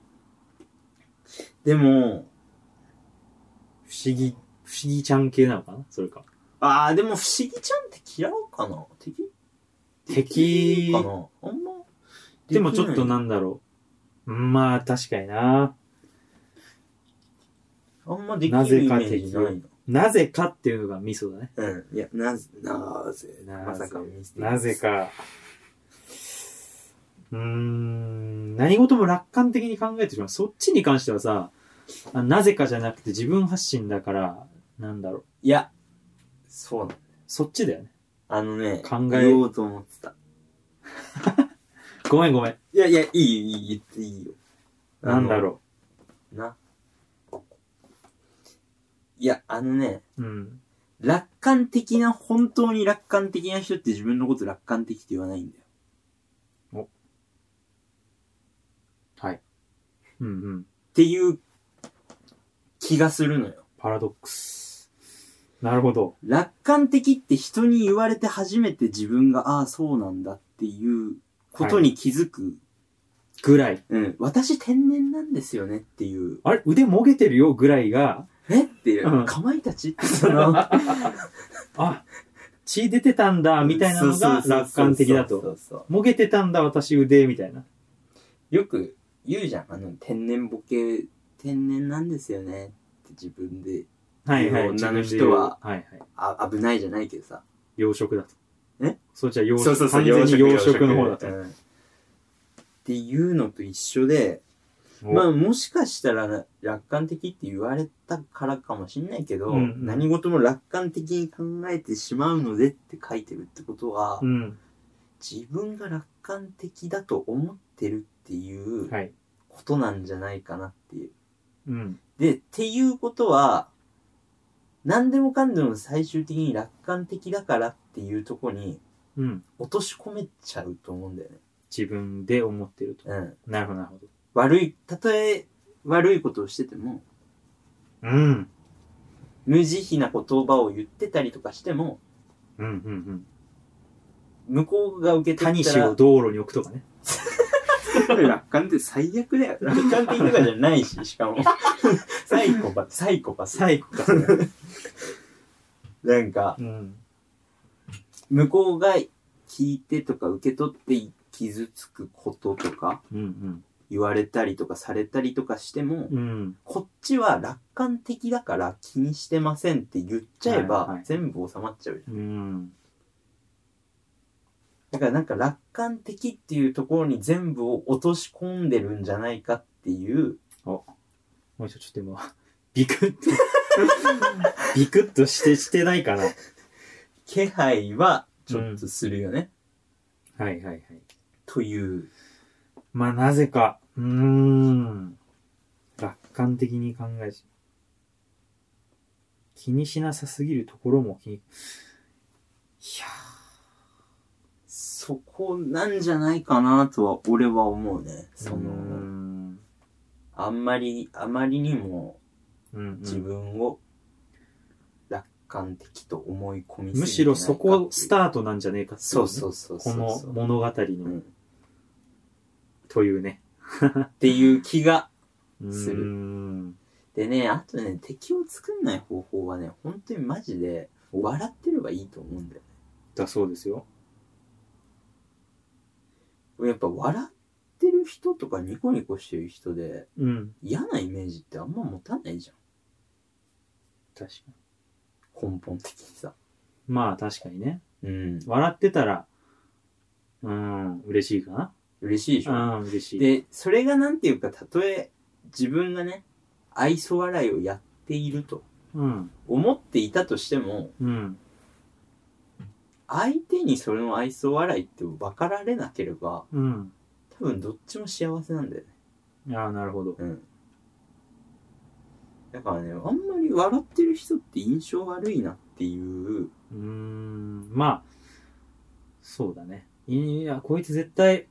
[SPEAKER 2] でも
[SPEAKER 1] 不思議、不思議ちゃん系なのかなそれか。
[SPEAKER 2] ああ、でも不思議ちゃんって嫌うかな敵
[SPEAKER 1] 敵
[SPEAKER 2] かなあんま。
[SPEAKER 1] でもちょっと
[SPEAKER 2] できい。
[SPEAKER 1] なんだろう。うんまあ、確かにな。
[SPEAKER 2] あんまできるイメージない
[SPEAKER 1] なぜ
[SPEAKER 2] の。
[SPEAKER 1] なぜかっていうのがミソだね。
[SPEAKER 2] うん。いや、なぜ、なぜ、
[SPEAKER 1] なぜ
[SPEAKER 2] まさかミステリー
[SPEAKER 1] なぜ。か。うーん、何事も楽観的に考えてしまう。そっちに関してはさ、あなぜかじゃなくて自分発信だから、なんだろう。
[SPEAKER 2] いや、そうなの。
[SPEAKER 1] そっちだよね。
[SPEAKER 2] あのね、
[SPEAKER 1] 考え
[SPEAKER 2] 言おうと思ってた。
[SPEAKER 1] ごめんごめん。
[SPEAKER 2] いやいや、いいよ、いいよ、言っていいよ。
[SPEAKER 1] なんだろ
[SPEAKER 2] う。な。いや、あのね、
[SPEAKER 1] うん。
[SPEAKER 2] 楽観的な、本当に楽観的な人って自分のこと楽観的って言わないんだよ。
[SPEAKER 1] うんうん。
[SPEAKER 2] っていう気がするのよ。
[SPEAKER 1] パラドックス。なるほど。
[SPEAKER 2] 楽観的って人に言われて初めて自分が、ああ、そうなんだっていうことに気づく。
[SPEAKER 1] ぐらい。
[SPEAKER 2] うん。私天然なんですよねっていう。
[SPEAKER 1] あれ腕もげてるよぐらいが、
[SPEAKER 2] えっていう。
[SPEAKER 1] うん
[SPEAKER 2] かまいたちって その、
[SPEAKER 1] あ、血出てたんだ、みたいなのが楽観的だと。
[SPEAKER 2] そうそうそう
[SPEAKER 1] もげてたんだ、私腕、みたいな。
[SPEAKER 2] よく言うじゃん。あの、天然ボケ、天然なんですよねって自分で。
[SPEAKER 1] はいはい。
[SPEAKER 2] 女の
[SPEAKER 1] 自分で言
[SPEAKER 2] 人は
[SPEAKER 1] う。はいはい。
[SPEAKER 2] あ、危ないじゃないけどさ。
[SPEAKER 1] 養殖だと。
[SPEAKER 2] え
[SPEAKER 1] そっちは養殖。完全に養殖の方だと。
[SPEAKER 2] うんっていうのと一緒で、
[SPEAKER 1] お
[SPEAKER 2] まあもしかしたら楽観的って言われたからかもしんないけど、
[SPEAKER 1] うんうん
[SPEAKER 2] 何事も楽観的に考えてしまうのでって書いてるってことは、
[SPEAKER 1] うん。
[SPEAKER 2] 自分が楽観的だと思ってるっていう
[SPEAKER 1] はい。
[SPEAKER 2] ことなんじゃないかなっていう。
[SPEAKER 1] うん。
[SPEAKER 2] で、っていうことは、何でもかんでも最終的に楽観的だからっていうとこに
[SPEAKER 1] うん。
[SPEAKER 2] 落とし込めちゃうと思うんだよね。
[SPEAKER 1] 自分で思ってると。
[SPEAKER 2] うん。
[SPEAKER 1] なるほど、なるほど。
[SPEAKER 2] 悪い、たとえ悪いことをしてても、
[SPEAKER 1] うん。
[SPEAKER 2] 無慈悲な言葉を言ってたりとかしても、
[SPEAKER 1] うん、うん、うん。
[SPEAKER 2] 向こうが受け
[SPEAKER 1] タ
[SPEAKER 2] 取
[SPEAKER 1] ニ
[SPEAKER 2] っ
[SPEAKER 1] シ
[SPEAKER 2] た
[SPEAKER 1] を
[SPEAKER 2] ら、
[SPEAKER 1] 道路に置くとかね。
[SPEAKER 2] 楽観って最悪だよ。楽観的とかじゃないし、しか も。サイコパス、サイコパス。
[SPEAKER 1] 最後か、それ
[SPEAKER 2] なん か、
[SPEAKER 1] うん。
[SPEAKER 2] 向こうが聞いてとか受け取って傷つくこととか、
[SPEAKER 1] うん、
[SPEAKER 2] 言われたりとかされたりとかしても、
[SPEAKER 1] うん。うん。
[SPEAKER 2] こっちは楽観的だから気にしてませんって言っちゃえ
[SPEAKER 1] はいは
[SPEAKER 2] ば
[SPEAKER 1] い
[SPEAKER 2] 全部収まっちゃうじゃん。
[SPEAKER 1] うん。
[SPEAKER 2] だからなんか楽観的っていうところに全部を落とし込んでるんじゃないかっていう、
[SPEAKER 1] もう一度ちょっと今、 ビクッと、ビクッとして、してないかな。はい
[SPEAKER 2] 気配はちょっとするよね。
[SPEAKER 1] はいはい。
[SPEAKER 2] という。
[SPEAKER 1] まあなぜか、うーん。楽観的に考えし、気にしなさすぎるところも気に、いや
[SPEAKER 2] そこなんじゃないかなとは俺は思うね。
[SPEAKER 1] ー
[SPEAKER 2] その、
[SPEAKER 1] うん
[SPEAKER 2] あんまり、あまりにも
[SPEAKER 1] うんうん
[SPEAKER 2] 自分を楽観的と思い込みすぎてないかっていう
[SPEAKER 1] むしろそこスタートなんじゃねえかってい
[SPEAKER 2] そう
[SPEAKER 1] う
[SPEAKER 2] そ
[SPEAKER 1] ね
[SPEAKER 2] うそうそ
[SPEAKER 1] こ
[SPEAKER 2] う
[SPEAKER 1] の
[SPEAKER 2] そう
[SPEAKER 1] 物語
[SPEAKER 2] うん
[SPEAKER 1] の
[SPEAKER 2] っ
[SPEAKER 1] というね。
[SPEAKER 2] ていう気が。する
[SPEAKER 1] うーん
[SPEAKER 2] でね、あとね、敵を作んない方法はね、本当にマジで、笑ってればいいと思うんだよ。
[SPEAKER 1] だそうですよ。
[SPEAKER 2] やっぱ笑ってる人とかニコニコしてる人で、
[SPEAKER 1] うん。
[SPEAKER 2] 嫌なイメージってあんま持たないじゃん。
[SPEAKER 1] 確かに。
[SPEAKER 2] 根本的にさ。
[SPEAKER 1] まあ確かにね。
[SPEAKER 2] うん。
[SPEAKER 1] 笑ってたら、うーん、嬉しいかな。
[SPEAKER 2] 嬉しいでしょ。
[SPEAKER 1] うん、嬉しい。
[SPEAKER 2] でそれがなんていうかたとえ自分がね愛想笑いをやっていると
[SPEAKER 1] うん、
[SPEAKER 2] 思っていたとしても
[SPEAKER 1] うん、
[SPEAKER 2] 相手にその愛想笑いって分かられなければ
[SPEAKER 1] うん。
[SPEAKER 2] 多分どっちも幸せなんだよね
[SPEAKER 1] ああ、なるほど。
[SPEAKER 2] うんだからねあんまり笑ってる人って印象悪いなっていう
[SPEAKER 1] うーん、まあ、そうだね。いや、こいつ絶対、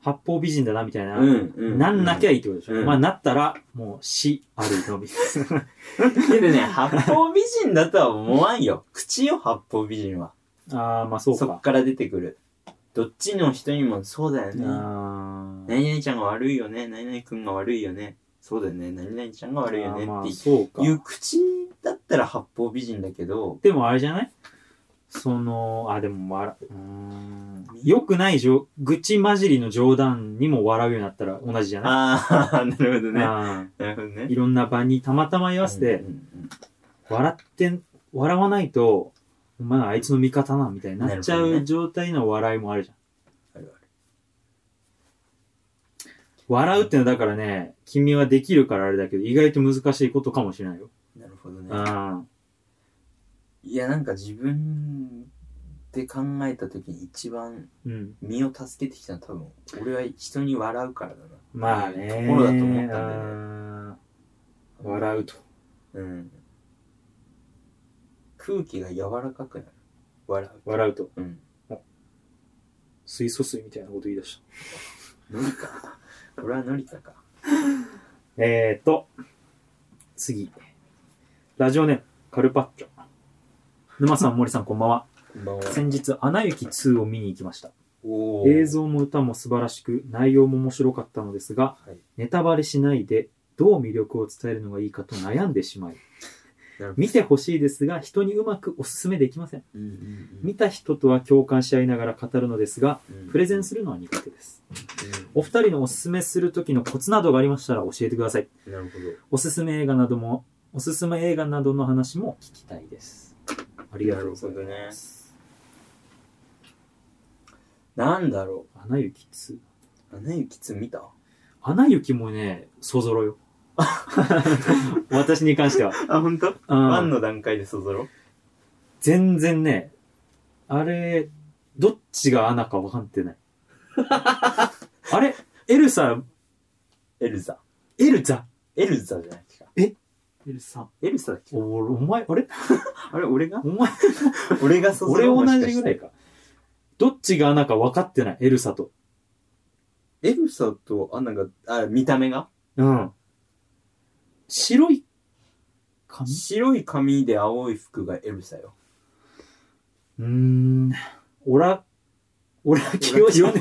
[SPEAKER 1] 八方美人だな、みたいな。
[SPEAKER 2] んう
[SPEAKER 1] なんなきゃ
[SPEAKER 2] い
[SPEAKER 1] いいってことでしょ。
[SPEAKER 2] うん
[SPEAKER 1] まあ、なったら、もう、死あるのみ。
[SPEAKER 2] けどね 八方美人だとは思わんよ口よ八方美人は
[SPEAKER 1] ああ、まあ、そう
[SPEAKER 2] そ
[SPEAKER 1] か
[SPEAKER 2] っ。から出てくるどっちの人にもそうだよ
[SPEAKER 1] あー
[SPEAKER 2] ね何々ちゃんが悪いよね、何々くんが悪いよね、そうだよね、何々ちゃんが悪いよね
[SPEAKER 1] あーまあ、
[SPEAKER 2] っ
[SPEAKER 1] そうか
[SPEAKER 2] て。いう口だったら八方美人だけど、
[SPEAKER 1] でもあれじゃないその、あ、でも笑、うーん。良くないじょ、愚痴混じりの冗談にも笑うようになったら同じじゃない
[SPEAKER 2] ああ、なるほどね。な
[SPEAKER 1] あ
[SPEAKER 2] るほど
[SPEAKER 1] ー
[SPEAKER 2] ね。
[SPEAKER 1] いろんな場にたまたま居合わせて
[SPEAKER 2] う、んうん
[SPEAKER 1] 笑ってん、笑わないと、お前はあいつの味方な、みたいになっちゃ
[SPEAKER 2] なるほど
[SPEAKER 1] う
[SPEAKER 2] ね
[SPEAKER 1] 状態の笑いもあるじゃん。
[SPEAKER 2] あるある
[SPEAKER 1] 笑うってのはだからね、君はできるからあれだけど、意外と難しいことかもしれないよ。
[SPEAKER 2] なるほど
[SPEAKER 1] う
[SPEAKER 2] ね。
[SPEAKER 1] ん。
[SPEAKER 2] いや、なんか自分で考えた時に一番
[SPEAKER 1] うん。
[SPEAKER 2] 身を助けてきたのは多分、俺は人に笑うからだな。
[SPEAKER 1] まあね。
[SPEAKER 2] ところだと思ったんだよね
[SPEAKER 1] うん笑うと。
[SPEAKER 2] うん。空気が柔らかくなる。笑
[SPEAKER 1] 笑うと
[SPEAKER 2] う。うん。
[SPEAKER 1] 水素水みたいなこと言い出した
[SPEAKER 2] のりか。 俺はのりかか。
[SPEAKER 1] えーと、次。ラジオネーム、カルパッチョ。沼さん、森さん、こんばんは。
[SPEAKER 2] こんばんは。
[SPEAKER 1] 先日、アナ雪2を見に行きました。
[SPEAKER 2] おー
[SPEAKER 1] 映像も歌も素晴らしく、内容も面白かったのですが、
[SPEAKER 2] はい
[SPEAKER 1] ネタバレしないで、どう魅力を伝えるのがいいかと悩んでしまい
[SPEAKER 2] なるほど、
[SPEAKER 1] 見てほしいですが、人にうまくおすすめできません。
[SPEAKER 2] うんうん
[SPEAKER 1] 見た人とは共感し合いながら語るのですが、
[SPEAKER 2] うん
[SPEAKER 1] プレゼンするのは苦手です。
[SPEAKER 2] う
[SPEAKER 1] お二人のおすすめする時のコツなどがありましたら教えてください。
[SPEAKER 2] んなるほど。
[SPEAKER 1] おすすめ映画なども、おすすめ映画などの話も聞きたいです。ありがとうございます。
[SPEAKER 2] なんだろ
[SPEAKER 1] アナ雪2。
[SPEAKER 2] う。アナ雪2見た
[SPEAKER 1] アナ雪もね、そぞ ろよ。私に関しては。
[SPEAKER 2] あ、ほんと
[SPEAKER 1] う
[SPEAKER 2] ワン
[SPEAKER 1] ん、
[SPEAKER 2] の段階でそぞろ
[SPEAKER 1] 全然ね、あれ、どっちがアナか分かって ない。あれエルサ、
[SPEAKER 2] エルザ。
[SPEAKER 1] エルザ。
[SPEAKER 2] エルザじゃないですか。
[SPEAKER 3] エルサ。
[SPEAKER 2] エルサだっけ
[SPEAKER 1] おお前、あれ
[SPEAKER 2] あれ、俺が
[SPEAKER 1] お前、
[SPEAKER 2] 俺がそぞ
[SPEAKER 1] 俺
[SPEAKER 2] ろ
[SPEAKER 1] 同じぐらい
[SPEAKER 2] もしかして
[SPEAKER 1] か。どっちがアナか分かってない。エルサと。
[SPEAKER 2] エルサとアナが、あ、見た目が
[SPEAKER 1] うん。白い髪
[SPEAKER 2] 白い髪で青い服がエルサよ。
[SPEAKER 1] うーん。オラ、オラキオじゃね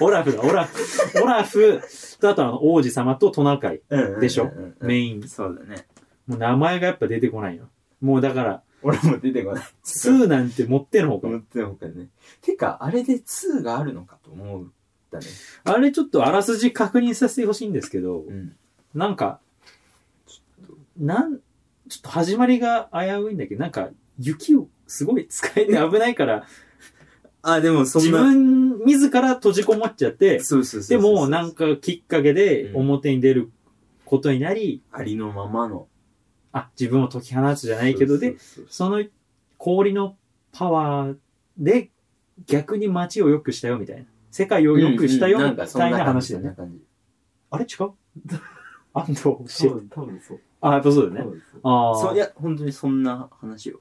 [SPEAKER 1] オラフだ、オラフ。オラフと、あとあの、王子様とトナカイ、
[SPEAKER 2] うん
[SPEAKER 1] でしょ。
[SPEAKER 2] うんうん
[SPEAKER 1] メイン。
[SPEAKER 2] そうだね。
[SPEAKER 1] もう名前がやっぱ出てこないよ。もうだから、
[SPEAKER 2] 俺も出てこない。
[SPEAKER 1] スーなんて持ってのほか。
[SPEAKER 2] 思ってたほかね。てか、あれで2があるのかと思うだね。
[SPEAKER 1] あれちょっとあらすじ確認させてほしいんですけど、
[SPEAKER 2] ん。
[SPEAKER 1] なんか
[SPEAKER 2] ち、
[SPEAKER 1] なん、ちょっと始まりが危ういんだけど、なんか、雪をすごい使えて危ないから、
[SPEAKER 2] あ、でもそ
[SPEAKER 1] 自
[SPEAKER 2] んな。
[SPEAKER 1] 分自ら閉じこもっちゃって、
[SPEAKER 2] そうそうそ
[SPEAKER 1] で
[SPEAKER 2] うそう
[SPEAKER 1] も、なんかきっかけで
[SPEAKER 2] うん
[SPEAKER 1] 表に出ることになり、
[SPEAKER 2] ありのままの。
[SPEAKER 1] あ、自分を解き放つじゃないけどで、
[SPEAKER 2] そうそう
[SPEAKER 1] その氷のパワーで逆に街を良くしたよみたいな。世界
[SPEAKER 2] そ
[SPEAKER 1] を
[SPEAKER 2] う、
[SPEAKER 1] 良くしたよ
[SPEAKER 2] うんうん
[SPEAKER 1] みたいな話だよ。
[SPEAKER 2] ん
[SPEAKER 1] ね。
[SPEAKER 2] かそんな感じ
[SPEAKER 1] あれ違う 安藤教
[SPEAKER 3] 多
[SPEAKER 1] えて。
[SPEAKER 3] 分、多分そう。
[SPEAKER 1] あ、やっぱそうだよ
[SPEAKER 3] 多
[SPEAKER 1] ね。
[SPEAKER 3] 分そう。
[SPEAKER 1] あ
[SPEAKER 2] そんな感じそう、い
[SPEAKER 1] あ。
[SPEAKER 2] や、本当にそんな話よ。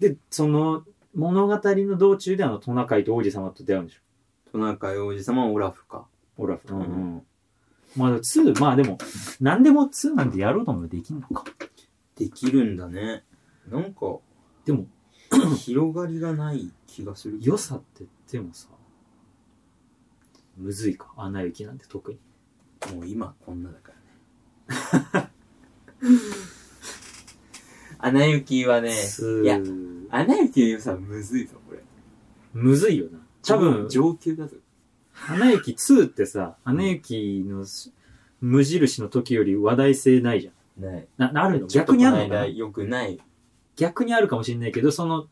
[SPEAKER 1] で、その物語の道中であのトナカイと王子様と出会うんでしょ。
[SPEAKER 2] トナカイ王子様オラフか。
[SPEAKER 1] オラフ。
[SPEAKER 2] うん
[SPEAKER 1] ん。まあ、2、まあでも、何でも2なんてやろうともできんのか。
[SPEAKER 2] できるんだね。なんか、
[SPEAKER 1] でも、
[SPEAKER 2] 広がりがない気がする。
[SPEAKER 1] 良さってでもさむずいかアナ雪なんて特に
[SPEAKER 2] もう今こんなだからね。アナ雪はね、
[SPEAKER 1] す
[SPEAKER 2] いやアナ雪の良さはむずいぞ、これ。
[SPEAKER 1] むずいよな多分
[SPEAKER 2] 上級だぞ。
[SPEAKER 1] アナ雪2ってさアナ雪のし無印の時より話題性ないじゃん
[SPEAKER 2] ない。
[SPEAKER 1] ななるの逆にあるのかな
[SPEAKER 2] よくない。
[SPEAKER 1] 逆にあるかもしれないけどその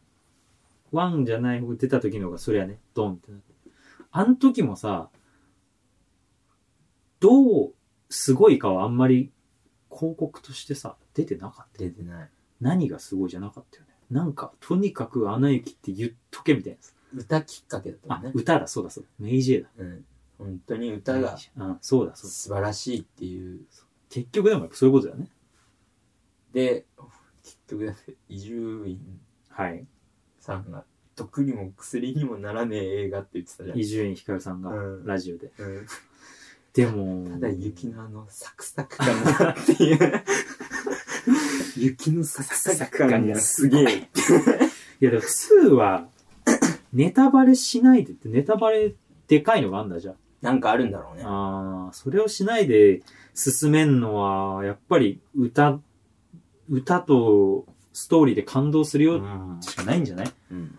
[SPEAKER 1] 1じゃない方出た時の方がそりゃねドンってなってあの時もさどうすごいかはあんまり広告としてさ出てなかった
[SPEAKER 2] 出てない。
[SPEAKER 1] 何がすごいじゃなかったよね。なんか、とにかくアナ雪って言っとけみたいなやつ。
[SPEAKER 2] 歌きっかけだった
[SPEAKER 1] あ
[SPEAKER 2] もんね、。
[SPEAKER 1] 歌だ、そうだ、そうだ。メイジェだ。
[SPEAKER 2] うん。本当に歌が
[SPEAKER 1] うん、そうだ、そうだ。
[SPEAKER 2] 素晴らしいっていう。
[SPEAKER 1] 結局でもやっぱそういうことだよね。
[SPEAKER 2] で、結局だって、伊集院
[SPEAKER 1] はい。
[SPEAKER 2] さんが、毒にも薬にもならねえ映画って言ってたじゃん
[SPEAKER 1] 伊。集院光さんが、
[SPEAKER 2] うん
[SPEAKER 1] ラジオで。
[SPEAKER 2] うん
[SPEAKER 1] でも、
[SPEAKER 2] ただ雪のあのサクサク感がって いう。雪のサクサク感がすげえ。
[SPEAKER 1] いや、でも2は、 ネタバレしないでって、ネタバレでかいのがあんだじゃん。
[SPEAKER 2] なんかあるんだろうね。
[SPEAKER 1] ああ、それをしないで進めんのは、やっぱり歌、歌とストーリーで感動するよ
[SPEAKER 2] ん
[SPEAKER 1] しかないんじゃない
[SPEAKER 2] うん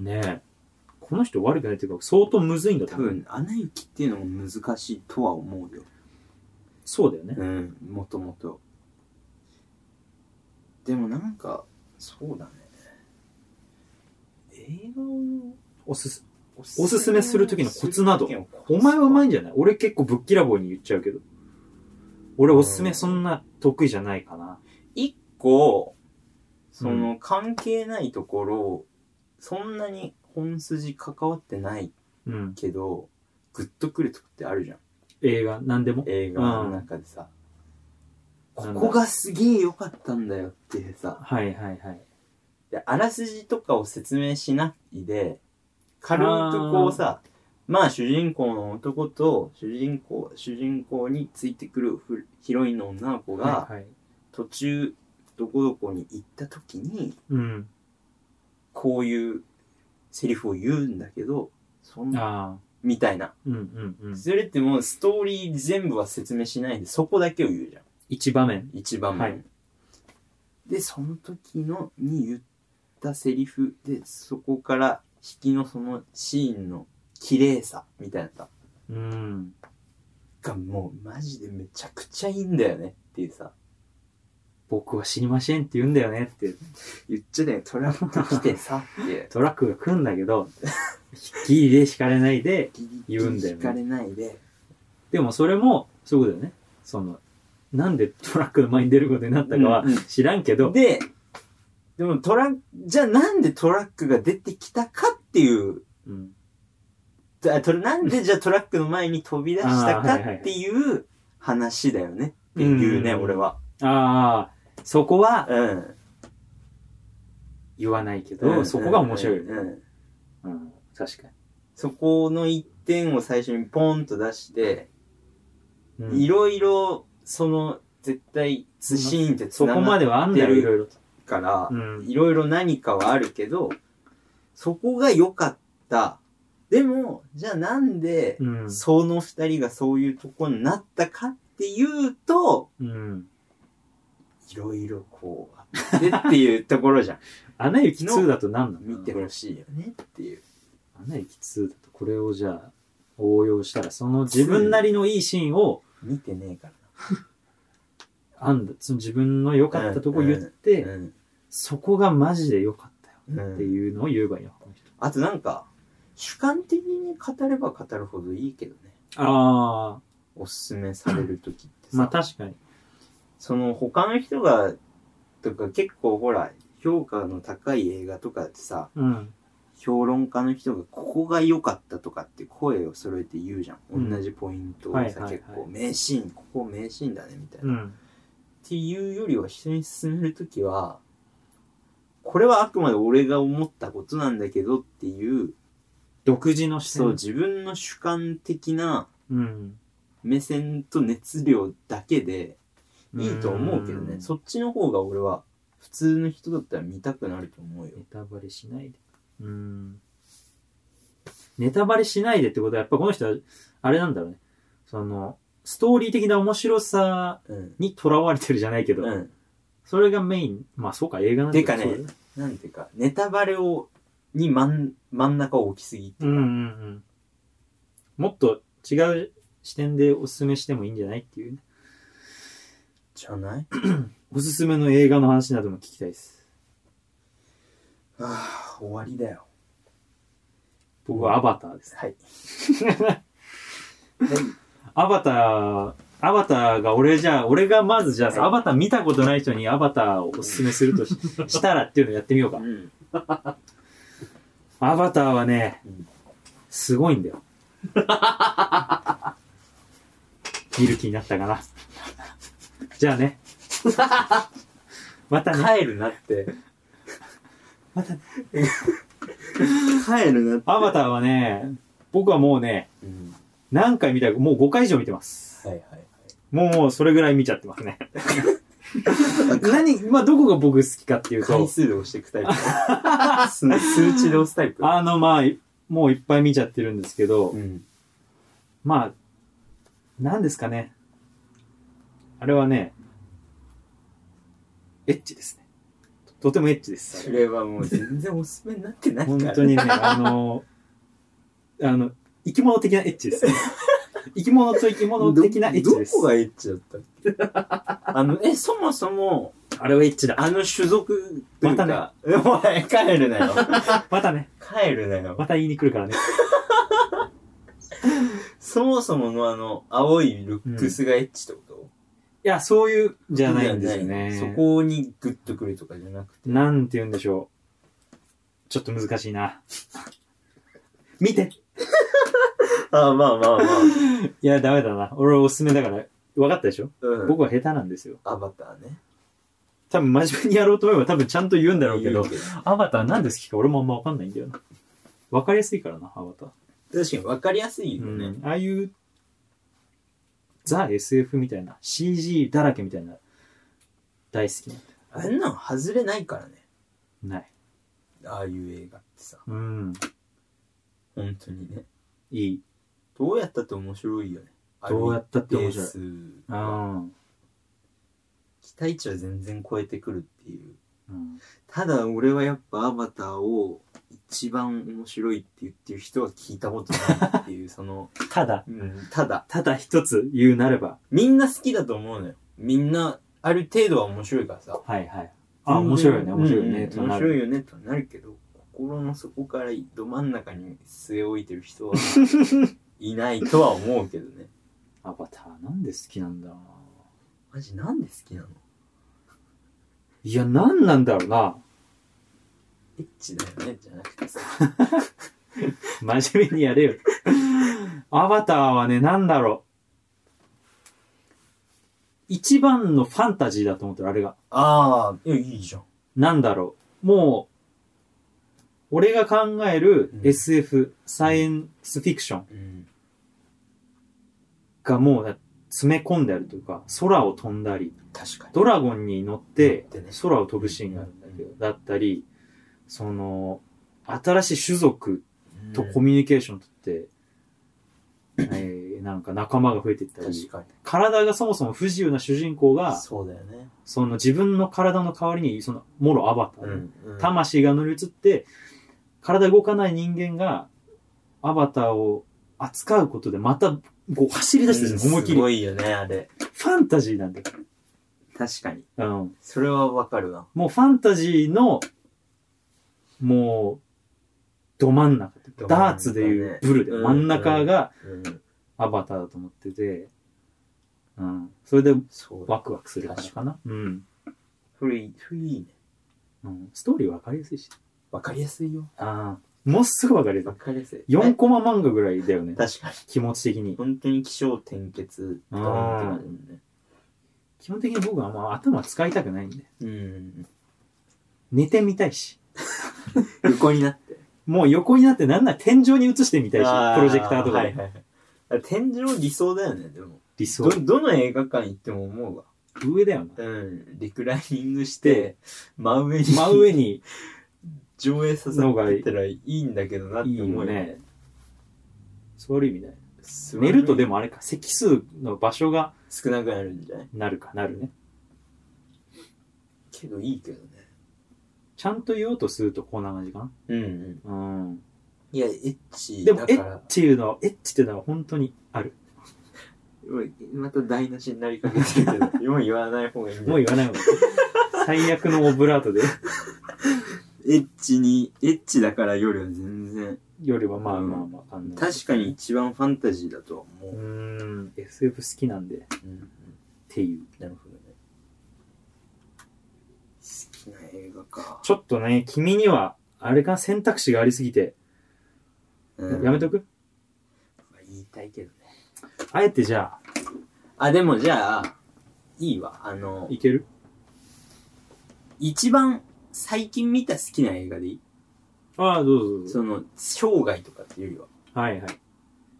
[SPEAKER 1] ねえこの人悪くないっていうか相当むずいんだ
[SPEAKER 2] 多
[SPEAKER 1] 多分
[SPEAKER 2] 分、アナ雪っていうのも難しいとは思うよ。
[SPEAKER 1] そうだよね、
[SPEAKER 2] うん、もともと。でもなんか、そうだね。映画を
[SPEAKER 1] おすす
[SPEAKER 2] おす
[SPEAKER 1] おすすめする時のコツなど
[SPEAKER 2] する時のコツ
[SPEAKER 1] お前はうまいんじゃない俺結構ぶっきらぼうに言っちゃうけど俺おすす
[SPEAKER 2] う
[SPEAKER 1] め
[SPEAKER 2] ん
[SPEAKER 1] そんな得意じゃないかな
[SPEAKER 2] 一個、その関係ないところ、そんなに本筋関わってない
[SPEAKER 1] うん
[SPEAKER 2] けど、グッとくるとこってあるじゃん。
[SPEAKER 1] 映画何でも
[SPEAKER 2] 映画の中でさ。
[SPEAKER 1] うん
[SPEAKER 2] ここがすげえ良かったんだよっていうさ、
[SPEAKER 1] はいはいはい
[SPEAKER 2] であらすじとかを説明しないで軽くこうさまあ主人公の男と主人公主人公についてくるふヒロインの女の子
[SPEAKER 1] は
[SPEAKER 2] が
[SPEAKER 1] いはい、
[SPEAKER 2] 途中どこどこに行った時に
[SPEAKER 1] うん。
[SPEAKER 2] こういうセリフを言うんだけどそんな
[SPEAKER 1] ああ。
[SPEAKER 2] みたいな
[SPEAKER 1] うんうんうん。
[SPEAKER 2] それってもうストーリー全部は説明しないでそこだけを言うじゃん
[SPEAKER 1] 一場面。
[SPEAKER 2] 一番目、
[SPEAKER 1] はい
[SPEAKER 2] でその時のに言ったセリフでそこから引きのそのシーンの綺麗さみたいなさ
[SPEAKER 1] うん。
[SPEAKER 2] がもうマジでめちゃくちゃいいんだよねっていうさ
[SPEAKER 1] 僕は知りませんって言うんだよねって。
[SPEAKER 2] 言っちゃだよトラック来てさって
[SPEAKER 1] トラックが来るんだけど、 ギリで敷かれないで、
[SPEAKER 2] ギリ ギ
[SPEAKER 1] 言うんだ
[SPEAKER 2] リ
[SPEAKER 1] よ
[SPEAKER 2] 引
[SPEAKER 1] ね
[SPEAKER 2] かれないで
[SPEAKER 1] でもそれも、そういうことだよね。その、なんでトラックの前に出ることになったかは
[SPEAKER 2] うんうん
[SPEAKER 1] 知らんけど、
[SPEAKER 2] ででもトランじゃあなんでトラックが出てきたかっていう
[SPEAKER 1] うん
[SPEAKER 2] あとなんでじゃあトラックの前に飛び出したかっていう話だよねっていうね
[SPEAKER 1] うん
[SPEAKER 2] 俺は
[SPEAKER 1] ああ、そこは
[SPEAKER 2] うん
[SPEAKER 1] 言わないけど、
[SPEAKER 2] うん
[SPEAKER 1] そこが面白いよね。
[SPEAKER 2] うんうん
[SPEAKER 1] うん、確か
[SPEAKER 2] そこの一点を最初にポンと出して、
[SPEAKER 1] に。
[SPEAKER 2] いろいろ、その、絶対、ツシーンって
[SPEAKER 1] そ
[SPEAKER 2] 繋
[SPEAKER 1] こ
[SPEAKER 2] が
[SPEAKER 1] ま
[SPEAKER 2] って
[SPEAKER 1] ではあんだよ、
[SPEAKER 2] 繋
[SPEAKER 1] い
[SPEAKER 2] がって
[SPEAKER 1] ろいろと。
[SPEAKER 2] から
[SPEAKER 1] う、ん。
[SPEAKER 2] いろいろ何かはあるけど、そこが良かった。でも、じゃあなんで、
[SPEAKER 1] うん。
[SPEAKER 2] その二人がそういうとこになったかっていうと、
[SPEAKER 1] うん。
[SPEAKER 2] いろいろこう、あってっていうところ じゃん。
[SPEAKER 1] アナ雪2だと何なの
[SPEAKER 2] 見てほしいよねっていう。
[SPEAKER 1] アナ雪2だとこれをじゃあ応用したら、その自分なりのいいシーンを、
[SPEAKER 2] 見てねえか
[SPEAKER 1] あんだ、その自分の良かったとこ言って、
[SPEAKER 2] ら。うん。
[SPEAKER 1] そこがマジで良かったよ
[SPEAKER 2] うん
[SPEAKER 1] っていうのを言えばいいの、この人。
[SPEAKER 2] あとなんか、主観的に語れば語るほどいいけどね。
[SPEAKER 1] ああ、
[SPEAKER 2] おすすめされる時ってさ。
[SPEAKER 1] まあ確かに。
[SPEAKER 2] その他の人が、とか結構ほら、評価の高い映画とかってさ、
[SPEAKER 1] うん。
[SPEAKER 2] 評論家の人がここが良かったとかって声を揃えて言うじゃ。
[SPEAKER 1] うんん
[SPEAKER 2] 同じポイントを
[SPEAKER 1] はいはい
[SPEAKER 2] さ、
[SPEAKER 1] はい
[SPEAKER 2] 結構名シーン、ここ名シーンだねみたいな。
[SPEAKER 1] う
[SPEAKER 2] っ
[SPEAKER 1] ん。
[SPEAKER 2] ていうよりは人に勧める時は、これはあくまで俺が思ったことなんだけどっていう、
[SPEAKER 1] 独自の視
[SPEAKER 2] そう、
[SPEAKER 1] 点。
[SPEAKER 2] 自分の主観的な
[SPEAKER 1] うん。
[SPEAKER 2] 目線と熱量だけでいいと思うけどね、
[SPEAKER 1] ん
[SPEAKER 2] そっちの方が俺は普通の人だったら見たくなると思うよ
[SPEAKER 1] ネタバレしないで。うん。ネタバレしないでってことは、やっぱこの人は、あれなんだろうね。その、ストーリー的な面白さ
[SPEAKER 2] うん、
[SPEAKER 1] にとらわれてるじゃないけど、
[SPEAKER 2] うん、
[SPEAKER 1] それがメイン。まあそうか、映画なんだけど
[SPEAKER 2] てかね
[SPEAKER 1] そうだよ
[SPEAKER 2] なんていうかネタバレをに真ん真ん中を置きすぎ
[SPEAKER 1] うんうんうん。もっと違う視点でおすすめしてもいいんじゃないっていうね。
[SPEAKER 2] じゃない
[SPEAKER 1] おすすめの映画の話なども聞きたいです。
[SPEAKER 2] ああ終わりだよ
[SPEAKER 1] 僕はアバターです。
[SPEAKER 2] はい
[SPEAKER 1] アバター、アバターが俺じゃあ、俺がまずじゃあさ、
[SPEAKER 2] はい
[SPEAKER 1] アバター見たことない人にアバターをおすすめすると ししたらっていうのやってみようか
[SPEAKER 2] う。ん
[SPEAKER 1] アバターはね
[SPEAKER 2] うん、
[SPEAKER 1] すごいんだよ。見る気になったかな。じゃあ ね。またね。
[SPEAKER 2] 帰るな って
[SPEAKER 1] ま たね
[SPEAKER 2] 帰るなって
[SPEAKER 1] アバターはね、僕はもうね、
[SPEAKER 2] うん
[SPEAKER 1] 何回見たか、もう5回以上見てます。
[SPEAKER 2] はいはい
[SPEAKER 1] もうそれぐらい見ちゃってます ね。何、まあ、どこが僕好きかっていう
[SPEAKER 2] 回
[SPEAKER 1] と、
[SPEAKER 2] 数で押していくタイプ す数値で押すタイプ
[SPEAKER 1] あの、まあ、もういっぱい見ちゃってるんですけど
[SPEAKER 2] う、ん
[SPEAKER 1] まあ、何ですかね。あれはね、エッチですね。ととてもエッチです。
[SPEAKER 2] それはもう全然おすすめになってないから
[SPEAKER 1] 本当にね、あの、あの、生き物的なエッチですね。生き物と生き物的なエッチです。
[SPEAKER 2] どどこがエッチだった っけあの、え、そもそも、
[SPEAKER 1] あれはエッチだ。
[SPEAKER 2] あの種族というか、
[SPEAKER 1] ま
[SPEAKER 2] えお前、帰るなよ。
[SPEAKER 1] またね、
[SPEAKER 2] 帰るなよ。
[SPEAKER 1] また言いに来るからね。
[SPEAKER 2] そもそものあの、青いルックスがエッチってこと、
[SPEAKER 1] いや、そういう、じゃないんですよね。
[SPEAKER 2] そこにグッとくるとかじゃなくて。
[SPEAKER 1] なんて言うんでしょう。ちょっと難しいな。見て
[SPEAKER 2] ああ、まあまあまあ。
[SPEAKER 1] いや、ダメだな。俺おすすめだから、分かったでしょ
[SPEAKER 2] うん。
[SPEAKER 1] 僕は下手なんですよ。
[SPEAKER 2] アバターね。
[SPEAKER 1] 多分真面目にやろうと思えば多分ちゃんと言うんだろうけ
[SPEAKER 2] 言
[SPEAKER 1] ど
[SPEAKER 2] う、けど
[SPEAKER 1] アバターなんで好きか俺もあんま分かんないんだよな。分かりやすいからな、アバター。
[SPEAKER 2] 確かに分かりやすいよね。
[SPEAKER 1] うんああいう、ザ・ SF みたいな、CG だらけみたいな、大好き
[SPEAKER 2] あんなの外れないからね。
[SPEAKER 1] な。ない。
[SPEAKER 2] ああいう映画ってさ。
[SPEAKER 1] うん。
[SPEAKER 2] 本当にね。
[SPEAKER 1] いい。
[SPEAKER 2] どうやったって面白いよね。
[SPEAKER 1] どうやったって
[SPEAKER 2] ベ
[SPEAKER 1] 面
[SPEAKER 2] ー
[SPEAKER 1] 白い。
[SPEAKER 2] スが
[SPEAKER 1] うん。
[SPEAKER 2] 期待値は全然超えてくるっていう。
[SPEAKER 1] うん
[SPEAKER 2] ただ俺はやっぱアバターを一番面白いって言ってる人は聞いたことないっていう、その、
[SPEAKER 1] ただ、
[SPEAKER 2] うん、ただ、
[SPEAKER 1] ただ一つ言うなれば、
[SPEAKER 2] みんな好きだと思うのよ。みんな、ある程度は面白いからさ。
[SPEAKER 1] はいはい。あ、面白いよね、面白いよね、
[SPEAKER 2] うん
[SPEAKER 1] と
[SPEAKER 2] 面
[SPEAKER 1] な
[SPEAKER 2] 白い
[SPEAKER 1] る。
[SPEAKER 2] よね、となるけど、心の底からど真ん中に据え置いて る人はいないとは思うけどね。
[SPEAKER 1] アバターなんで好きなんだろうな。
[SPEAKER 2] マジなんで好きなの
[SPEAKER 1] いや、なんなんだろうな。
[SPEAKER 2] エッチだよね、じゃなくてさ。
[SPEAKER 1] 真面目にやれよ。アバターはね、なんだろう。一番のファンタジーだと思ってる、あれが。
[SPEAKER 2] ああ、いや、いいじゃん。
[SPEAKER 1] なんだろう。もう、俺が考える
[SPEAKER 2] うん
[SPEAKER 1] SF、サイエンスフィクション
[SPEAKER 2] うん。
[SPEAKER 1] がもう詰め込んであるというか、空を飛んだり、
[SPEAKER 2] 確かに。
[SPEAKER 1] ドラゴンに乗って
[SPEAKER 2] 乗ってね
[SPEAKER 1] 空を飛ぶシーンがあるんだけど、だったり、その、新しい種族とコ
[SPEAKER 2] うん
[SPEAKER 1] ミュニケーションとって、えーなんか仲間が増えていった
[SPEAKER 2] 確
[SPEAKER 1] り、
[SPEAKER 2] か
[SPEAKER 1] 体がそもそも不自由な主人公
[SPEAKER 2] に。
[SPEAKER 1] が、
[SPEAKER 2] そうだよね。
[SPEAKER 1] その自分の体の代わりに、その、もろアバターで、
[SPEAKER 2] うん。
[SPEAKER 1] 魂が乗り移って体動かない人間がアバターを扱うことでまたこう走り出してるんですよ思いっき
[SPEAKER 2] す
[SPEAKER 1] り
[SPEAKER 2] ごいよね、あれ。
[SPEAKER 1] ファンタジーなんだよ、
[SPEAKER 2] 確かに。
[SPEAKER 1] うん、
[SPEAKER 2] それはわかるな。
[SPEAKER 1] もうファンタジーのもうど真ん中ダーツでいうブルで、
[SPEAKER 2] うん
[SPEAKER 1] 真ん中が
[SPEAKER 2] うん。
[SPEAKER 1] アバターだと思ってて、うん、それで
[SPEAKER 2] そうだ。
[SPEAKER 1] ワクワクするからかな、うん
[SPEAKER 2] 古い、古いね。
[SPEAKER 1] うん、ストーリーわかりやすいし
[SPEAKER 2] わかりやすいよ。
[SPEAKER 1] ああもうすぐわかりやすい
[SPEAKER 2] わかりやすい。
[SPEAKER 1] 4コマ漫画ぐらいだよね
[SPEAKER 2] 確かに。
[SPEAKER 1] 気持ち的に
[SPEAKER 2] 本当に気象転結とかって感じだね。
[SPEAKER 1] 基本的に僕はあんま頭使いたくないんで。
[SPEAKER 2] うん。
[SPEAKER 1] 寝てみたいし。
[SPEAKER 2] 横になって。
[SPEAKER 1] もう横になってなんなら天井に移してみたいし、
[SPEAKER 2] あ
[SPEAKER 1] プロジェクターとか
[SPEAKER 2] は
[SPEAKER 1] で。
[SPEAKER 2] いはいはい。天井理想だよね、でも。
[SPEAKER 1] 理想
[SPEAKER 2] ど、。どの映画館行っても思うわ。
[SPEAKER 1] 上だよな。
[SPEAKER 2] うん。リクライニングして、真上に。
[SPEAKER 1] 真上に
[SPEAKER 2] 上映さ せてたらいいんだけどなって
[SPEAKER 1] いい
[SPEAKER 2] 思
[SPEAKER 1] よ
[SPEAKER 2] うよ
[SPEAKER 1] ね。そういう意味だよ。
[SPEAKER 2] 座る
[SPEAKER 1] 寝るとでもあれか、席数の場所が
[SPEAKER 2] 少なくなるんじゃない
[SPEAKER 1] なるかなるね。
[SPEAKER 2] けどいいけどね
[SPEAKER 1] ちゃんと言おうとするとこんな感じかな。
[SPEAKER 2] うんうん
[SPEAKER 1] うん。
[SPEAKER 2] いやエッチ
[SPEAKER 1] でも
[SPEAKER 2] だ、か
[SPEAKER 1] えっ
[SPEAKER 2] ら
[SPEAKER 1] ていうのは、えっちっていうのは本当にある。
[SPEAKER 2] また台無しになりかけてるけどもう言わない方がいいんだ
[SPEAKER 1] もう言わ ないもん。最悪のオブラートで。
[SPEAKER 2] エッチにエッチだから夜は全然
[SPEAKER 1] よりはまあまあまあ、あの
[SPEAKER 2] 確かに。一番ファンタジーだとは思
[SPEAKER 1] う
[SPEAKER 2] う、
[SPEAKER 1] ん、SF 好きなんで、っ
[SPEAKER 2] うんうん、
[SPEAKER 1] ていう。
[SPEAKER 2] なるほどね好きな映画か、
[SPEAKER 1] ちょっとね、君には、あれか選択肢がありすぎて、
[SPEAKER 2] うん、
[SPEAKER 1] やめとく
[SPEAKER 2] まあ言いたいけどね
[SPEAKER 1] あえてじゃあ、
[SPEAKER 2] あでもじゃあいいわあの
[SPEAKER 1] いける
[SPEAKER 2] 一番最近見た好きな映画でいい
[SPEAKER 1] ああ、どうぞどうぞ。
[SPEAKER 2] その生涯とかっていうよりは
[SPEAKER 1] はいはい。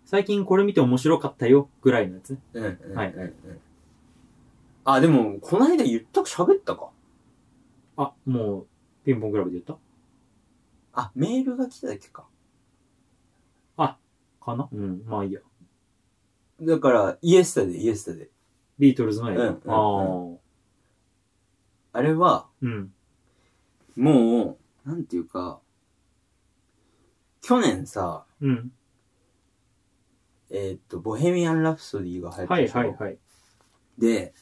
[SPEAKER 1] 最近これ見て面白かったよ、ぐらいのやつね。
[SPEAKER 2] うんうんうんうん
[SPEAKER 1] はい
[SPEAKER 2] あ、でも、この間言ったか喋ったか。
[SPEAKER 1] あ、もう、ピンポンクラブで言っ
[SPEAKER 2] あ、メールが来ただけか。
[SPEAKER 1] たかなうん、まあいいや。
[SPEAKER 2] だから、イエスタで、イエスタで。
[SPEAKER 1] ビートルズの映画。
[SPEAKER 2] うんう
[SPEAKER 1] あ
[SPEAKER 2] んあれ
[SPEAKER 1] あ。
[SPEAKER 2] は、
[SPEAKER 1] うん。
[SPEAKER 2] もう、なんていうか、去年さ、
[SPEAKER 1] うん。
[SPEAKER 2] えーっと、ボヘミアン・ラプソディが入った
[SPEAKER 1] はい
[SPEAKER 2] でしょ
[SPEAKER 1] はいはい。
[SPEAKER 2] で、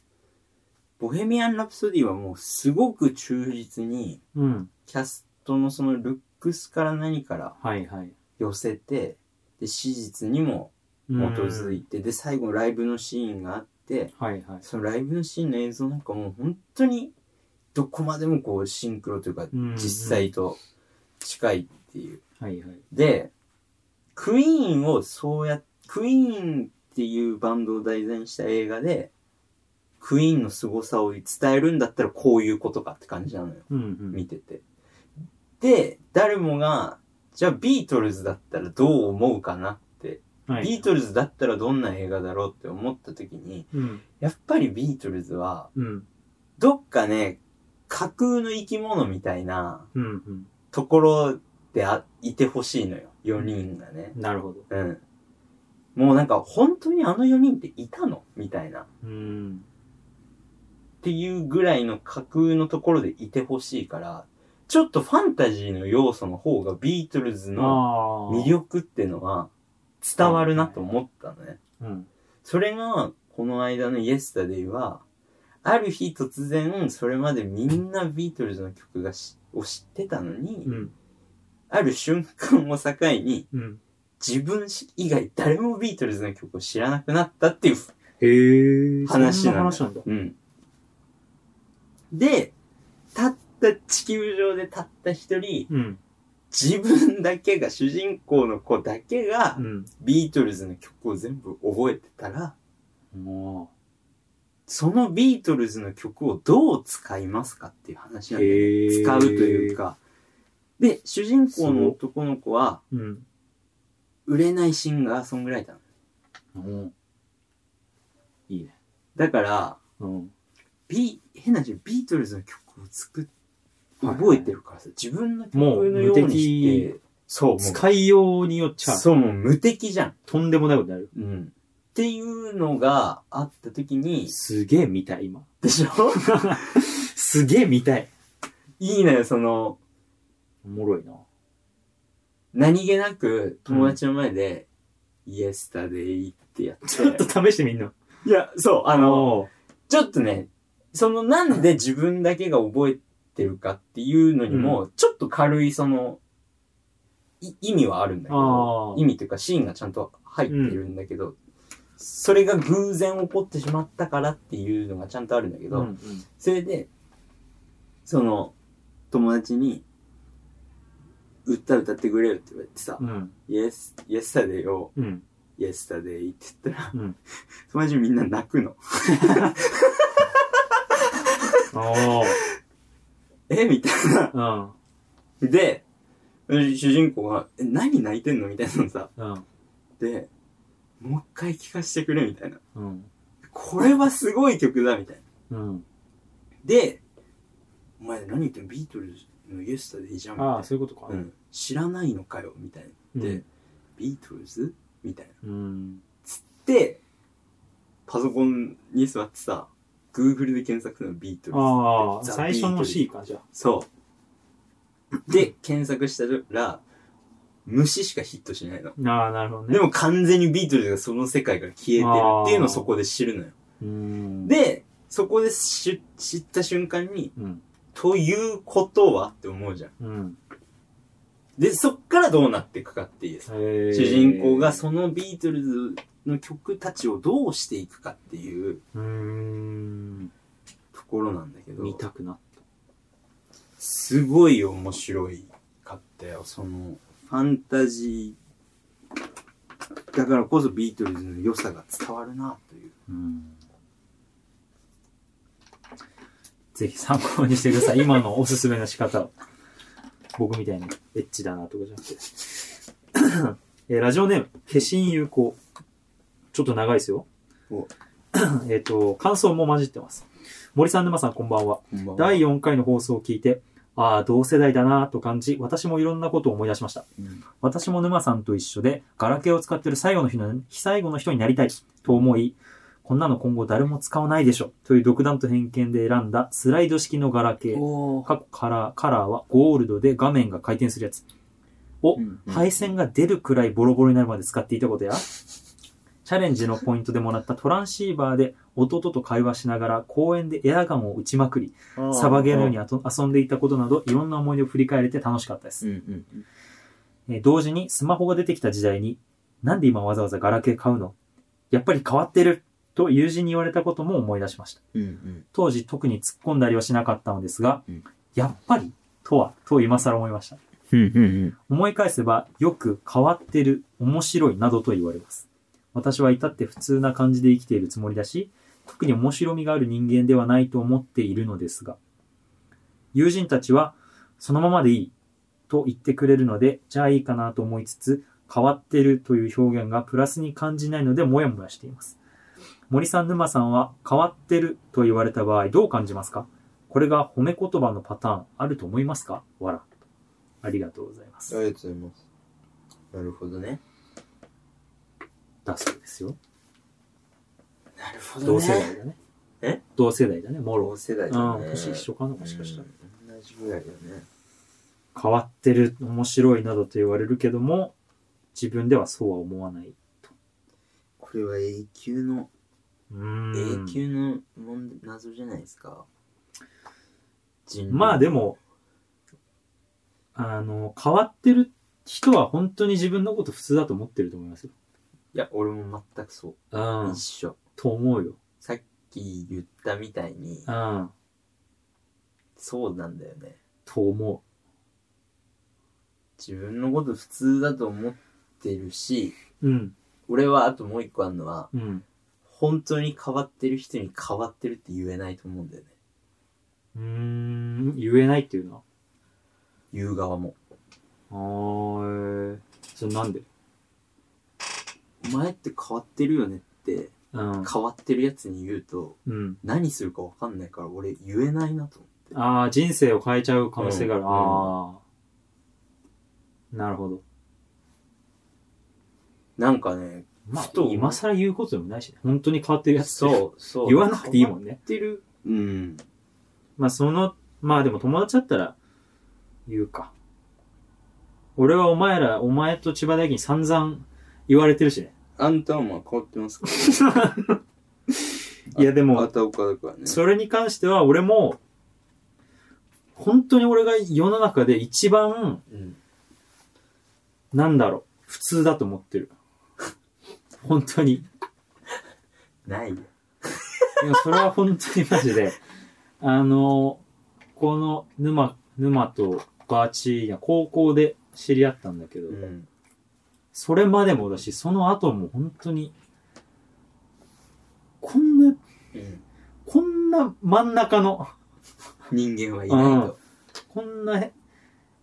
[SPEAKER 2] ボヘミアン・ラプソディはもうすごく忠実に、
[SPEAKER 1] うん。
[SPEAKER 2] キャストのそのルックスから何から
[SPEAKER 1] はいはい。
[SPEAKER 2] 寄せて、で、史実にも基づい
[SPEAKER 1] て。
[SPEAKER 2] て、で、最後ライブのシーンがあって、
[SPEAKER 1] はいはい。
[SPEAKER 2] そのライブのシーンの映像なんかもう本当にどこまでもこうシンクロというか
[SPEAKER 1] うん
[SPEAKER 2] 実際と近いっていう。
[SPEAKER 1] はいはい。
[SPEAKER 2] で、クイーンをそうや、クイーンっていうバンドを題材にした映画で、クイーンの凄さを伝えるんだったらこういうことかって感じなのよ。
[SPEAKER 1] うんうん
[SPEAKER 2] 見てて。で、誰もが、じゃあビートルズだったらどう思うかなって、
[SPEAKER 1] は
[SPEAKER 2] ビー
[SPEAKER 1] い
[SPEAKER 2] トルズだったらどんな映画だろうって思った時に、
[SPEAKER 1] うん
[SPEAKER 2] やっぱりビートルズは、
[SPEAKER 1] うん
[SPEAKER 2] どっかね、架空の生き物みたいな
[SPEAKER 1] うんうん
[SPEAKER 2] ところであいてほしいのよ。4人がね。
[SPEAKER 1] なるほど
[SPEAKER 2] うん。もうなんか本当にあの4人っていたのみたいな。
[SPEAKER 1] うん
[SPEAKER 2] っていうぐらいの架空のところでいてほしいから、ちょっとファンタジーの要素の方がビートルズ
[SPEAKER 1] ああ
[SPEAKER 2] の魅力ってのは伝わるなと思ったのね。
[SPEAKER 1] うん
[SPEAKER 2] それが、この間のイエスタデイは、ある日突然、それまでみんなビートルズの曲がしを知ってたのに、
[SPEAKER 1] うん
[SPEAKER 2] ある瞬間を境に、
[SPEAKER 1] うん
[SPEAKER 2] 自分以外誰もビートルズの曲を知らなくなったっていう
[SPEAKER 1] へえ
[SPEAKER 2] 話
[SPEAKER 1] そん
[SPEAKER 2] な
[SPEAKER 1] なん
[SPEAKER 2] だ
[SPEAKER 1] 話なんだ
[SPEAKER 2] うん。で、たった地球上でたった一人、
[SPEAKER 1] うん
[SPEAKER 2] 自分だけが、主人公の子だけが
[SPEAKER 1] う、ん
[SPEAKER 2] ビートルズの曲を全部覚えてたら、
[SPEAKER 1] も
[SPEAKER 2] そのビートルズの曲をどう使いますかっていう話なんだよね
[SPEAKER 1] へー
[SPEAKER 2] 使うというか。で、主人公の男の子は、
[SPEAKER 1] ううん
[SPEAKER 2] 売れないシンガーソングライターなの。
[SPEAKER 1] うんいいね
[SPEAKER 2] だから、
[SPEAKER 1] うん
[SPEAKER 2] ビ変な話、ビートルズの曲を作っ
[SPEAKER 1] はい
[SPEAKER 2] 覚えてるからさ、自分の曲
[SPEAKER 1] もう
[SPEAKER 2] のようにし
[SPEAKER 1] 無
[SPEAKER 2] て、そう、もう
[SPEAKER 1] 使いようによっちゃ
[SPEAKER 2] そう、もう無敵じゃん。
[SPEAKER 1] とんでもないことになる
[SPEAKER 2] うん。っていうのがあった時に、
[SPEAKER 1] すげえ見たい今
[SPEAKER 2] でしょ
[SPEAKER 1] すげえ見たい
[SPEAKER 2] いいのよ、その、
[SPEAKER 1] おもろいな
[SPEAKER 2] 何気なく友達の前で、イエスタデイってやって。
[SPEAKER 1] ちょっと試してみんない
[SPEAKER 2] や、そう、あ
[SPEAKER 1] あ
[SPEAKER 2] の、ちょっとね、そのなんで自分だけが覚えてるかっていうのにも、ちょっと軽いその、い意味はあるんだけど
[SPEAKER 1] あ、ー
[SPEAKER 2] 意味というかシーンがちゃんと入ってるんだけど、それが偶然起こってしまったからっていうのがちゃんとあるんだけ
[SPEAKER 1] う
[SPEAKER 2] ど、
[SPEAKER 1] んうん
[SPEAKER 2] それで、その、友達に、歌歌ってくれよって言われてさ
[SPEAKER 1] う、ん
[SPEAKER 2] イエス、イエスタデイを、
[SPEAKER 1] うん
[SPEAKER 2] イエスタデイって言ったら、
[SPEAKER 1] うん
[SPEAKER 2] 友達みんな泣くの。
[SPEAKER 1] あ
[SPEAKER 2] えみたいな。
[SPEAKER 1] あ
[SPEAKER 2] で、主人公が、え、何泣いてんのみたいなのさ。
[SPEAKER 1] うん
[SPEAKER 2] で、もう一回聞かせてくれ、みたいな。
[SPEAKER 1] うん
[SPEAKER 2] これはすごい曲だ、みたいな。
[SPEAKER 1] うん
[SPEAKER 2] で、お前何言ってんのビートルズのイエスタでいいじゃん、み
[SPEAKER 1] ああ
[SPEAKER 2] た
[SPEAKER 1] そういうことか
[SPEAKER 2] いな。うん。知らないのかよ、みたいな。で、
[SPEAKER 1] うん
[SPEAKER 2] ビートルズみたいな。
[SPEAKER 1] うん
[SPEAKER 2] で、パソコンに座ってさ、Google で検索するのビートルズ。
[SPEAKER 1] ああ
[SPEAKER 2] ザ
[SPEAKER 1] 最初の C
[SPEAKER 2] ビー
[SPEAKER 1] かじゃあ
[SPEAKER 2] そう。で、検索したら、虫しかヒットしないの。
[SPEAKER 1] ああなるほどね
[SPEAKER 2] でも完全にビートルズがその世界から消えてるっていうのをそこで知るのよ。
[SPEAKER 1] うん
[SPEAKER 2] で、そこでし知った瞬間に、
[SPEAKER 1] うん
[SPEAKER 2] ということはって思うじゃん。
[SPEAKER 1] うん
[SPEAKER 2] で、そっからどうなっていくかっていうさ。
[SPEAKER 1] 主
[SPEAKER 2] 主人公がそのビートルズの曲たちをどうしていくかっていう
[SPEAKER 1] うーん
[SPEAKER 2] ところなんだけど、
[SPEAKER 1] 見たくなっ
[SPEAKER 2] すごい面白いかったよ。その、ファンタジー、だからこそビートルズの良さが伝わるなという。
[SPEAKER 1] たうんぜひ参考にしてくださ い今のおすすめの仕方を僕みたいにエッチだなとかじゃな くてえーラジオネーム化身有効ちょっと長いですよ
[SPEAKER 2] お
[SPEAKER 1] えっと感想も混じってます森さん沼さんこんばんは第4回の放送を聞いて、ああ、同世代だなぁと感じ、私もいろんなことを思い出しました。
[SPEAKER 2] うん
[SPEAKER 1] 私も沼さんと一緒で、ガラケーを使ってる最後の日の、最後の人になりたいと思い、こんなの今後誰も使わないでしょという独断と偏見で選んだスライド式のガラケー。
[SPEAKER 2] おー
[SPEAKER 1] 過去カラー、カラーはゴールドで画面が回転するやつ。を、配線が出るくらいボロボロになるまで使っていたことや、チャレンジのポイントでもらったトランシーバーで弟と会話しながら公園でエアガンを撃ちまくり、サバゲーのようにあと遊んでいたことなど、いろんな思い出を振り返れて楽しかったです。
[SPEAKER 2] うん
[SPEAKER 1] えー同時にスマホが出てきた時代に、なんで今わざわざガラケー買うのやっぱり変わってると友人に言われたことも思い出しました。
[SPEAKER 2] うんうん
[SPEAKER 1] 当時特に突っ込んだりはしなかったのですが、
[SPEAKER 2] うん
[SPEAKER 1] やっぱりとは、と今更思いました。
[SPEAKER 2] うんうん
[SPEAKER 1] 思い返せば、よく変わってる、面白いなどと言われます。私は至って普通な感じで生きているつもりだし、特に面白みがある人間ではないと思っているのですが、友人たちは、そのままでいいと言ってくれるので、じゃあいいかなと思いつつ、変わってるという表現がプラスに感じないので、もやもやしています。森さん、沼さんは、変わってると言われた場合、どう感じますかこれが褒め言葉のパターン、あると思いますかわら。ありがとうございます。
[SPEAKER 2] ありがとうございます。なるほどね。
[SPEAKER 1] だそうですよ。
[SPEAKER 2] なるほ
[SPEAKER 1] 同世代だね。
[SPEAKER 2] え
[SPEAKER 1] 同世代だね、もろ。
[SPEAKER 2] 同世代
[SPEAKER 1] う
[SPEAKER 2] だ
[SPEAKER 1] ん、
[SPEAKER 2] ね。
[SPEAKER 1] 年一緒かな、もしかしたら。
[SPEAKER 2] うん同じぐらいだね。
[SPEAKER 1] 変わってる、面白いなどと言われるけども、自分ではそうは思わない。
[SPEAKER 2] これは永久の、
[SPEAKER 1] うーん
[SPEAKER 2] 永久の問謎じゃないですか。人類
[SPEAKER 1] まあでも、あの、変わってる人は本当に自分のこと普通だと思ってると思いますよ。
[SPEAKER 2] いや、俺も全くそう。
[SPEAKER 1] うん
[SPEAKER 2] 一。緒。
[SPEAKER 1] と思うよ。
[SPEAKER 2] さっき言ったみたいに
[SPEAKER 1] う、ん。
[SPEAKER 2] そうなんだよね。
[SPEAKER 1] と思
[SPEAKER 2] 自分のこと普通だと思ってるし、
[SPEAKER 1] う。うん。
[SPEAKER 2] 俺はあともう一個あるのは、
[SPEAKER 1] うん。
[SPEAKER 2] 本当に変わってる人に変わってるって言えないと思うんだよね。
[SPEAKER 1] うーん、言えないっていうのは。
[SPEAKER 2] 言う側も。
[SPEAKER 1] あー、えーそれなんで
[SPEAKER 2] お前って変わってるよねって、
[SPEAKER 1] うん。
[SPEAKER 2] 変わってるやつに言うと、
[SPEAKER 1] うん。
[SPEAKER 2] 何するか分かんないから俺言えないなと思って。
[SPEAKER 1] ああ、人生を変えちゃう可能性がある。
[SPEAKER 2] うん
[SPEAKER 1] ああ。なるほど。
[SPEAKER 2] なんかね、
[SPEAKER 1] まあ
[SPEAKER 2] ふと、思う
[SPEAKER 1] 今更言うことでもないしね、本当に変わってるやつって
[SPEAKER 2] そう、そう。
[SPEAKER 1] 言わなくていいも
[SPEAKER 2] 変わ
[SPEAKER 1] んね。
[SPEAKER 2] ってる。うん。
[SPEAKER 1] まあその、まあでも友達だったら言うか。俺はお前ら、お前と千葉大輝に散々言われてるしね。
[SPEAKER 2] あんたはまあ変わってますか
[SPEAKER 1] いやでも、
[SPEAKER 2] たおかだからね
[SPEAKER 1] それに関しては俺も、本当に俺が世の中で一番、
[SPEAKER 2] うん。
[SPEAKER 1] なんだろう、普通だと思ってる。 本当に。
[SPEAKER 2] ないよ。
[SPEAKER 1] いや、それは本当にマジで、あの、この沼、沼とバーチーや高校で知り合ったんだけど、
[SPEAKER 2] うん。
[SPEAKER 1] それまでもだし、その後も本当に、こんな、
[SPEAKER 2] うん。
[SPEAKER 1] こんな真ん中の、
[SPEAKER 2] 人間はいないと。
[SPEAKER 1] こんなへ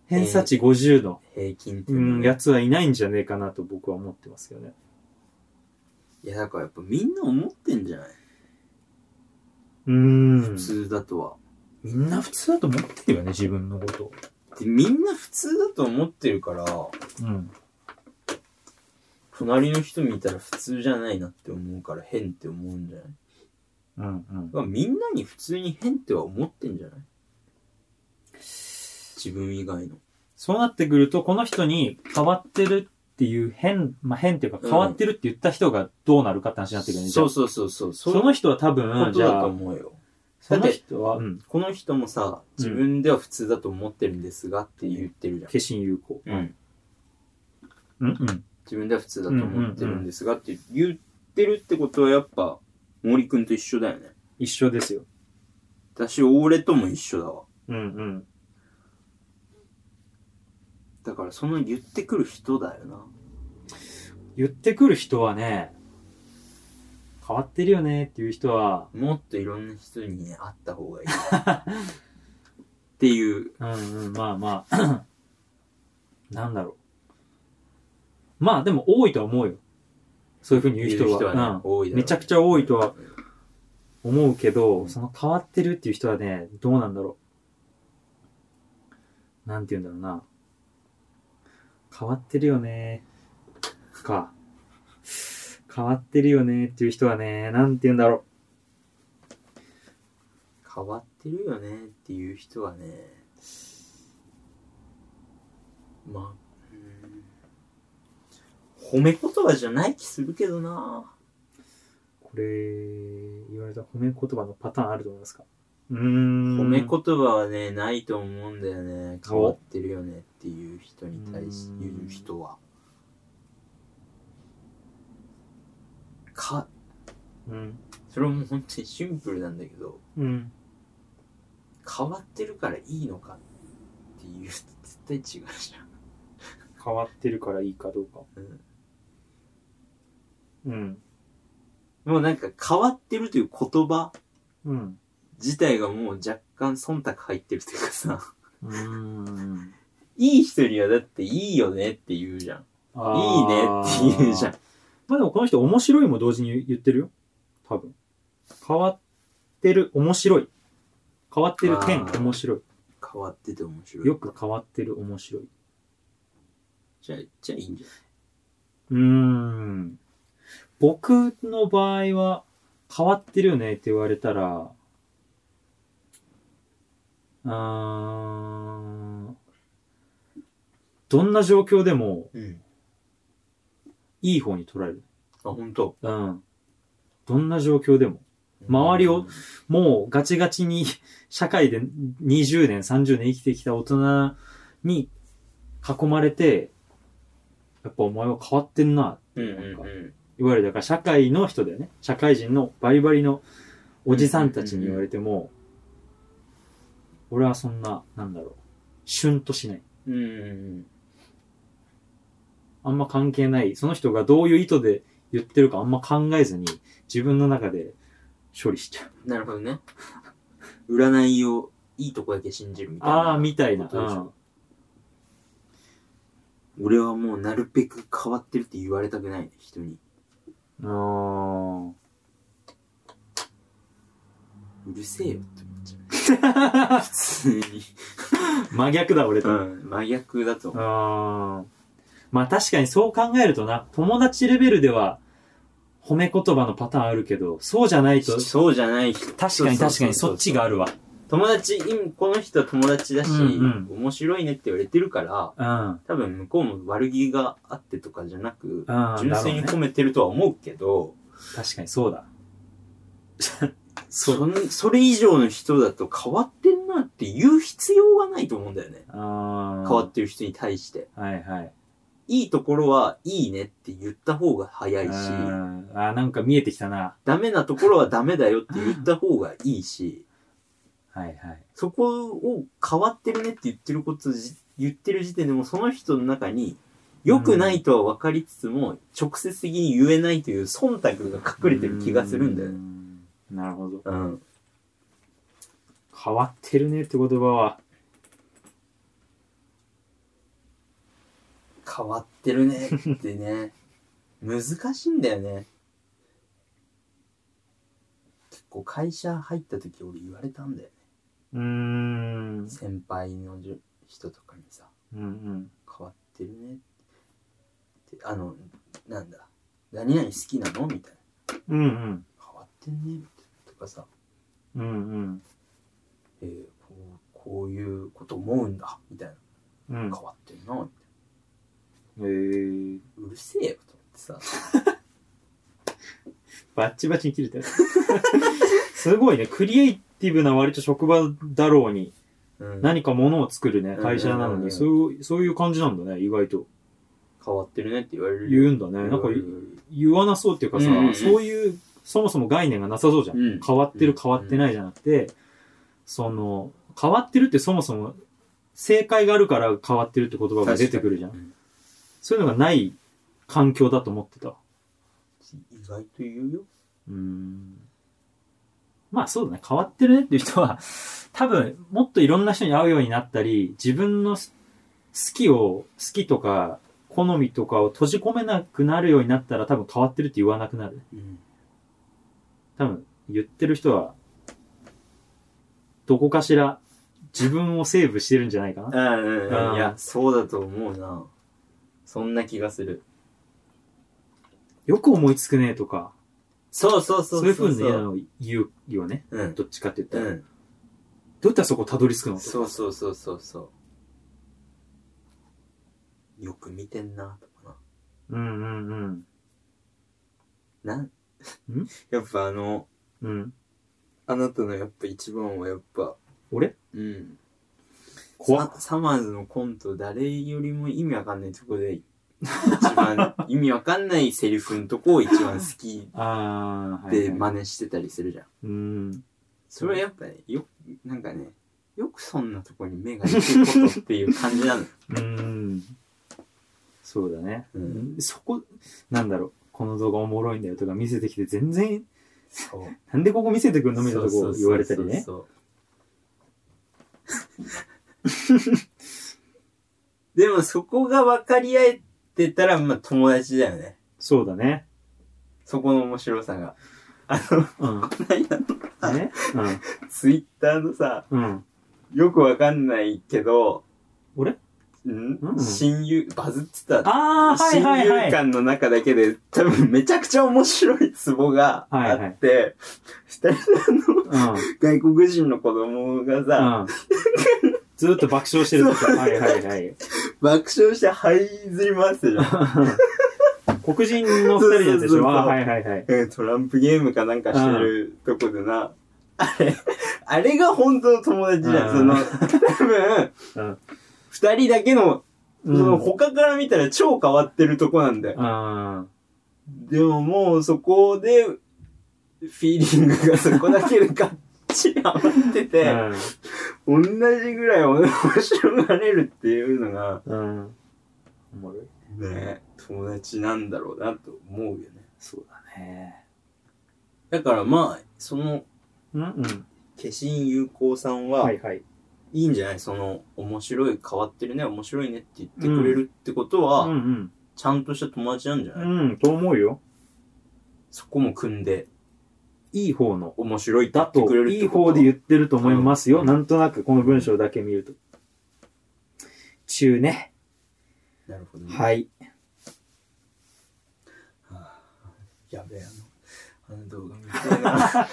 [SPEAKER 1] 偏差値50の、
[SPEAKER 2] 平均って
[SPEAKER 1] う
[SPEAKER 2] いうのは
[SPEAKER 1] ん、やつはいないんじゃねえかなと僕は思ってますよね。
[SPEAKER 2] いやだからやっぱみんな思ってんじゃない、
[SPEAKER 1] うーん
[SPEAKER 2] 普。通だとは。
[SPEAKER 1] みんな普通だと思ってるよね、自分のことを。
[SPEAKER 2] で、みんな普通だと思ってるから、
[SPEAKER 1] うん。
[SPEAKER 2] 隣の人見たら普通じゃないなって思うから変って思うんじゃない
[SPEAKER 1] うんうん。
[SPEAKER 2] まあみんなに普通に変っては思ってんじゃない自分以外の。
[SPEAKER 1] そうなってくると、この人に変わってるっていう変、まあ、変っていうか変わってるって言った人がどうなるかって話になってくるね。じゃ
[SPEAKER 2] そ
[SPEAKER 1] あ
[SPEAKER 2] うそうそうそう。
[SPEAKER 1] そ
[SPEAKER 2] そういう
[SPEAKER 1] の人は多
[SPEAKER 2] こ
[SPEAKER 1] 分、
[SPEAKER 2] と
[SPEAKER 1] じ
[SPEAKER 2] だ
[SPEAKER 1] ゃ
[SPEAKER 2] と
[SPEAKER 1] あ、
[SPEAKER 2] 思うよ。
[SPEAKER 1] その人は、うん、
[SPEAKER 2] この人もさ、自分では普通だと思ってるんですがって言ってるじゃん。
[SPEAKER 1] 化身有効。
[SPEAKER 2] うん。
[SPEAKER 1] うんうん。
[SPEAKER 2] 自分では普通だと思ってるんですがって言ってるってことはやっぱ森くんと一緒だよね。
[SPEAKER 1] 一緒ですよ。
[SPEAKER 2] 私、俺とも一緒だわ。
[SPEAKER 1] うんうん。
[SPEAKER 2] だからその言ってくる人だよな。
[SPEAKER 1] 言ってくる人はね、変わってるよねっていう人は、
[SPEAKER 2] もっといろんな人に会った 方がいい。っていう。
[SPEAKER 1] うんうん、まあまあ、 なんだろう。まあでも多いとは思うよ。そういうふうに言う人は。
[SPEAKER 2] ね多い
[SPEAKER 1] うん、
[SPEAKER 2] だろう
[SPEAKER 1] めちゃくちゃ多いとは
[SPEAKER 2] うん
[SPEAKER 1] 思うけど、その変わってるっていう人はね、どうなんだろう。なんて言うんだろうな。変わってるよね。か。変わってるよねっていう人はね、なんて言うんだろ
[SPEAKER 2] 変わってるよねっていう人はね、まあ、うん褒め言葉じゃない気するけどな。
[SPEAKER 1] う。これ、言われた褒め言葉のパターンあると思いますかうーん。
[SPEAKER 2] 褒め言葉はね、ないと思うんだよね。変わってるよねっていう人に対し
[SPEAKER 1] うん
[SPEAKER 2] て、言う人は。か、
[SPEAKER 1] うん。
[SPEAKER 2] それも本当にシンプルなんだけど、
[SPEAKER 1] うん。
[SPEAKER 2] 変わってるからいいのかっていう絶対違うじ
[SPEAKER 1] 変わってるからいいかどうか。
[SPEAKER 2] うん
[SPEAKER 1] うん。
[SPEAKER 2] もうなんか変わってるという言葉
[SPEAKER 1] うん。
[SPEAKER 2] 自体がもう若干忖度入ってるというかさ、
[SPEAKER 1] うーん。
[SPEAKER 2] いい人にはだっていいよねって言うじゃん。いいねって言うじゃん。
[SPEAKER 1] まあでもこの人面白いも同時に言ってるよ。多分。変わってる、面白い。変わってる点、
[SPEAKER 2] あー
[SPEAKER 1] 面白
[SPEAKER 2] 変わってて面白い。
[SPEAKER 1] い。よく変わってる、面白い。
[SPEAKER 2] じゃあ、じゃあいいんじゃないう
[SPEAKER 1] ーん。僕の場合は、変わってるよねって言われたら、うーん。どんな状況でも、
[SPEAKER 2] うん。
[SPEAKER 1] いい方に捉える。
[SPEAKER 2] あ、ほんと。
[SPEAKER 1] うん。どんな状況でも。周りをもうガチガチに 社会で20年、30年生きてきた大人に囲まれて、やっぱお前は変わってんな。
[SPEAKER 2] うんうんう
[SPEAKER 1] い
[SPEAKER 2] ん。
[SPEAKER 1] わゆるだから社会の人だよね。社会人のバリバリのおじさんたちに言われても、俺はそんな、なんだろう、シュンとしない。
[SPEAKER 2] うんうん
[SPEAKER 1] あんま関係ない。その人がどういう意図で言ってるかあんま考えずに、自分の中で処理しちゃう。
[SPEAKER 2] うん。なるほどね。 占いをいいとこだけ信じるみたいな。
[SPEAKER 1] ああ、みたいな。
[SPEAKER 2] ことでしょ
[SPEAKER 1] うん
[SPEAKER 2] 俺はもうなるべく変わってるって言われたくない、人に。
[SPEAKER 1] あ
[SPEAKER 2] うるせえよって思っち ゃう。普通に。
[SPEAKER 1] ー真逆だ、俺と。
[SPEAKER 2] うん。真逆だと思う。
[SPEAKER 1] あーまあ確かにそう考えるとな、友達レベルでは褒め言葉のパターンあるけど、そうじゃないと、
[SPEAKER 2] そうじゃない人。
[SPEAKER 1] 確かに確かに
[SPEAKER 2] そうそうそうそう
[SPEAKER 1] そっちがあるわ。
[SPEAKER 2] 友達、今この人は友達だし、
[SPEAKER 1] うん
[SPEAKER 2] 面白いねって言われてるから、
[SPEAKER 1] うん。
[SPEAKER 2] 多分向こうも悪気があってとかじゃなく、
[SPEAKER 1] あー
[SPEAKER 2] 純粋に褒めてるとは思うけど、
[SPEAKER 1] 確かにそうだ。
[SPEAKER 2] そんそれ以上の人だと変わってんなって言う必要がないと思うんだよね。
[SPEAKER 1] 変わ
[SPEAKER 2] 変わってる人に対して。
[SPEAKER 1] はいはい。
[SPEAKER 2] いいところはいいねって言った方が早いし、
[SPEAKER 1] うんあーなんか見えてきたな。
[SPEAKER 2] ダメなところはダメだよって言った方がいいし、
[SPEAKER 1] はいはい。
[SPEAKER 2] そこを変わってるねって言ってることじ、言ってる時点でもうその人の中に、良くないとは分かりつつも、直接的に言えないという忖度が隠れてる気がするんだよね。
[SPEAKER 1] うーんなるほど。
[SPEAKER 2] うん。
[SPEAKER 1] 変わってるねって言葉は、
[SPEAKER 2] 変わってるねってね。 難しいんだよね。結構会社入った時俺言われたんだよ
[SPEAKER 1] うーん
[SPEAKER 2] ね。。先輩のじゅ人とかにさ、
[SPEAKER 1] うんうん。
[SPEAKER 2] 変わってるねって。あの、なんだ。何々好きなのみたい
[SPEAKER 1] う
[SPEAKER 2] な。
[SPEAKER 1] んうん。
[SPEAKER 2] 変わってんねみたいなとかさ、
[SPEAKER 1] うんうん。
[SPEAKER 2] えーこうこういうこと思うんだみたいな
[SPEAKER 1] うん
[SPEAKER 2] 変。わってんなみたい
[SPEAKER 1] えー、
[SPEAKER 2] なうるせえよと思ってさ
[SPEAKER 1] バッチバチに切れたよ。すごいね。クリエイティブな割と職場だろうに、
[SPEAKER 2] うん
[SPEAKER 1] 何かものを作るね、
[SPEAKER 2] うん
[SPEAKER 1] 会社なの
[SPEAKER 2] うん
[SPEAKER 1] に、そういう、そういう感じなんだね、意外と。
[SPEAKER 2] 変わってるねって言われる
[SPEAKER 1] 言
[SPEAKER 2] よ
[SPEAKER 1] うんだね。なんか
[SPEAKER 2] 言われる
[SPEAKER 1] 言わなそうっていうかさ、
[SPEAKER 2] うんうん
[SPEAKER 1] そういう、そもそも概念がなさそうじゃん。
[SPEAKER 2] うん
[SPEAKER 1] 変わってる
[SPEAKER 2] うん
[SPEAKER 1] 変わってないじゃなくて、その、変わってるってそもそも正解があるから変わってるって言葉が出てくるじゃん。
[SPEAKER 2] うん
[SPEAKER 1] そういうのがない環境だと思ってた。
[SPEAKER 2] 意外と言うよ
[SPEAKER 1] うーんまあそうだね。変わってるねっていう人は、 多分、もっといろんな人に会うようになったり、自分のす好きを、好きとか、好みとかを閉じ込めなくなるようになったら、多分変わってるって言わなくなる。
[SPEAKER 2] うん
[SPEAKER 1] 多分、言ってる人は、どこかしら、自分をセーブしてるんじゃないかな。
[SPEAKER 2] うん
[SPEAKER 1] うん
[SPEAKER 2] いやそうだと思うなそんな気がする
[SPEAKER 1] よく思いつくねとか、
[SPEAKER 2] そうそう
[SPEAKER 1] そ
[SPEAKER 2] そ
[SPEAKER 1] うういう風に言うのを言うよね。
[SPEAKER 2] うん
[SPEAKER 1] どっちかって言った
[SPEAKER 2] う
[SPEAKER 1] ら。
[SPEAKER 2] ん
[SPEAKER 1] どうやったらそこたどり着くの
[SPEAKER 2] そうそうそうそうそうよく見てんなとか
[SPEAKER 1] うんうんうん。
[SPEAKER 2] ななんやっぱあの
[SPEAKER 1] うん。
[SPEAKER 2] あなたのやっぱ一番はやっぱ。
[SPEAKER 1] 俺
[SPEAKER 2] うん。
[SPEAKER 1] 怖っ
[SPEAKER 2] ササマーズのコント、誰よりも意味わかんないとこで、一番、 意味わかんないセリフのとこを一番好き
[SPEAKER 1] ああ、はい、
[SPEAKER 2] で真似してたりするじゃ
[SPEAKER 1] う
[SPEAKER 2] ん。
[SPEAKER 1] ん。
[SPEAKER 2] それはやっぱね、よ、なんかね、よくそんなとこに目が行くことっていう感じなの。
[SPEAKER 1] うん。そうだね。
[SPEAKER 2] うん
[SPEAKER 1] そこ、なんだろう。この動画おもろいんだよとか見せてきて全然、
[SPEAKER 2] そう。
[SPEAKER 1] なんでここ見せてくんのみたいなとこ言われたりね。
[SPEAKER 2] そうそうそうそう。 でもそこが分かり合えてたら、まあ友達だよね。
[SPEAKER 1] そうだね。
[SPEAKER 2] そこの面白さが。あの、
[SPEAKER 1] うん。 ね。
[SPEAKER 2] ツイッターのさ、
[SPEAKER 1] うん。うん。
[SPEAKER 2] よくわかんないけど、
[SPEAKER 1] 俺
[SPEAKER 2] ん、
[SPEAKER 1] うん
[SPEAKER 2] 親友、バズってた。
[SPEAKER 1] ああ、はい
[SPEAKER 2] 親
[SPEAKER 1] はいは
[SPEAKER 2] 友
[SPEAKER 1] い。
[SPEAKER 2] 間の中だけで、多分めちゃくちゃ面白いツボがあって、二、人の
[SPEAKER 1] うん。
[SPEAKER 2] 外国人の子供がさ、
[SPEAKER 1] うん。ずーっと爆笑してるとか。はいはいはい。
[SPEAKER 2] 爆笑して這いずり回してたじゃん。
[SPEAKER 1] 黒人の二人のやつで
[SPEAKER 2] そうそうそ
[SPEAKER 1] し
[SPEAKER 2] うそう
[SPEAKER 1] ょあーはいはいはい。
[SPEAKER 2] うん トランプゲームかなんかしてるとこでな。あれ、 あれが本当の友達じゃん。その、
[SPEAKER 1] うん
[SPEAKER 2] 多分、
[SPEAKER 1] うん
[SPEAKER 2] 二人だけの、
[SPEAKER 1] う
[SPEAKER 2] そ
[SPEAKER 1] ん
[SPEAKER 2] の他から見たら超変わってるとこなんだよ。
[SPEAKER 1] うん。
[SPEAKER 2] でももうそこで、フィーリングがそこだけでガッチリハマってて、同じぐらい面白がれるっていうのが、
[SPEAKER 1] うん。うん。おもろい。
[SPEAKER 2] ね、友達なんだろうなと思うよね。
[SPEAKER 1] そうだね。
[SPEAKER 2] だからまあ、その、
[SPEAKER 1] うんうん。
[SPEAKER 2] 化身有効さんは、
[SPEAKER 1] はい
[SPEAKER 2] い、
[SPEAKER 1] はい。
[SPEAKER 2] いんじゃないその、面白い、変わってるね、面白いねって言ってくれるってことは、
[SPEAKER 1] うんうん。
[SPEAKER 2] ちゃんとした友達なんじゃない、
[SPEAKER 1] うん、と思うよ。
[SPEAKER 2] そこも組んで、
[SPEAKER 1] いい方の。
[SPEAKER 2] 面白いって言
[SPEAKER 1] だ
[SPEAKER 2] ってくれ
[SPEAKER 1] と、
[SPEAKER 2] るっ
[SPEAKER 1] い
[SPEAKER 2] て
[SPEAKER 1] い
[SPEAKER 2] こと
[SPEAKER 1] 方で言ってると思いますよ。
[SPEAKER 2] うん
[SPEAKER 1] なんとなく、この文章だけ見ると。中ね。
[SPEAKER 2] なるほど、ね。
[SPEAKER 1] はい。
[SPEAKER 2] やべえ、あの、あの動画見たいな。あ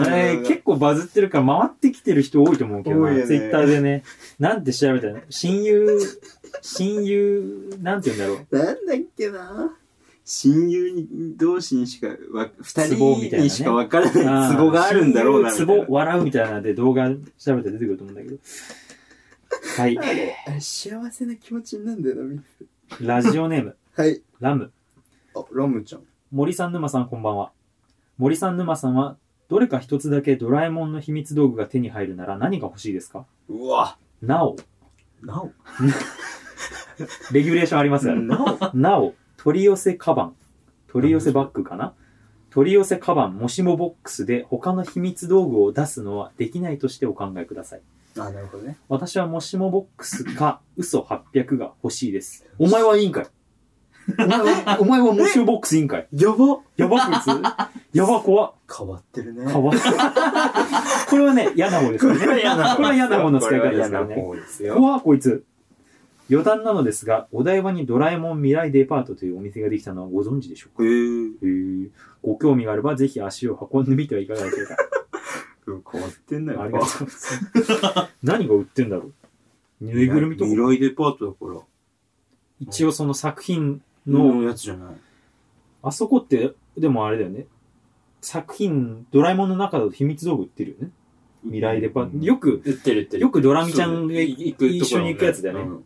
[SPEAKER 2] の
[SPEAKER 1] えー結構バズってるから回ってきてる人多いと思うけど
[SPEAKER 2] 多いよ
[SPEAKER 1] な、
[SPEAKER 2] ね
[SPEAKER 1] ツイッターでね。なんて調べたら、親友、親友、なんて言うんだろう。
[SPEAKER 2] なんだっけな親友に同士にしかわ、二
[SPEAKER 1] ツボみ
[SPEAKER 2] 人
[SPEAKER 1] たいなね
[SPEAKER 2] にしかわからない ツボがあるんだろうな。
[SPEAKER 1] ツ
[SPEAKER 2] み
[SPEAKER 1] ボ
[SPEAKER 2] たい、な
[SPEAKER 1] 笑うみたいなので動画調べて出てくると思うんだけど。はい。
[SPEAKER 2] あれ幸せな気持ちになんだよな、みんな
[SPEAKER 1] ラジオネーム、
[SPEAKER 2] はい。
[SPEAKER 1] ラム。
[SPEAKER 2] あ、ラムちゃん。
[SPEAKER 1] 森さん沼さんこんばんは森さん沼さんはどれか一つだけドラえもんの秘密道具が手に入るなら何が欲しいですか
[SPEAKER 2] うわ。
[SPEAKER 1] なお
[SPEAKER 2] なお。
[SPEAKER 1] レギュレーションありますからね
[SPEAKER 2] な お。
[SPEAKER 1] なお取り寄せカバン取り寄せバッグかな取り寄せカバンもしもボックスで他の秘密道具を出すのはできないとしてお考えください
[SPEAKER 2] あ、なるほどね。
[SPEAKER 1] 私はもしもボックスか嘘800が欲しいですお前はいいんかいお前はお前はもしもボックスいいんかい
[SPEAKER 2] やば
[SPEAKER 1] やばこいつやば怖っ
[SPEAKER 2] 変わってるね。
[SPEAKER 1] かわいい。これはね、嫌な方ですよね。これは嫌な方の使い方ですから
[SPEAKER 2] これは嫌な
[SPEAKER 1] ね。
[SPEAKER 2] 方です
[SPEAKER 1] う
[SPEAKER 2] よ。
[SPEAKER 1] わ、こいつ。余談なのですが、お台場にドラえもん未来デパートというお店ができたのはご存知でしょう
[SPEAKER 2] へ
[SPEAKER 1] か
[SPEAKER 2] ー
[SPEAKER 1] へーご興味があれば、ぜひ足を運んでみてはいかがでしょう か。
[SPEAKER 2] うん変わってん
[SPEAKER 1] あ
[SPEAKER 2] だ
[SPEAKER 1] りがとう
[SPEAKER 2] よ。
[SPEAKER 1] ございます。何が売ってんだろうぬいぐるみとか
[SPEAKER 2] 未来デパートだから。
[SPEAKER 1] 一応その作品
[SPEAKER 2] の
[SPEAKER 1] の、
[SPEAKER 2] やつじゃない。
[SPEAKER 1] あそこって、でもあれだよね。作品、ドラえもんの中だと秘密道具売ってるよね。未来デパート。よく、
[SPEAKER 2] 売ってる売ってる。
[SPEAKER 1] よくドラミちゃんが
[SPEAKER 2] そう行く
[SPEAKER 1] 一緒に行くやつだよね
[SPEAKER 2] うん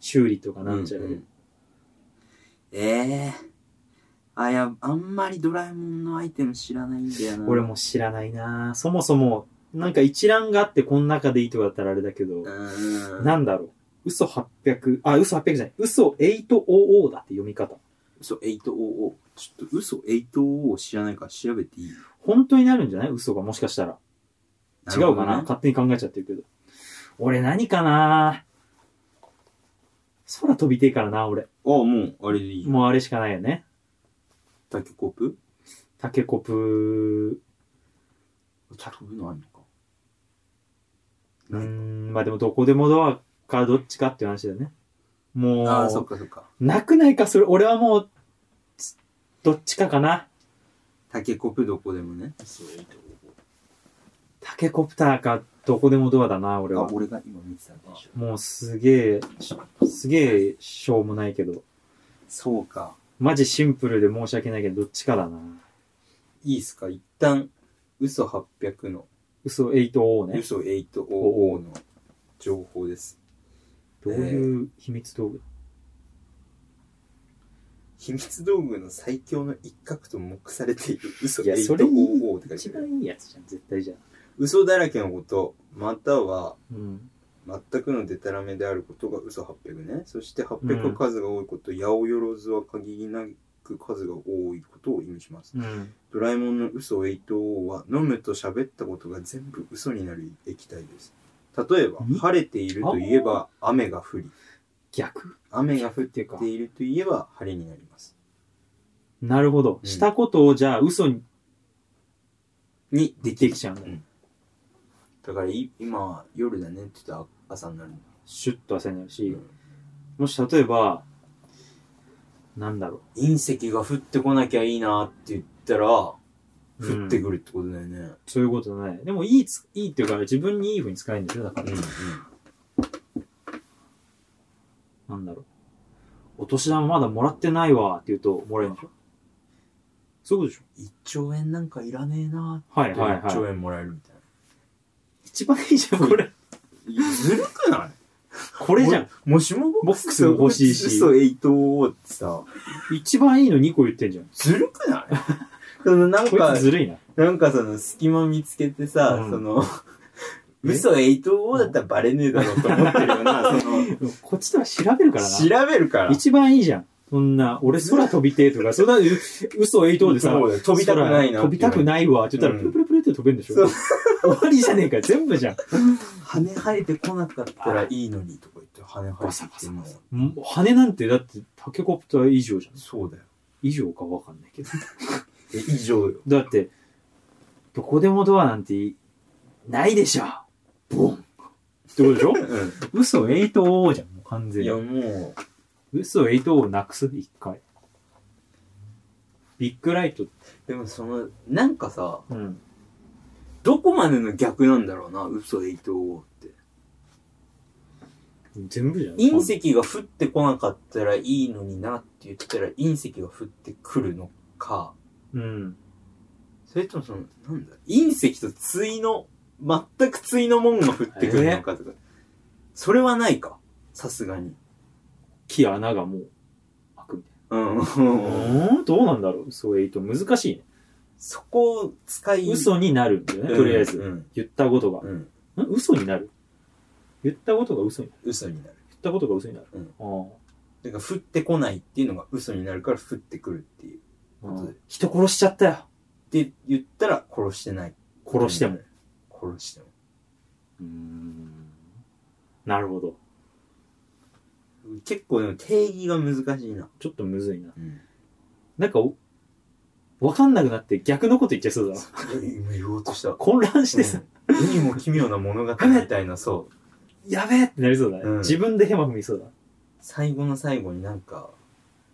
[SPEAKER 1] 修理とかなんちゃら
[SPEAKER 2] う
[SPEAKER 1] で
[SPEAKER 2] んうんええあ、いや、あんまりドラえもんのアイテム知らないんだよな。
[SPEAKER 1] 俺。も知らないなぁそもそも、なんか一覧があってこの中でいいとかだったらあれだけど
[SPEAKER 2] う、ーん。
[SPEAKER 1] なんだろう。嘘800、あ、嘘800じゃない。嘘800だって読み方。
[SPEAKER 2] 嘘、800。ちょっと嘘、800知らないから調べていい
[SPEAKER 1] 本当になるんじゃない嘘がもしかしたら。違うかな勝手に考えちゃってるけど。俺何かなぁ空飛びてえからな俺。
[SPEAKER 2] あ、もう、あれでいい。
[SPEAKER 1] もうあれしかないよね。
[SPEAKER 2] タケコプ
[SPEAKER 1] タケコプ
[SPEAKER 2] 飛ぶのあるのか。
[SPEAKER 1] うーん、まあでもどこでもドアかどっちかっていう話だよね。もう、
[SPEAKER 2] ああ、そっかそっか。
[SPEAKER 1] なくないか、それ。俺はもう、つどっちかかな。
[SPEAKER 2] タケコプどこでもね。
[SPEAKER 3] そう、いいと思う。
[SPEAKER 1] タケコプターか、どこでもドアだな、俺
[SPEAKER 2] あ、
[SPEAKER 1] は。
[SPEAKER 2] 俺が今見てたんでしょ。
[SPEAKER 1] もうすげえ、しすげえ、しょうもないけど。
[SPEAKER 2] そうか。
[SPEAKER 1] マジシンプルで申し訳ないけど、どっちかだな。
[SPEAKER 2] いいっすか一旦、嘘800の、
[SPEAKER 1] 嘘8をね。
[SPEAKER 2] 嘘800の情報です。
[SPEAKER 1] どういう秘密道具、
[SPEAKER 2] 秘密道具の最強の一角と目されている嘘
[SPEAKER 1] いやそれ
[SPEAKER 2] 800って書
[SPEAKER 1] 一
[SPEAKER 2] いてある
[SPEAKER 1] 番いいやつじゃん、絶対じゃん。
[SPEAKER 2] 嘘だらけのことまたは
[SPEAKER 1] うん。
[SPEAKER 2] 全くのデタラメであることが嘘800ねそして800は数が多いこと、八百万は限りなく数が多いことを意味します。
[SPEAKER 1] うん。
[SPEAKER 2] ドラえもんの嘘8は飲むと喋ったことが全部嘘になる液体です。例えば
[SPEAKER 1] ん、
[SPEAKER 2] 晴れているといえば雨が降り、
[SPEAKER 1] 逆
[SPEAKER 2] 雨が降っているといえば晴れになります。
[SPEAKER 1] なるほど。
[SPEAKER 2] うん
[SPEAKER 1] したことをじゃあ嘘に
[SPEAKER 2] に、
[SPEAKER 1] できちゃうんだ。
[SPEAKER 2] うんだからい今は夜だねって言ったら朝になるんだ。
[SPEAKER 1] シュッと朝になるし、
[SPEAKER 2] うん
[SPEAKER 1] もし例えば、なんだろ
[SPEAKER 2] 隕石が降ってこなきゃいいなって言ったら、降
[SPEAKER 1] う。うん
[SPEAKER 2] ってくるってことだよね。
[SPEAKER 1] そういうことだね。でもいいつ、いいっていうか、自分にいい風に使えるんですよ。だから、なんだろう。お年玉まだもらってないわって言うと、もらえるんでしょそういうことでし
[SPEAKER 2] 1兆円なんかいらねえな
[SPEAKER 1] ょは
[SPEAKER 2] ー
[SPEAKER 1] い
[SPEAKER 2] って
[SPEAKER 1] はい
[SPEAKER 2] 1兆
[SPEAKER 1] はい。
[SPEAKER 2] 円もらえるみたいな。
[SPEAKER 1] 一番いいじゃん、これ。
[SPEAKER 2] ずるくない
[SPEAKER 1] これじゃん。
[SPEAKER 2] もしも
[SPEAKER 1] ボックスも欲しいし
[SPEAKER 2] 嘘8ってさ、
[SPEAKER 1] 一番いいの2個言ってんじゃん。
[SPEAKER 2] ずるくないそのなん
[SPEAKER 1] こ
[SPEAKER 2] か
[SPEAKER 1] いつ、ずるいな。
[SPEAKER 2] なんかその隙間見つけてさ、
[SPEAKER 1] うん
[SPEAKER 2] その、
[SPEAKER 1] え
[SPEAKER 2] 嘘8だったらバレねえだろうと思ってるよ な、その、
[SPEAKER 1] こっちとら調べるからな。
[SPEAKER 2] 調べるから。
[SPEAKER 1] 一番いいじゃん。そんな、俺空飛びてえとか、そんな、う嘘を言いとうでさ、
[SPEAKER 2] そうだよ飛びたくないな。
[SPEAKER 1] 飛びたく
[SPEAKER 2] い。
[SPEAKER 1] ないわって言ったら、
[SPEAKER 2] う
[SPEAKER 1] プル
[SPEAKER 2] ん
[SPEAKER 1] プルプルって飛べんでしょ
[SPEAKER 2] そう
[SPEAKER 1] 終わりじゃねえか、全部じゃん。
[SPEAKER 2] 羽生えてこなかったらいいのにとか言って、羽生え
[SPEAKER 1] バ
[SPEAKER 2] て
[SPEAKER 1] サ
[SPEAKER 2] き
[SPEAKER 1] バ
[SPEAKER 2] て
[SPEAKER 1] サ
[SPEAKER 2] も
[SPEAKER 1] バ。サ。もう羽なんて、だって、タケコプター以上じゃん。
[SPEAKER 2] そうだよ。
[SPEAKER 1] 以上かわかんないけど。
[SPEAKER 2] え以上よ。
[SPEAKER 1] だって、どこでもドアなんてい、ないでしょ。ボン。ってことでしょ 嘘8じゃん、もう完全
[SPEAKER 2] い
[SPEAKER 1] に
[SPEAKER 2] や、。も
[SPEAKER 1] 嘘8をなくす一回。ビッグライト。
[SPEAKER 2] う、でもその、なんかさ、
[SPEAKER 1] うん。
[SPEAKER 2] どこまでの逆なんだろうな、嘘8って。
[SPEAKER 1] 全部じゃん。
[SPEAKER 2] 隕石が降ってこなかったらいいのになって言ったら隕石が降ってくるのか、
[SPEAKER 1] うん。
[SPEAKER 2] それともその、なんだ、隕石と対の、全く対のもんが降ってくるのかとか、それはないか、さすがに。
[SPEAKER 1] 木穴がもう、開くみたい
[SPEAKER 2] うん。
[SPEAKER 1] な。うーん、どうなんだろう嘘8。難しいね。
[SPEAKER 2] そこを使い、
[SPEAKER 1] 嘘になるんだよね、とりあえず。
[SPEAKER 2] うん。
[SPEAKER 1] 言ったことが。
[SPEAKER 2] うん。
[SPEAKER 1] ん嘘になる言ったことが嘘になる。
[SPEAKER 2] 嘘になる。
[SPEAKER 1] 言ったことが嘘になる。
[SPEAKER 2] うん
[SPEAKER 1] あ
[SPEAKER 2] だから降ってこないっていうのが嘘になるから降ってくるっていう。
[SPEAKER 1] あ
[SPEAKER 2] ことで
[SPEAKER 1] 人殺しちゃったよ。
[SPEAKER 2] って言ったら殺してない。
[SPEAKER 1] 殺しても。
[SPEAKER 2] 殺しても。
[SPEAKER 1] うーん。なるほど。
[SPEAKER 2] 結構でも定義が難しいな。
[SPEAKER 1] ちょっとむずいな。
[SPEAKER 2] うん。
[SPEAKER 1] なんかお、わかんなくなって逆のこと言っちゃいそうだな。
[SPEAKER 2] 今言おうとした。
[SPEAKER 1] 混乱してさ、
[SPEAKER 2] うん世にも奇妙な物語みたいな、そう。
[SPEAKER 1] やべえってなりそうだね。
[SPEAKER 2] うん
[SPEAKER 1] 自分でヘマ踏みそうだ。
[SPEAKER 2] 最後の最後になんか、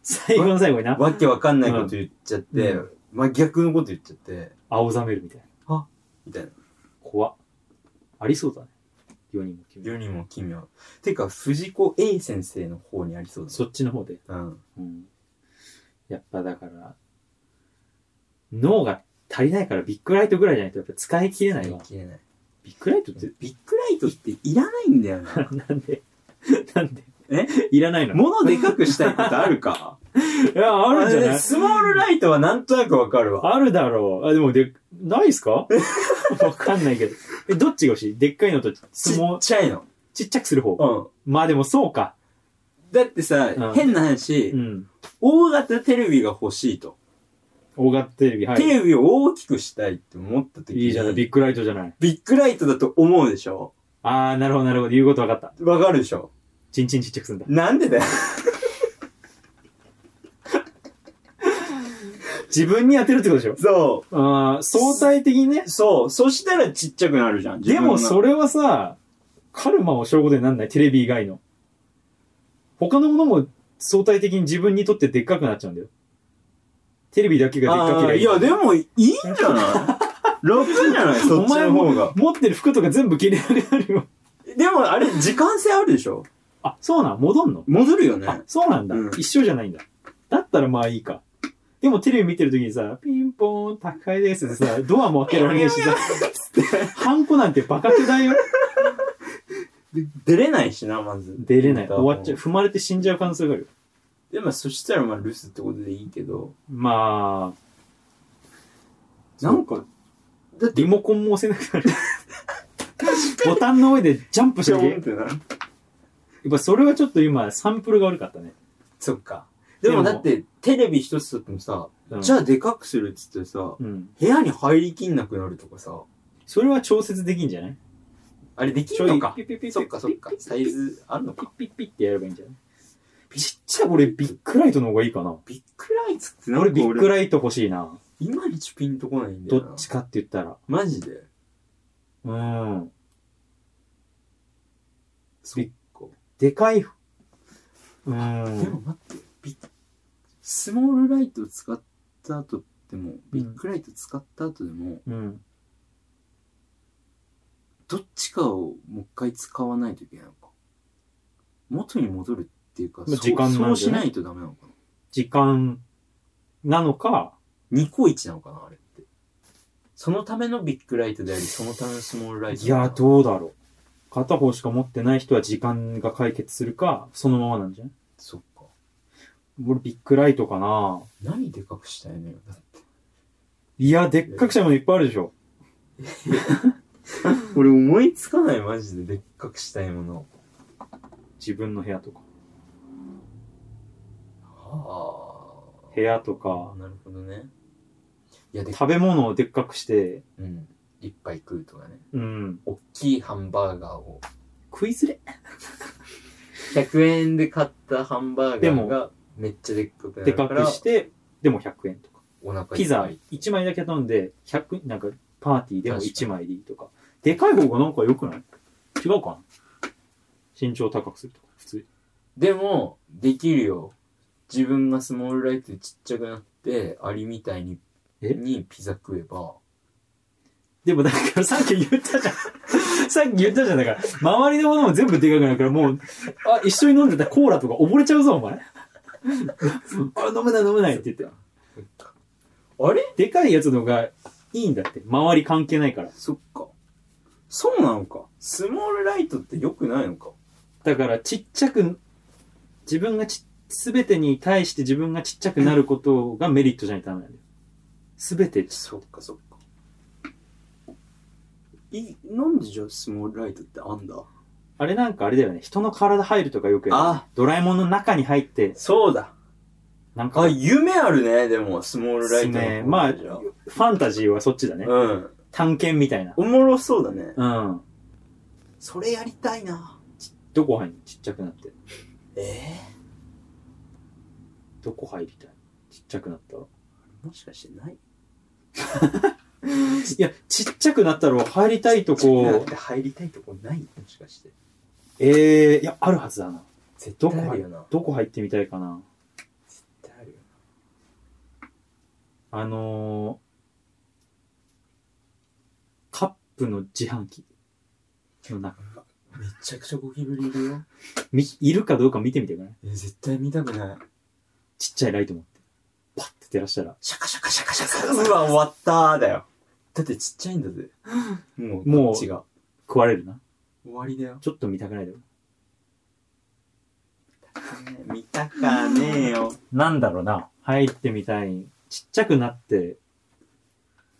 [SPEAKER 1] 最後の最後にな、
[SPEAKER 2] わけわかんないこと言っちゃって、
[SPEAKER 1] う
[SPEAKER 2] 真逆のこと言っちゃって、
[SPEAKER 1] 青ざめるみたいな。
[SPEAKER 2] みたいな。
[SPEAKER 1] 怖っありそうだね。4人も君。
[SPEAKER 2] 世にも奇妙。てか、藤子 A 先生の方にありそうだね
[SPEAKER 1] そっちの方で。
[SPEAKER 2] うん。
[SPEAKER 1] うん。やっぱだから、脳が足りないからビッグライトぐらいじゃないとやっぱ使い切れないわ。
[SPEAKER 2] 消えない。
[SPEAKER 1] ビッグライトって、
[SPEAKER 2] ビッグライトっていらないんだよな。
[SPEAKER 1] なんで、なんで、
[SPEAKER 2] え
[SPEAKER 1] いらないの
[SPEAKER 2] 物でかくしたいことある か
[SPEAKER 1] いや、あるんじゃな
[SPEAKER 2] れ
[SPEAKER 1] い
[SPEAKER 2] スモールライトはなんとなくわかるわ。
[SPEAKER 1] あるだろう。あ、でもで、ないっす かわかんないけど。え、どっちが欲しいでっかいのと、
[SPEAKER 2] ち
[SPEAKER 1] 相
[SPEAKER 2] っ
[SPEAKER 1] 撲、
[SPEAKER 2] ちゃいの。
[SPEAKER 1] ちっちゃくする方。
[SPEAKER 2] うん。
[SPEAKER 1] まあでもそうか。
[SPEAKER 2] だってさ、
[SPEAKER 1] うん
[SPEAKER 2] 変な話、
[SPEAKER 1] うん。
[SPEAKER 2] 大型テレビが欲しいと。
[SPEAKER 1] 大型テレビ、は
[SPEAKER 2] テ
[SPEAKER 1] い。
[SPEAKER 2] レビを大きくしたいって思った時に。
[SPEAKER 1] いいじゃない、ビ
[SPEAKER 2] ビ
[SPEAKER 1] ッグライトじゃない。
[SPEAKER 2] ッグライトだと思うでしょ
[SPEAKER 1] あー、なるほど、なるほど。言うことわかった。
[SPEAKER 2] わかるでしょ
[SPEAKER 1] ちんちんちっちゃくするんだ。
[SPEAKER 2] なんで だよ。
[SPEAKER 1] 自分に当てるってことでしょ
[SPEAKER 2] そ
[SPEAKER 1] あー、相対的にね
[SPEAKER 2] う。。そう。そしたらちっちゃくなるじゃん。
[SPEAKER 1] でもそ
[SPEAKER 2] れ。
[SPEAKER 1] れはさ、カルマを背負うことになんない、テレビ以外の。他のものも相対的に自分にとってでっかくなっちゃうんだよ。テレビだけがでっかけりゃ
[SPEAKER 2] あー
[SPEAKER 1] いい。
[SPEAKER 2] いや、でも、いいんじ ゃない楽じゃないそっちの方が。
[SPEAKER 1] 持ってる服とか全部着れなくなるよ。
[SPEAKER 2] でも、あれ、時間性あるでしょ
[SPEAKER 1] あ、そうなん、戻んの、
[SPEAKER 2] 戻るよね。
[SPEAKER 1] あ、そうなんだ、
[SPEAKER 2] うん
[SPEAKER 1] 一緒じゃないんだ。だったらまあいいか。でもテレビ見てる時にさ、ピンポーン、高いですってさ、ドアも開けられないし さ、ハンコなんてバカ巨大よ。
[SPEAKER 2] 出れないしな、まず。
[SPEAKER 1] 出れない。終わっちゃう。。踏まれて死んじゃう可能性があるよ。
[SPEAKER 2] でも、そしたら、まあ、留守ってことでいいけど。
[SPEAKER 1] まあ、
[SPEAKER 2] なんか、だって、
[SPEAKER 1] リモコンも押せなくなる。ボタンの上でジャンプし
[SPEAKER 2] ピ
[SPEAKER 1] なきゃ。
[SPEAKER 2] ョン
[SPEAKER 1] や
[SPEAKER 2] っ
[SPEAKER 1] って
[SPEAKER 2] な。
[SPEAKER 1] ぱそれはちょっと今、サンプルが悪かったね。
[SPEAKER 2] そっか。でも、だって、テレビ一つとってもさ、
[SPEAKER 4] うん
[SPEAKER 2] じゃあでかくするっつってさ、
[SPEAKER 4] うん。
[SPEAKER 2] 部屋に入りきんなくなるとかさ、
[SPEAKER 1] それは調節できんじゃない
[SPEAKER 2] あれでき
[SPEAKER 1] ち
[SPEAKER 2] ん
[SPEAKER 1] ょ
[SPEAKER 2] の
[SPEAKER 1] い
[SPEAKER 2] か。
[SPEAKER 1] ピッピッピッピッ
[SPEAKER 2] そっかそっか。サイズあるの
[SPEAKER 1] ピッ
[SPEAKER 2] か。
[SPEAKER 1] ピッピッってやればいいんじゃないちっちゃい俺ビッグライトの方がいいかな。
[SPEAKER 2] ビッグライトってなんか
[SPEAKER 1] 俺
[SPEAKER 2] 俺
[SPEAKER 1] ビッグライト欲しいな。
[SPEAKER 2] いまいちピンとこないんだ
[SPEAKER 1] ど
[SPEAKER 2] よな。
[SPEAKER 1] っちかって言ったら。
[SPEAKER 2] マジで。
[SPEAKER 1] うん。
[SPEAKER 2] そっか。
[SPEAKER 1] でかい。う
[SPEAKER 2] でも
[SPEAKER 1] ん。
[SPEAKER 2] 待って、ビッスモールライト使った後っても、ビッグライト使った後でも、
[SPEAKER 1] うん。
[SPEAKER 2] どっちかをもう一回使わないといけないのか。元に戻るっていうか、
[SPEAKER 1] まあ
[SPEAKER 2] そう
[SPEAKER 1] 時間なんだよね
[SPEAKER 2] そうしないとダメなのかな。
[SPEAKER 1] 時間なのか、
[SPEAKER 2] ニコイチなのかな、あれって。そのためのビッグライトであり、そのためのスモールライト
[SPEAKER 1] い
[SPEAKER 2] なの
[SPEAKER 1] や、
[SPEAKER 2] かな
[SPEAKER 1] どうだろう。片方しか持ってない人は時間が解決するか、そのままなんじゃない
[SPEAKER 2] そっか。
[SPEAKER 1] 俺ビッグライトかな。
[SPEAKER 2] 何でかくしたいのよ。だって。
[SPEAKER 1] いや、でっかくしたいものいっぱいあるでしょ。
[SPEAKER 2] 俺思いつかない、マジで。でっかくしたいもの。
[SPEAKER 1] 自分の部屋とか。
[SPEAKER 2] あ
[SPEAKER 1] 部屋と
[SPEAKER 2] あ。
[SPEAKER 1] か、
[SPEAKER 2] なるほどね。いや、でっ
[SPEAKER 1] 食べ物をでっかくして、
[SPEAKER 2] うん。いっぱい食うとかね。
[SPEAKER 1] うん。
[SPEAKER 2] 大きいハンバーガーを。
[SPEAKER 1] 食いずれ。
[SPEAKER 2] 100円で買ったハンバー
[SPEAKER 1] で
[SPEAKER 2] ガー
[SPEAKER 1] も
[SPEAKER 2] がめっちゃでっかくな
[SPEAKER 1] で
[SPEAKER 2] る
[SPEAKER 1] か
[SPEAKER 2] から。
[SPEAKER 1] くして、でも100円とか。
[SPEAKER 2] お腹いっぱい
[SPEAKER 1] ピザ1枚だけ頼んで、100、なんかパーティーでも1枚でいいとか。でかい方がなんか良くない違うかな身長高くするとか、普通。
[SPEAKER 2] でも、できるよ。自分がスモールライトでちっちゃくなって、アリみたいに、
[SPEAKER 1] え
[SPEAKER 2] にピザ食えば。
[SPEAKER 1] でもだからさっき言ったじゃん。さっき言ったじゃん。だから、周りのものも全部でかくなるから、もう、あ、一緒に飲んでたコーラとか溺れちゃうぞ、お 前。あ、飲めない飲めないって言って。
[SPEAKER 2] あれ
[SPEAKER 1] でかいやつの方がいいんだって。周り関係ないから。
[SPEAKER 2] そっか。そうなのか。スモールライトって良くないのか。
[SPEAKER 1] だから、ちっちゃく、自分がち、すべてに対して自分がちっちゃくなることがメリットじゃないとダメなんだよ。すべて、
[SPEAKER 2] そっかそっか。い、なんでじゃあスモールライトってあんだ
[SPEAKER 1] あれなんかあれだよね。人の体入るとかよくやる
[SPEAKER 2] あ、
[SPEAKER 1] ドラえもんの中に入って、
[SPEAKER 2] そうだ。
[SPEAKER 1] なんか
[SPEAKER 2] あ、、夢あるね、でも、スモールライトの方
[SPEAKER 1] ですねまあ
[SPEAKER 2] じゃ
[SPEAKER 1] ファンタジーはそっちだね。
[SPEAKER 2] うん。
[SPEAKER 1] 探検みたいな。
[SPEAKER 2] おもろそうだね。
[SPEAKER 1] うん。
[SPEAKER 2] それやりたいな。
[SPEAKER 1] どこ入んのちっちゃくなって。
[SPEAKER 2] え
[SPEAKER 1] どこ入りたいちっちゃくなったら。
[SPEAKER 2] ー、もしかしてない
[SPEAKER 1] いや、ちっちゃくなったら入りたいとこ、
[SPEAKER 2] て入りたいとこないもしかして。
[SPEAKER 1] ええいや、あるはずだな。
[SPEAKER 2] 絶
[SPEAKER 1] どこ
[SPEAKER 2] 対あ
[SPEAKER 1] 入
[SPEAKER 2] るよ
[SPEAKER 1] る
[SPEAKER 2] な。
[SPEAKER 1] どこ入ってみたいかな。
[SPEAKER 2] 絶対あるよな。
[SPEAKER 1] あのー、カップの自販機の中
[SPEAKER 2] めちゃくちゃゴキブリいるよ。
[SPEAKER 1] み、いるかどうか見てみてくれない
[SPEAKER 2] え、絶対見たくない。
[SPEAKER 1] ちっちゃいライト持って。パッて照らしたら、
[SPEAKER 2] シャカシャカシャカシャカ。うわ、終わったーだよ。だってちっちゃいんだぜ。もう、
[SPEAKER 1] もう
[SPEAKER 2] こっちが。
[SPEAKER 1] 食われるな。
[SPEAKER 2] 終わりだよ。
[SPEAKER 1] ちょっと見たくないだろ。
[SPEAKER 2] 見たかねえよ。
[SPEAKER 4] なんだろうな。
[SPEAKER 1] 入ってみたい。ちっちゃくなって、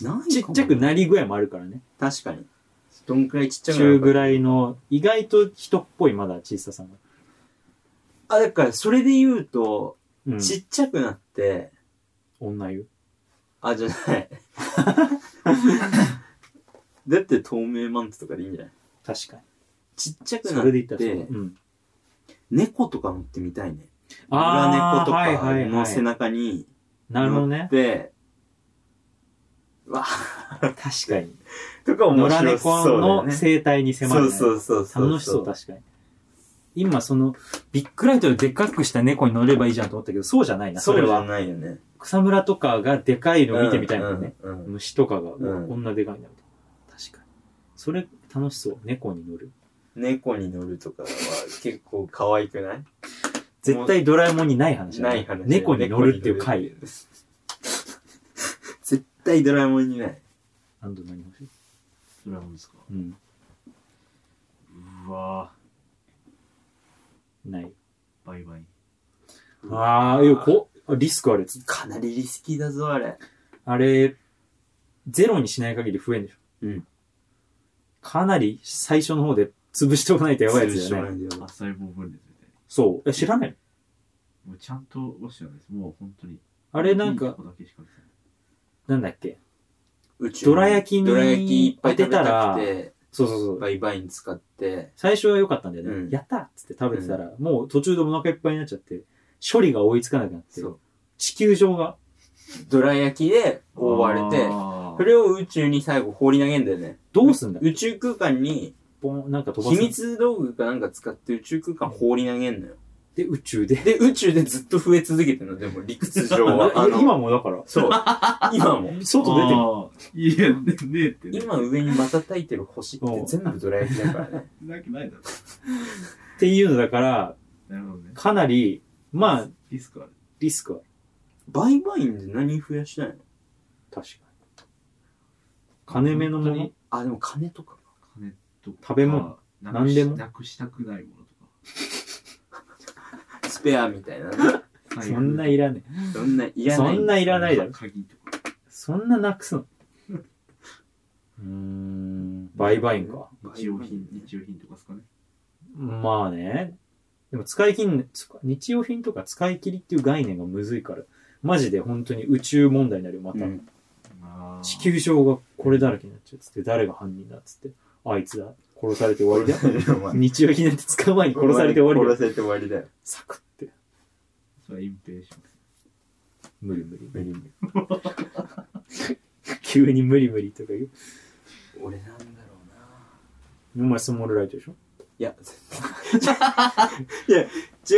[SPEAKER 2] なん
[SPEAKER 1] ちっちゃくなり具合もあるからね。
[SPEAKER 2] 確かに。どんくらいちっちゃくな
[SPEAKER 1] 中
[SPEAKER 2] る
[SPEAKER 1] ぐ
[SPEAKER 2] から
[SPEAKER 1] いの、意外と人っぽいまだ小ささが。
[SPEAKER 2] あ、だから、それで言うと、
[SPEAKER 1] うん。
[SPEAKER 2] ちっちゃくなって、
[SPEAKER 1] 女湯。
[SPEAKER 2] あ、じゃ ない。だって透明マントとかでいいんじゃない
[SPEAKER 1] 確かに。
[SPEAKER 2] ちっちゃくな
[SPEAKER 1] そ
[SPEAKER 2] っ
[SPEAKER 1] れで言ったらそうだ
[SPEAKER 2] て、
[SPEAKER 1] うん。
[SPEAKER 2] 猫とか乗ってみたいね。
[SPEAKER 1] あー
[SPEAKER 2] 裏猫と
[SPEAKER 1] はい
[SPEAKER 2] か
[SPEAKER 1] はい
[SPEAKER 2] の背
[SPEAKER 1] はい。
[SPEAKER 2] 中に
[SPEAKER 1] なるほど
[SPEAKER 2] 乗
[SPEAKER 1] ね
[SPEAKER 2] っ。て、うわ、
[SPEAKER 1] 確かに。
[SPEAKER 2] とか
[SPEAKER 1] 野
[SPEAKER 2] 面
[SPEAKER 1] 良
[SPEAKER 2] 白
[SPEAKER 1] 猫
[SPEAKER 2] そうだよ
[SPEAKER 1] の
[SPEAKER 2] ね。
[SPEAKER 1] 生態に迫
[SPEAKER 2] そ
[SPEAKER 1] る、ね。
[SPEAKER 2] うそうそうそう。
[SPEAKER 1] 楽しそう、確かに。
[SPEAKER 4] 今その、ビッグライトででっかくした猫に乗ればいいじゃんと思ったけど、そうじゃないな、そ
[SPEAKER 2] そう
[SPEAKER 4] れ
[SPEAKER 2] じゃ
[SPEAKER 4] は。
[SPEAKER 2] ないよね。
[SPEAKER 1] 草むらとかがでかいの見てみたいもんね。
[SPEAKER 2] うん。うんうん
[SPEAKER 1] 虫とかが、
[SPEAKER 2] うん
[SPEAKER 1] こんなでかいんだみたいな。確かに。それ、楽しそう。猫に乗る。
[SPEAKER 2] 猫に乗るとかは結構可愛くない
[SPEAKER 1] 絶対ドラえもんにない話だね
[SPEAKER 2] ない話。
[SPEAKER 1] 猫に乗るっていう回。。
[SPEAKER 2] 絶対ドラえもんにない。
[SPEAKER 1] 何度何欲しい
[SPEAKER 3] それはもんですか
[SPEAKER 1] うん。
[SPEAKER 3] うわ
[SPEAKER 1] ない。
[SPEAKER 3] ぁ、バイバイ。
[SPEAKER 1] ああ、いや、こ、あリスクあるやつ。
[SPEAKER 2] かなりリスキーだぞ、あれ。
[SPEAKER 1] あれ、ゼロにしない限り増えんでしょ。
[SPEAKER 2] うん。
[SPEAKER 1] かなり最初の方で潰しておかないとやばいや
[SPEAKER 2] する
[SPEAKER 1] つ
[SPEAKER 2] し
[SPEAKER 1] だ
[SPEAKER 2] か
[SPEAKER 1] よ
[SPEAKER 2] な
[SPEAKER 1] ね。
[SPEAKER 2] いんだよ
[SPEAKER 3] あ細胞分裂みたい
[SPEAKER 1] そう。え、知らない
[SPEAKER 3] もうちゃんとは知らないです。もう本当に。
[SPEAKER 1] あれなん
[SPEAKER 3] いい
[SPEAKER 1] か
[SPEAKER 3] と、こだけしか見てない
[SPEAKER 1] なんだっけ
[SPEAKER 2] 宇宙
[SPEAKER 1] どら焼きに
[SPEAKER 2] どら焼きいっぱい食べた
[SPEAKER 1] 当て
[SPEAKER 2] くて、
[SPEAKER 1] そうそうそう。
[SPEAKER 2] バイバイに使って、
[SPEAKER 1] 最初は良かったんだよね。
[SPEAKER 2] うん
[SPEAKER 1] やったっつって食べてたら、もう途中でお腹いっぱいになっちゃって、処理が追いつかなくなって
[SPEAKER 2] そう、
[SPEAKER 1] 地球上が、
[SPEAKER 2] どら焼きで覆われて、
[SPEAKER 3] あ
[SPEAKER 2] それを宇宙に最後放り投げんだよね。
[SPEAKER 1] どうすんだ
[SPEAKER 2] 宇宙空間に
[SPEAKER 1] ポン、なんか飛ば
[SPEAKER 2] 秘
[SPEAKER 1] す。
[SPEAKER 2] 密道具かなんか使って宇宙空間放り投げんのよ。
[SPEAKER 1] で、宇宙で。
[SPEAKER 2] で、宇宙でずっと増え続けてるの、でも理屈上 は。あの
[SPEAKER 1] 今もだから、
[SPEAKER 2] そう。今も。
[SPEAKER 1] 外出てる。
[SPEAKER 3] 出てる。いや、ねねえってね。
[SPEAKER 2] 今上にまたたいてる星って全部どら焼きだからね。
[SPEAKER 3] なわけないだろ。
[SPEAKER 1] っていうのだから、
[SPEAKER 3] なるほどね。
[SPEAKER 1] かなり、まあ、
[SPEAKER 3] リスクある。
[SPEAKER 1] リスクは
[SPEAKER 2] バイバインで何増やしたいの
[SPEAKER 1] 確かに。金目のも
[SPEAKER 3] 本当
[SPEAKER 1] の
[SPEAKER 3] に
[SPEAKER 2] あ、でも金とか。
[SPEAKER 3] 金とか。
[SPEAKER 1] 食べ物。
[SPEAKER 3] な
[SPEAKER 1] 何でも
[SPEAKER 3] なくしたくないものとか。
[SPEAKER 2] スペアみたいなね。
[SPEAKER 1] そんな
[SPEAKER 3] 財
[SPEAKER 1] いらね
[SPEAKER 2] そんない
[SPEAKER 1] え。
[SPEAKER 2] ら
[SPEAKER 1] そ
[SPEAKER 2] ない。
[SPEAKER 1] んない
[SPEAKER 3] 布
[SPEAKER 1] らないだろ。
[SPEAKER 3] 鍵とか。
[SPEAKER 1] そんななくす の。うーん、売買員か。
[SPEAKER 3] 日用品、日用品とかですかね。
[SPEAKER 1] まあね。でも使い切ん、つ日用品とか使い切りっていう概念がむずいから、マジで本当に宇宙問題になるよ、また。
[SPEAKER 2] うん
[SPEAKER 3] あー
[SPEAKER 1] 地球上がこれだらけになっちゃうっつって、誰が犯人だっつって、あいつだ、 殺されて終わりだ。日用品なんて使う前に 殺されて終わりだ。
[SPEAKER 2] 殺されて終わりだよ。
[SPEAKER 1] サクって。
[SPEAKER 3] それは隠蔽します。
[SPEAKER 1] 無理無理無理無理。急に無理無理とか言う。
[SPEAKER 2] 俺なんだろうな。
[SPEAKER 1] お前スモールライトでしょ
[SPEAKER 2] いや、いや、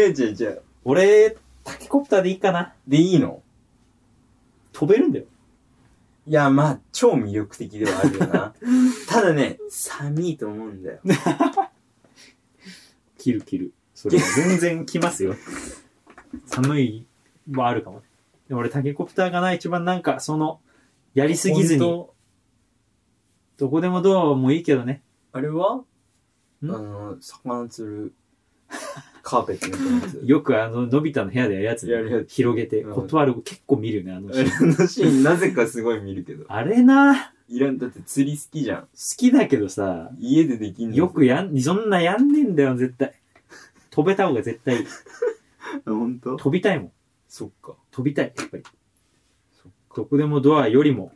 [SPEAKER 2] 違う違う違う。
[SPEAKER 1] 俺、タケコプターでいいかな。
[SPEAKER 2] でいいの
[SPEAKER 1] 飛べるんだよ。
[SPEAKER 2] いや、まあ、超魅力的ではあるよな。ただね、寒いと思うんだよ。
[SPEAKER 1] 切る切る。それは全然来ます よ。寒いはあるかもね。でも俺タケコプターがな、一番なんか、その、やりすぎずに、
[SPEAKER 2] 本
[SPEAKER 1] どこでもどうもいいけどね。
[SPEAKER 2] 当。あれは
[SPEAKER 1] ん
[SPEAKER 2] あの、魚釣る、カーペットみたいなやつ。
[SPEAKER 1] よくあの、のび太の部屋でやるやつね
[SPEAKER 2] やるやつ
[SPEAKER 1] 広げて、
[SPEAKER 2] うん
[SPEAKER 1] 断る、結構見るね、あのシーン。
[SPEAKER 2] あれのシーン、 なぜかすごい見るけど。
[SPEAKER 1] あれな、
[SPEAKER 2] いらん、だって釣り好きじゃん。
[SPEAKER 1] 好きだけどさ、
[SPEAKER 2] 家でできんの
[SPEAKER 1] よくやん、そんなやんねえんだよ、絶対。飛べた方が絶対いい。
[SPEAKER 2] 本当
[SPEAKER 1] 飛びたいもん。
[SPEAKER 2] そっか。
[SPEAKER 1] 飛びたい、やっぱり
[SPEAKER 2] そっ。
[SPEAKER 1] どこでもドアよりも、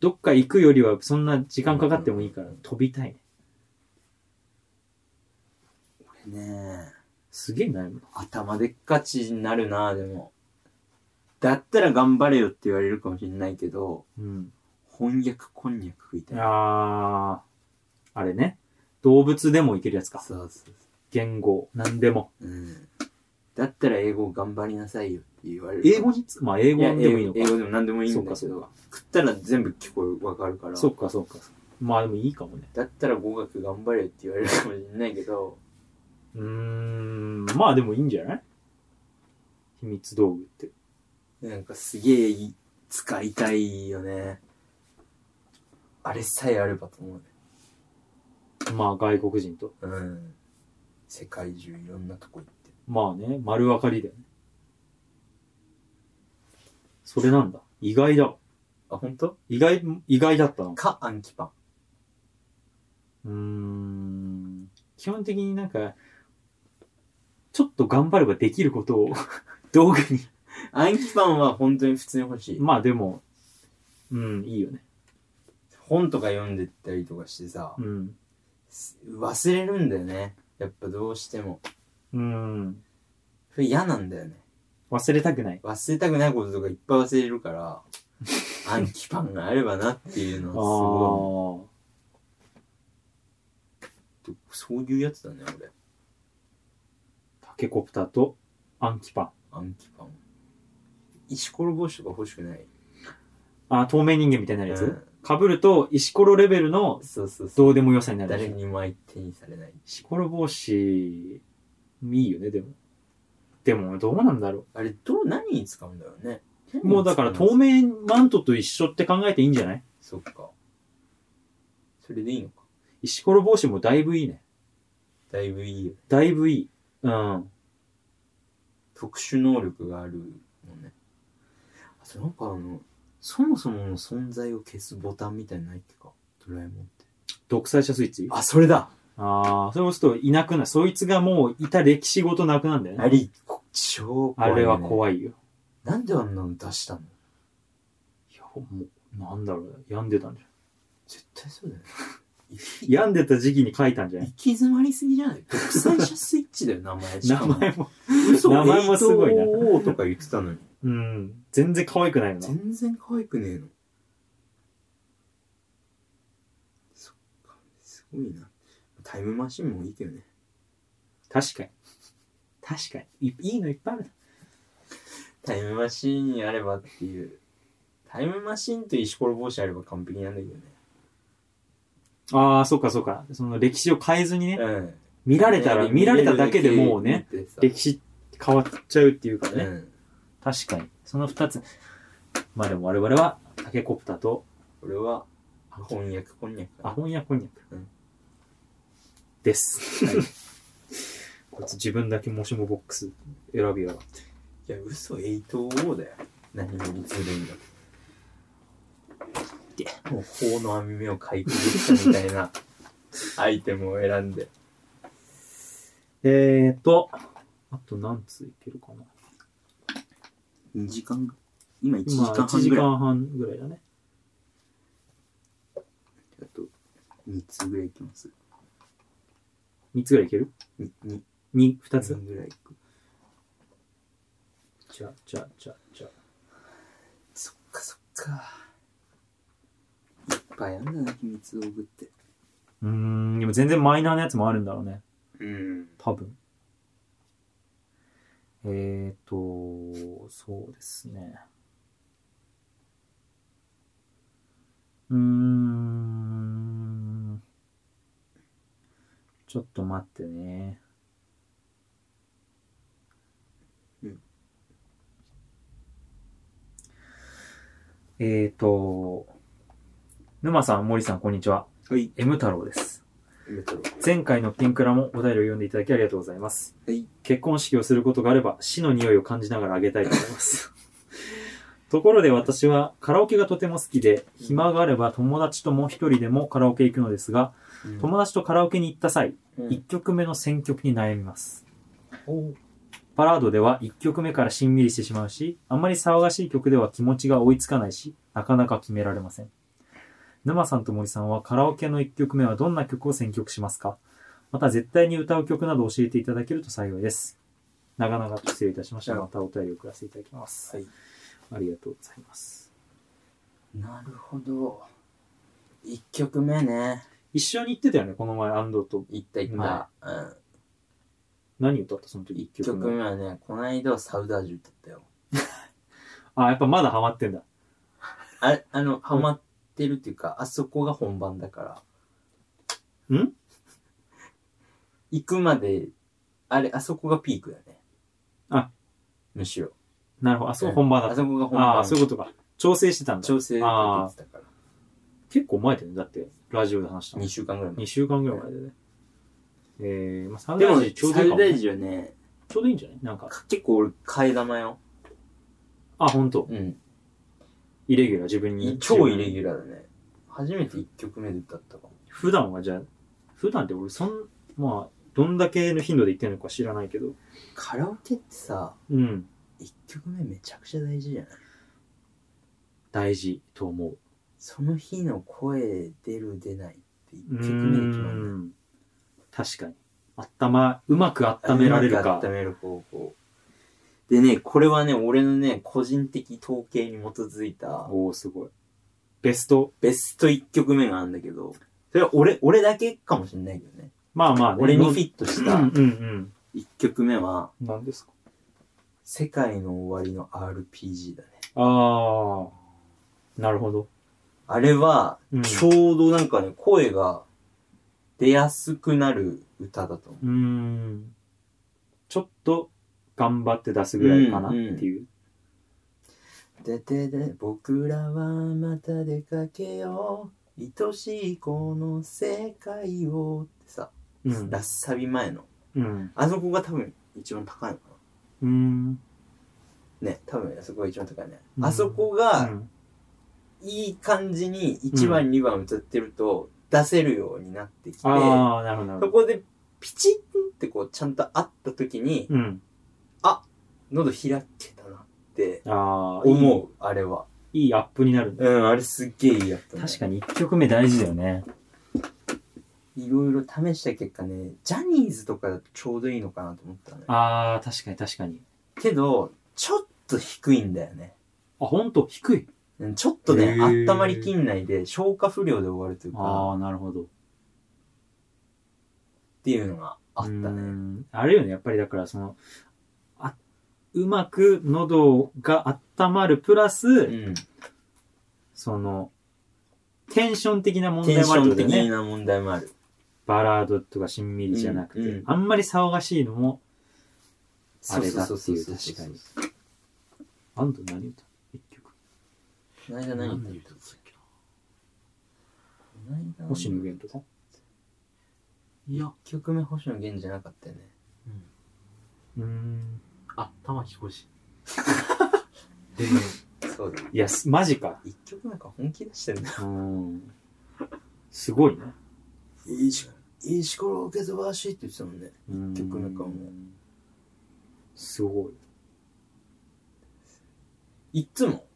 [SPEAKER 1] どっか行くよりはそんな時間かかってもいいから、飛びたいね。
[SPEAKER 2] ねえ。
[SPEAKER 1] すげえ悩む。
[SPEAKER 2] 頭でっかちになるなでも。だったら頑張れよって言われるかもしれないけど、
[SPEAKER 1] うん。
[SPEAKER 2] 翻訳こんにゃく食いたい。
[SPEAKER 1] あー、あれね。動物でもいけるやつか。
[SPEAKER 2] そうそう
[SPEAKER 1] 言語、なんでも。
[SPEAKER 2] そう。うん。だったら英語頑張りなさいよって言われる。
[SPEAKER 1] 英語につまあ、英
[SPEAKER 2] い
[SPEAKER 1] 語
[SPEAKER 2] や
[SPEAKER 1] で
[SPEAKER 2] 英
[SPEAKER 1] も
[SPEAKER 2] 語
[SPEAKER 1] いいの
[SPEAKER 2] 英
[SPEAKER 1] か。
[SPEAKER 2] 語でも何でもいいんだけ
[SPEAKER 1] そう
[SPEAKER 2] ど。
[SPEAKER 1] かそう
[SPEAKER 2] 食
[SPEAKER 1] か
[SPEAKER 2] ったら全部聞こえる、わかるから。
[SPEAKER 1] そうか、そうか。まあでもいいかもね。
[SPEAKER 2] だったら語学頑張れよって言われるかもしれないけど、
[SPEAKER 1] うーん、まあでもいいんじゃない秘密道具って。
[SPEAKER 2] なんかすげえ使いたいよね。あれさえあればと思うね。
[SPEAKER 1] まあ外国人と。
[SPEAKER 2] うん。世界中いろんなとこ行って。
[SPEAKER 1] まあね、丸分かりだよね。それなんだ。意外だ。
[SPEAKER 2] あ、本当？
[SPEAKER 1] 意外、意外だったな。
[SPEAKER 2] か、暗記パン。
[SPEAKER 1] うーん。基本的になんか、ちょっと頑張ればできることを 道具に。
[SPEAKER 2] 暗記パンは本当に普通に欲しい。
[SPEAKER 1] まあでも、うん、いいよね。
[SPEAKER 2] 本とか読んでったりとかしてさ
[SPEAKER 1] う、ん。
[SPEAKER 2] す忘れるんだよね。やっぱどうしても。
[SPEAKER 1] うん。
[SPEAKER 2] それ嫌なんだよね。
[SPEAKER 1] 忘れたくない。
[SPEAKER 2] 忘れたくないこととかいっぱい忘れ るから、暗記パンがあればなっていうの
[SPEAKER 1] ああ
[SPEAKER 2] は
[SPEAKER 1] ー。
[SPEAKER 2] すごい。そういうやつだね、俺。
[SPEAKER 1] タケコプターとアンキパン。
[SPEAKER 2] 暗記パン。石ころ帽子とか欲しくない
[SPEAKER 1] あー透明人間みたいになるや
[SPEAKER 2] う
[SPEAKER 1] つ
[SPEAKER 2] ん
[SPEAKER 1] 被ると石ころレベルの
[SPEAKER 2] そうそうそう。
[SPEAKER 1] どうでも良さになるで
[SPEAKER 2] 誰
[SPEAKER 1] しょ。
[SPEAKER 2] にも相手にされない。
[SPEAKER 1] 石ころ帽子、いいよね、でも。でも、どうなんだろ
[SPEAKER 2] あれ、どう、何に使うんだろうね。
[SPEAKER 1] う。もうだから
[SPEAKER 2] 何に
[SPEAKER 1] 透
[SPEAKER 2] 使うんだろう
[SPEAKER 1] 明マントと一緒って考えていいんじゃない
[SPEAKER 2] そっか。それでいいのか。
[SPEAKER 1] 石ころ帽子もだいぶいいね。
[SPEAKER 2] だいぶいいよ。
[SPEAKER 1] だいぶいい。うん。
[SPEAKER 2] 特殊能力があるもんねあとなんかあのそもそもの存在を消すボタンみたいなのないってかドラえもんって
[SPEAKER 1] 独裁者スイッチ
[SPEAKER 2] あそれだ
[SPEAKER 1] ああ、それ押すといなくなる。そいつがもういた歴史ごとなくなんだよね。
[SPEAKER 2] ありこ超
[SPEAKER 1] あ
[SPEAKER 2] 怖い、
[SPEAKER 1] れは怖いよ。
[SPEAKER 2] い。なんであんなの出したの
[SPEAKER 1] いや、もう、なんだろう、病んでたんじゃ
[SPEAKER 2] 絶対そうだよね。
[SPEAKER 1] ん。病んでた時期に書いたんじゃな
[SPEAKER 2] 行
[SPEAKER 1] い
[SPEAKER 2] き詰まりすぎじゃない独裁者スイッ チだよ、名前し
[SPEAKER 1] 名
[SPEAKER 2] かも。
[SPEAKER 1] 前も。
[SPEAKER 2] 嘘
[SPEAKER 1] 名前もすごいな
[SPEAKER 2] 影響とか言ってたのに。
[SPEAKER 1] うん。全然可愛くないのな。
[SPEAKER 2] 全然可愛くねえの。そっか、すごいな。タイムマシンもいいけどね。
[SPEAKER 1] 確かに。確かに。いいいのいっぱいある。
[SPEAKER 2] タイムマシンあればっていう。タイムマシンと石ころ帽子あれば完璧なんだけどね。
[SPEAKER 1] ああ、そうかそうか。その歴史を変えずにね、
[SPEAKER 2] うん。
[SPEAKER 1] 見られたら、見られただけでもうね、
[SPEAKER 2] 見てさ。
[SPEAKER 1] 歴史変わっちゃうっていうか
[SPEAKER 2] う
[SPEAKER 1] ね。
[SPEAKER 2] ん。
[SPEAKER 1] 確かに。その二つ。まあでも我々は、タケコプターと、
[SPEAKER 2] これは、翻訳こんにゃく
[SPEAKER 1] あ、
[SPEAKER 2] かな。
[SPEAKER 1] 翻訳こんにゃく。
[SPEAKER 2] うん
[SPEAKER 1] です。 はいこいつ自分だけもしもボックス選びやがって。
[SPEAKER 2] いや、嘘、8O だよ。何も見つるんだ。もう、法の網目をかいくぐったみたい なアイテムを選んで。
[SPEAKER 1] えーと、あと何ついけるかな。
[SPEAKER 2] 2時間今1時
[SPEAKER 1] 今、
[SPEAKER 2] 間
[SPEAKER 1] 1
[SPEAKER 2] 半
[SPEAKER 1] 時
[SPEAKER 2] ぐらい。あ
[SPEAKER 1] 間半ぐらいだね。
[SPEAKER 2] と、3つぐらいいきます。
[SPEAKER 1] 3つぐらいいける
[SPEAKER 2] 2, 2
[SPEAKER 1] ?2、2つ、
[SPEAKER 2] ぐらいいく。
[SPEAKER 1] じゃあ、じゃあ、じゃあ、じゃあ。
[SPEAKER 2] そっかそっか。いっぱいあんだな、秘密道具って。
[SPEAKER 1] うーん、でも全然マイナーなやつもあるんだろうね。
[SPEAKER 2] うん。
[SPEAKER 1] 多分。えーと、そうですね。うーん。ちょっと待ってね。
[SPEAKER 2] うん
[SPEAKER 1] えーと、沼さん、森さん、こんにちは。
[SPEAKER 2] はい、
[SPEAKER 1] M 太郎です。
[SPEAKER 2] メトロ。
[SPEAKER 1] 前回のピンクラもお便りを読んでいただきありがとうございます。
[SPEAKER 2] はい。
[SPEAKER 1] 結婚式をすることがあれば死の匂いを感じながらあげたいと思います。 ところで私はカラオケがとても好きで、暇があれば友達とも一人でもカラオケ行くのですが、友達とカラオケに行った際、
[SPEAKER 2] うん
[SPEAKER 1] 1曲目の選曲に悩みます。
[SPEAKER 2] お
[SPEAKER 1] バラードでは1曲目からしんみりしてしまうし、あんまり騒がしい曲では気持ちが追いつかないし、なかなか決められません。沼さんと森さんはカラオケの1曲目はどんな曲を選曲しますかまた絶対に歌う曲など教えていただけると幸いです。長々と失礼いたしました。
[SPEAKER 2] うん
[SPEAKER 1] またお便りを送らせていただきます。
[SPEAKER 2] はい。
[SPEAKER 1] ありがとうございます。
[SPEAKER 2] なるほど。1曲目ね。
[SPEAKER 1] 一緒に行ってたよね、この前、安藤と。
[SPEAKER 2] いったいった。うん。
[SPEAKER 1] 何歌ったその時
[SPEAKER 2] 一
[SPEAKER 1] 1曲
[SPEAKER 2] 曲
[SPEAKER 1] 目。
[SPEAKER 2] 目はね、こないだはサウダージュ歌ったよ。
[SPEAKER 1] あ、やっぱまだハマってんだ。
[SPEAKER 2] あれ、あの、ハマってるっていうか、あそこが本番だから。
[SPEAKER 1] ん
[SPEAKER 2] 行くまで、あれ、あそこがピークだね。
[SPEAKER 1] あ。
[SPEAKER 2] むしろ。
[SPEAKER 1] なるほど。あそこ本番だ
[SPEAKER 2] あ
[SPEAKER 1] った。
[SPEAKER 2] そこが本
[SPEAKER 1] あ
[SPEAKER 2] 番。
[SPEAKER 1] あー、そういうことか。調整してたんだ。
[SPEAKER 2] 調整かけてたか
[SPEAKER 1] 結構前だよね。だって、ラジオで話した
[SPEAKER 2] ら。
[SPEAKER 1] の
[SPEAKER 2] 2。週間ぐらい前
[SPEAKER 1] 2週間ぐらい前でね。えー、まあ、サウ
[SPEAKER 2] で
[SPEAKER 1] ダ
[SPEAKER 2] も
[SPEAKER 1] ージ、ちょうど
[SPEAKER 2] サ
[SPEAKER 1] いい
[SPEAKER 2] ウ
[SPEAKER 1] か
[SPEAKER 2] ダ
[SPEAKER 1] もね、
[SPEAKER 2] ージュはね、
[SPEAKER 1] ちょうどいいんじゃないなんか、
[SPEAKER 2] 結構俺、替え玉よ。
[SPEAKER 1] あ、本当
[SPEAKER 2] うん。
[SPEAKER 1] イレギュラー、自分に。
[SPEAKER 2] 超イ
[SPEAKER 1] ュラ
[SPEAKER 2] レ
[SPEAKER 1] ー。
[SPEAKER 2] ギュラーだね。初めて1曲目で歌ったかも。
[SPEAKER 1] 普段はじゃあ、普段って俺、そん、まあ、どんだけの頻度で言ってるのか知らないけど。
[SPEAKER 2] カラオケってさ、
[SPEAKER 1] うん。
[SPEAKER 2] 1曲目めちゃくちゃ大事じゃない
[SPEAKER 1] 大事と思う。
[SPEAKER 2] その日の声出る出ないって
[SPEAKER 1] う
[SPEAKER 2] 1曲目で決まるんだ
[SPEAKER 1] ん。確かに。あったま、うまく温められる
[SPEAKER 2] うま
[SPEAKER 1] か
[SPEAKER 2] く。温める方法でねこれはね俺のね個人的統計に基づいた
[SPEAKER 1] おおすごい。ベスト。
[SPEAKER 2] ベスト1曲目があるんだけどそれは俺俺だけかもしれないけどね
[SPEAKER 1] まあまあね。
[SPEAKER 2] 俺にフ
[SPEAKER 1] ッ
[SPEAKER 2] ィットし
[SPEAKER 1] う
[SPEAKER 2] た
[SPEAKER 1] んうん
[SPEAKER 2] 1曲目は
[SPEAKER 1] うん。なんですか
[SPEAKER 2] 「世界の終わり」の RPG だね
[SPEAKER 1] ああ。なるほど。
[SPEAKER 2] あれは
[SPEAKER 1] うん
[SPEAKER 2] ちょうどなんかね声が出やすくなる歌だと思う
[SPEAKER 1] うーんちょっと頑張って出すぐらいかなっていう。
[SPEAKER 2] ででで僕らはまた出かけよう愛しいこの世界をってさ、
[SPEAKER 1] うん。
[SPEAKER 2] ラッサビ前の
[SPEAKER 1] うん。
[SPEAKER 2] あそこが多分一番高いのか
[SPEAKER 1] うん。
[SPEAKER 2] なね多分あそこが一番高いね、
[SPEAKER 1] うん
[SPEAKER 2] あそこ
[SPEAKER 1] う
[SPEAKER 2] が
[SPEAKER 1] ん
[SPEAKER 2] いい感じに1番、2番歌ってると出せるようになってきて
[SPEAKER 1] ああ、なるほどなる
[SPEAKER 2] そ
[SPEAKER 1] ほど。
[SPEAKER 2] こでピチンってこうちゃんと合った時に
[SPEAKER 1] うん。
[SPEAKER 2] 喉開けたなって
[SPEAKER 1] ああ、
[SPEAKER 2] 思う、あれは。
[SPEAKER 1] いい。いいアップになるんだ。
[SPEAKER 2] うん、あれすっげえいいやった、
[SPEAKER 1] 確かに1曲目大事だよね。
[SPEAKER 2] に。いろいろ試した結果ね、ジャニーズとかだとちょうどいいのかなと思ったね。
[SPEAKER 1] ああ、確かに確かに。
[SPEAKER 2] けど、ちょっと低いんだよね。
[SPEAKER 1] あ、ほんと低い。
[SPEAKER 2] うんちょっと
[SPEAKER 1] へ
[SPEAKER 2] ね、
[SPEAKER 1] ー
[SPEAKER 2] 温まりきんないで、消化不良で終わるというか、
[SPEAKER 1] ああ、なるほど。
[SPEAKER 2] っていうのがあった
[SPEAKER 1] うー
[SPEAKER 2] ね。
[SPEAKER 1] んあれよね、やっぱりだから、その、あ、うまく喉が温まるプラス、
[SPEAKER 2] うん。
[SPEAKER 1] その、テンション的な問
[SPEAKER 2] テン
[SPEAKER 1] 題
[SPEAKER 2] シ
[SPEAKER 1] もある
[SPEAKER 2] ョ
[SPEAKER 1] ん
[SPEAKER 2] ン
[SPEAKER 1] だ
[SPEAKER 2] 的
[SPEAKER 1] よね。
[SPEAKER 2] な問題もある。
[SPEAKER 1] バラードとかしんみりじゃなくて、
[SPEAKER 2] うんうん
[SPEAKER 1] あんまり騒がしいのも、あれだっていう
[SPEAKER 2] そうそうそうそう
[SPEAKER 1] 確かに。あんた何歌う一曲。
[SPEAKER 2] この間何
[SPEAKER 3] 何
[SPEAKER 2] 歌った
[SPEAKER 3] で言うとったっけな
[SPEAKER 2] この間
[SPEAKER 1] 星野源とか。
[SPEAKER 3] いや、
[SPEAKER 2] 一曲目星野源じゃなかったよね。
[SPEAKER 1] うーん。
[SPEAKER 3] あ、玉木 浩二。で、
[SPEAKER 2] そうだ。
[SPEAKER 1] いや、すマジか。
[SPEAKER 2] 一曲目か本気出してるんだ。
[SPEAKER 1] うん。すごいね。
[SPEAKER 2] いいし、いいしころ受けずばしいって言ってたもんね。
[SPEAKER 1] うん
[SPEAKER 2] 一曲目かも
[SPEAKER 1] すごい。
[SPEAKER 2] いっつも。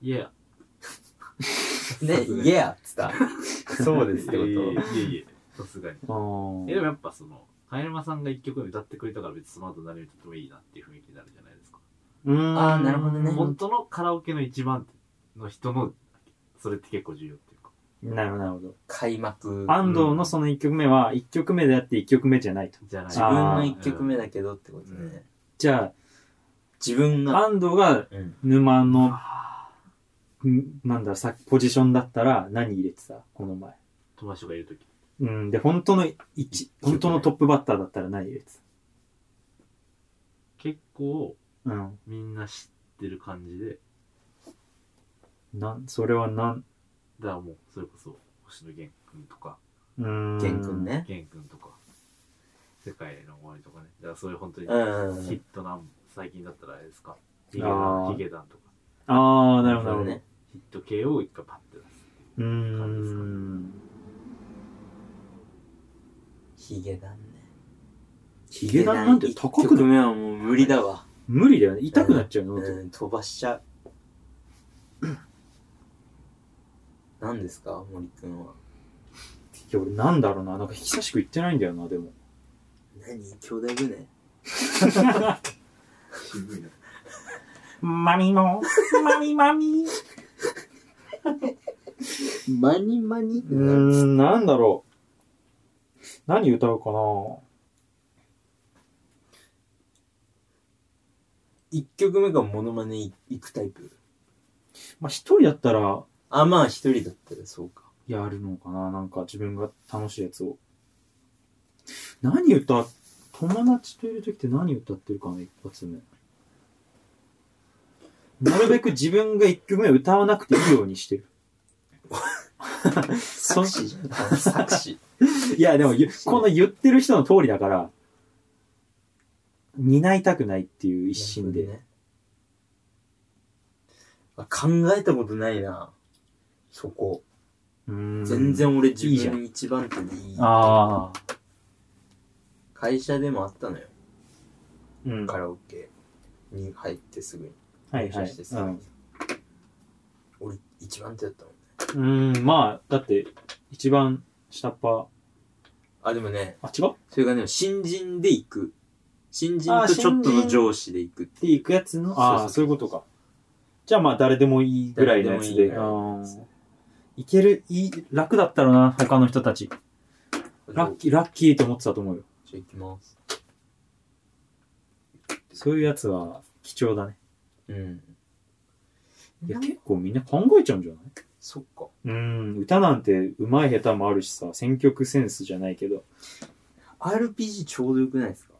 [SPEAKER 3] いや、
[SPEAKER 2] ね、
[SPEAKER 3] そうですね
[SPEAKER 2] イエアっつった。そうですってこ
[SPEAKER 3] いやい
[SPEAKER 2] と。
[SPEAKER 3] やいや、さすが
[SPEAKER 1] あ
[SPEAKER 3] に。えでも
[SPEAKER 1] ー
[SPEAKER 3] やっぱその、カエルマさんが一曲歌ってくれたから別にその後誰にとってもいいなっていう雰囲気になるじゃないですか。
[SPEAKER 1] うーん
[SPEAKER 2] あーなるほどね
[SPEAKER 3] 本当のカラオケの一番の人の、それって結構重要っていうか。
[SPEAKER 1] なるほど、なるほど。
[SPEAKER 2] 開幕。
[SPEAKER 1] 安藤のその1曲目は、1曲目であって1曲目じゃないと。
[SPEAKER 3] じゃない
[SPEAKER 2] 自分の一曲目だけどってことね。
[SPEAKER 1] じゃ
[SPEAKER 2] 自分
[SPEAKER 1] あ、
[SPEAKER 2] が。
[SPEAKER 1] 安藤が
[SPEAKER 2] うん。
[SPEAKER 1] 沼の、んなんだ、さポジションだったら何入れてたこの前。
[SPEAKER 3] 友達とかいるとき。
[SPEAKER 1] うん。で、本当の一、本当のトップバッターだったら何入れて
[SPEAKER 3] 結構
[SPEAKER 1] たうん。
[SPEAKER 3] みんな知ってる感じで、
[SPEAKER 1] なん、それはなん、
[SPEAKER 3] だからもうそれこそ星野源くんとか、
[SPEAKER 1] うーん。
[SPEAKER 2] ケン君。ね。
[SPEAKER 3] 源くんとか、世界の終わりとかね。だからそういう本当に
[SPEAKER 2] う
[SPEAKER 3] ヒ
[SPEAKER 2] ん。
[SPEAKER 3] ットなん、最近だったらあれですか。ヒゲ
[SPEAKER 1] あ
[SPEAKER 3] ダ
[SPEAKER 1] ー
[SPEAKER 3] ンヒゲダンとか、
[SPEAKER 1] あー、なるほど、なる
[SPEAKER 2] そ
[SPEAKER 1] ほど。
[SPEAKER 2] うね。
[SPEAKER 3] ヒット系を一回パッて出す。
[SPEAKER 1] うーん。
[SPEAKER 2] ヒゲダンね。
[SPEAKER 1] ヒゲダンなんて高
[SPEAKER 2] 一
[SPEAKER 1] く
[SPEAKER 2] 曲
[SPEAKER 1] ない
[SPEAKER 2] 目はもう無理だわ。
[SPEAKER 1] 無理だよね。痛くなっちゃうの、喉
[SPEAKER 2] うん、飛ばしちゃう。何ですか森くんは。
[SPEAKER 1] いや、俺なんだろうな。なんか久しく行ってないんだよな、でも。
[SPEAKER 2] 何兄弟船
[SPEAKER 3] 渋いな。
[SPEAKER 1] マミも、マミマミ。
[SPEAKER 2] マニマニ
[SPEAKER 1] うーん、なんだろう。何歌うかな
[SPEAKER 2] 一曲目がモノマネいいくタイプ。
[SPEAKER 1] まあ、一人だったら
[SPEAKER 2] あ、まあ一人だったらそうか。
[SPEAKER 1] やるのかななんか自分が楽しいやつを。何歌っ、友達といる時って何歌ってるかな一発目。なるべく自分が一曲目歌わなくていいようにして る。そ
[SPEAKER 2] 作詞じゃん。作詞。
[SPEAKER 1] いや、でもゆ、この言ってる人の通りだから、担いたくないっていう 一心で。
[SPEAKER 2] ね。あ考えたことないな。そこ。
[SPEAKER 1] うーん
[SPEAKER 2] 全。然俺自
[SPEAKER 1] いいじゃん
[SPEAKER 2] 分一番手でいい。
[SPEAKER 1] ああ。
[SPEAKER 2] 会社でもあったのよ。
[SPEAKER 1] うん。
[SPEAKER 2] カ
[SPEAKER 1] は
[SPEAKER 2] ラオケに入ってすぐに。
[SPEAKER 1] いは
[SPEAKER 2] 入
[SPEAKER 1] い。
[SPEAKER 2] 社して
[SPEAKER 1] う
[SPEAKER 2] さ
[SPEAKER 1] ん。
[SPEAKER 2] 俺一番手だったもんね。
[SPEAKER 1] うん、まあ、だって、一番下っ端。
[SPEAKER 2] あ、でもね、
[SPEAKER 1] あ、違うっ
[SPEAKER 2] それがね、新人で行く。新人とちょっと
[SPEAKER 1] あ新
[SPEAKER 2] の
[SPEAKER 1] 人
[SPEAKER 2] 上司で行くって
[SPEAKER 1] ていくやつの、ああ、
[SPEAKER 2] そ
[SPEAKER 1] そういうことか。じゃあまあ、誰でもいいぐらいのやつで。
[SPEAKER 2] 誰でもいいぐ
[SPEAKER 1] あ
[SPEAKER 2] らいのやつ
[SPEAKER 1] ーいける、いい、楽だったろうな、他の人たち。ラッキー、ラッキーと思ってたと思うよ。
[SPEAKER 2] じゃあ行きます。
[SPEAKER 1] そういうやつは貴重だね。
[SPEAKER 2] うん。
[SPEAKER 1] いや、
[SPEAKER 2] なん
[SPEAKER 1] 結構みんな考えちゃうんじゃない
[SPEAKER 2] そっか。
[SPEAKER 1] うん、歌なんて上手い下手もあるしさ、選曲センスじゃないけど、
[SPEAKER 2] RPG ちょうどよくないですか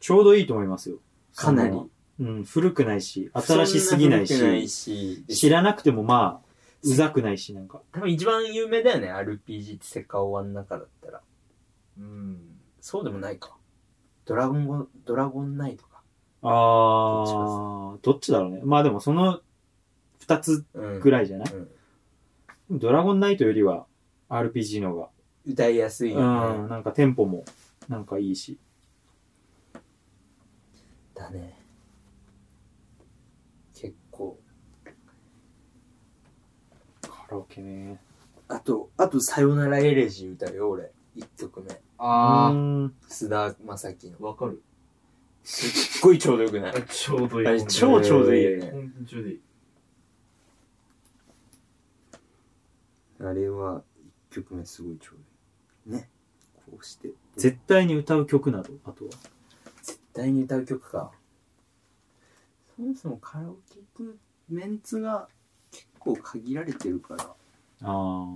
[SPEAKER 1] ちょうどいいと思いますよ。
[SPEAKER 2] かなり。
[SPEAKER 1] うん、古くないし、新しすぎない
[SPEAKER 2] そん古くない
[SPEAKER 1] し、
[SPEAKER 2] し
[SPEAKER 1] 知らなくてもまあ、うざくないし、なんか。
[SPEAKER 2] 多分一番有名だよね、RPG ってセカオワの中だったら。
[SPEAKER 3] うん。
[SPEAKER 2] そうでもないか。ドラゴンゴ、ドラゴンナイトか。
[SPEAKER 1] あー、どっちだろうね。まあでもその二つ
[SPEAKER 2] うん。
[SPEAKER 1] ぐらいじゃない、
[SPEAKER 2] うん
[SPEAKER 1] ドラゴンナイトよりは RPG の方
[SPEAKER 2] 歌いやすい
[SPEAKER 1] が、う
[SPEAKER 2] よ
[SPEAKER 1] ん、
[SPEAKER 2] ね。
[SPEAKER 1] なんかテンポもなんかいいし。
[SPEAKER 2] だね。
[SPEAKER 1] カラオケね。
[SPEAKER 2] あと、あと、さよならエレジー歌うよ、俺。一曲目。
[SPEAKER 5] うーん
[SPEAKER 2] 菅田将暉の。
[SPEAKER 3] わかる。
[SPEAKER 2] すっごいちょうどよくない
[SPEAKER 3] ちょうどいい。
[SPEAKER 2] あれ超ちょうどいいよね。
[SPEAKER 3] 本当にちょうどいい。
[SPEAKER 2] あれは、一曲目すごいちょうどいい。ね。こうして。絶
[SPEAKER 5] 絶対に歌う曲など、あとは。
[SPEAKER 2] 対に歌う曲か。そもそもカラオケ行くメンツが結構限られてるから。
[SPEAKER 1] ああ。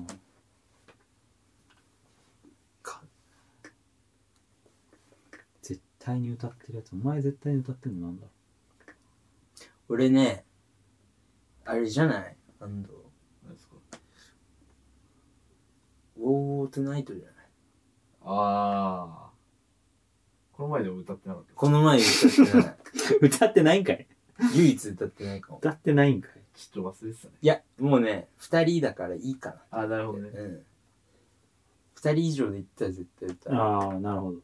[SPEAKER 2] か
[SPEAKER 1] 絶対に歌ってるやつ。お前絶対に歌ってるのなんだ
[SPEAKER 2] 俺ね、あれじゃない安藤。
[SPEAKER 3] 何ですか
[SPEAKER 2] ウォーウォートナイトじゃない
[SPEAKER 3] ああ。この前でも歌ってなかった。
[SPEAKER 2] この前歌って ない。
[SPEAKER 1] 歌ってないんかい
[SPEAKER 2] 唯一歌ってないかも。
[SPEAKER 1] 歌ってないんかい
[SPEAKER 3] ちょっと忘れてたね。
[SPEAKER 2] いや、もうね、二人だからいいかな。
[SPEAKER 3] ああ、なるほど
[SPEAKER 2] う
[SPEAKER 3] ね。
[SPEAKER 2] ん。二人以上で行ったら絶対歌う。
[SPEAKER 1] ああ、なるほど。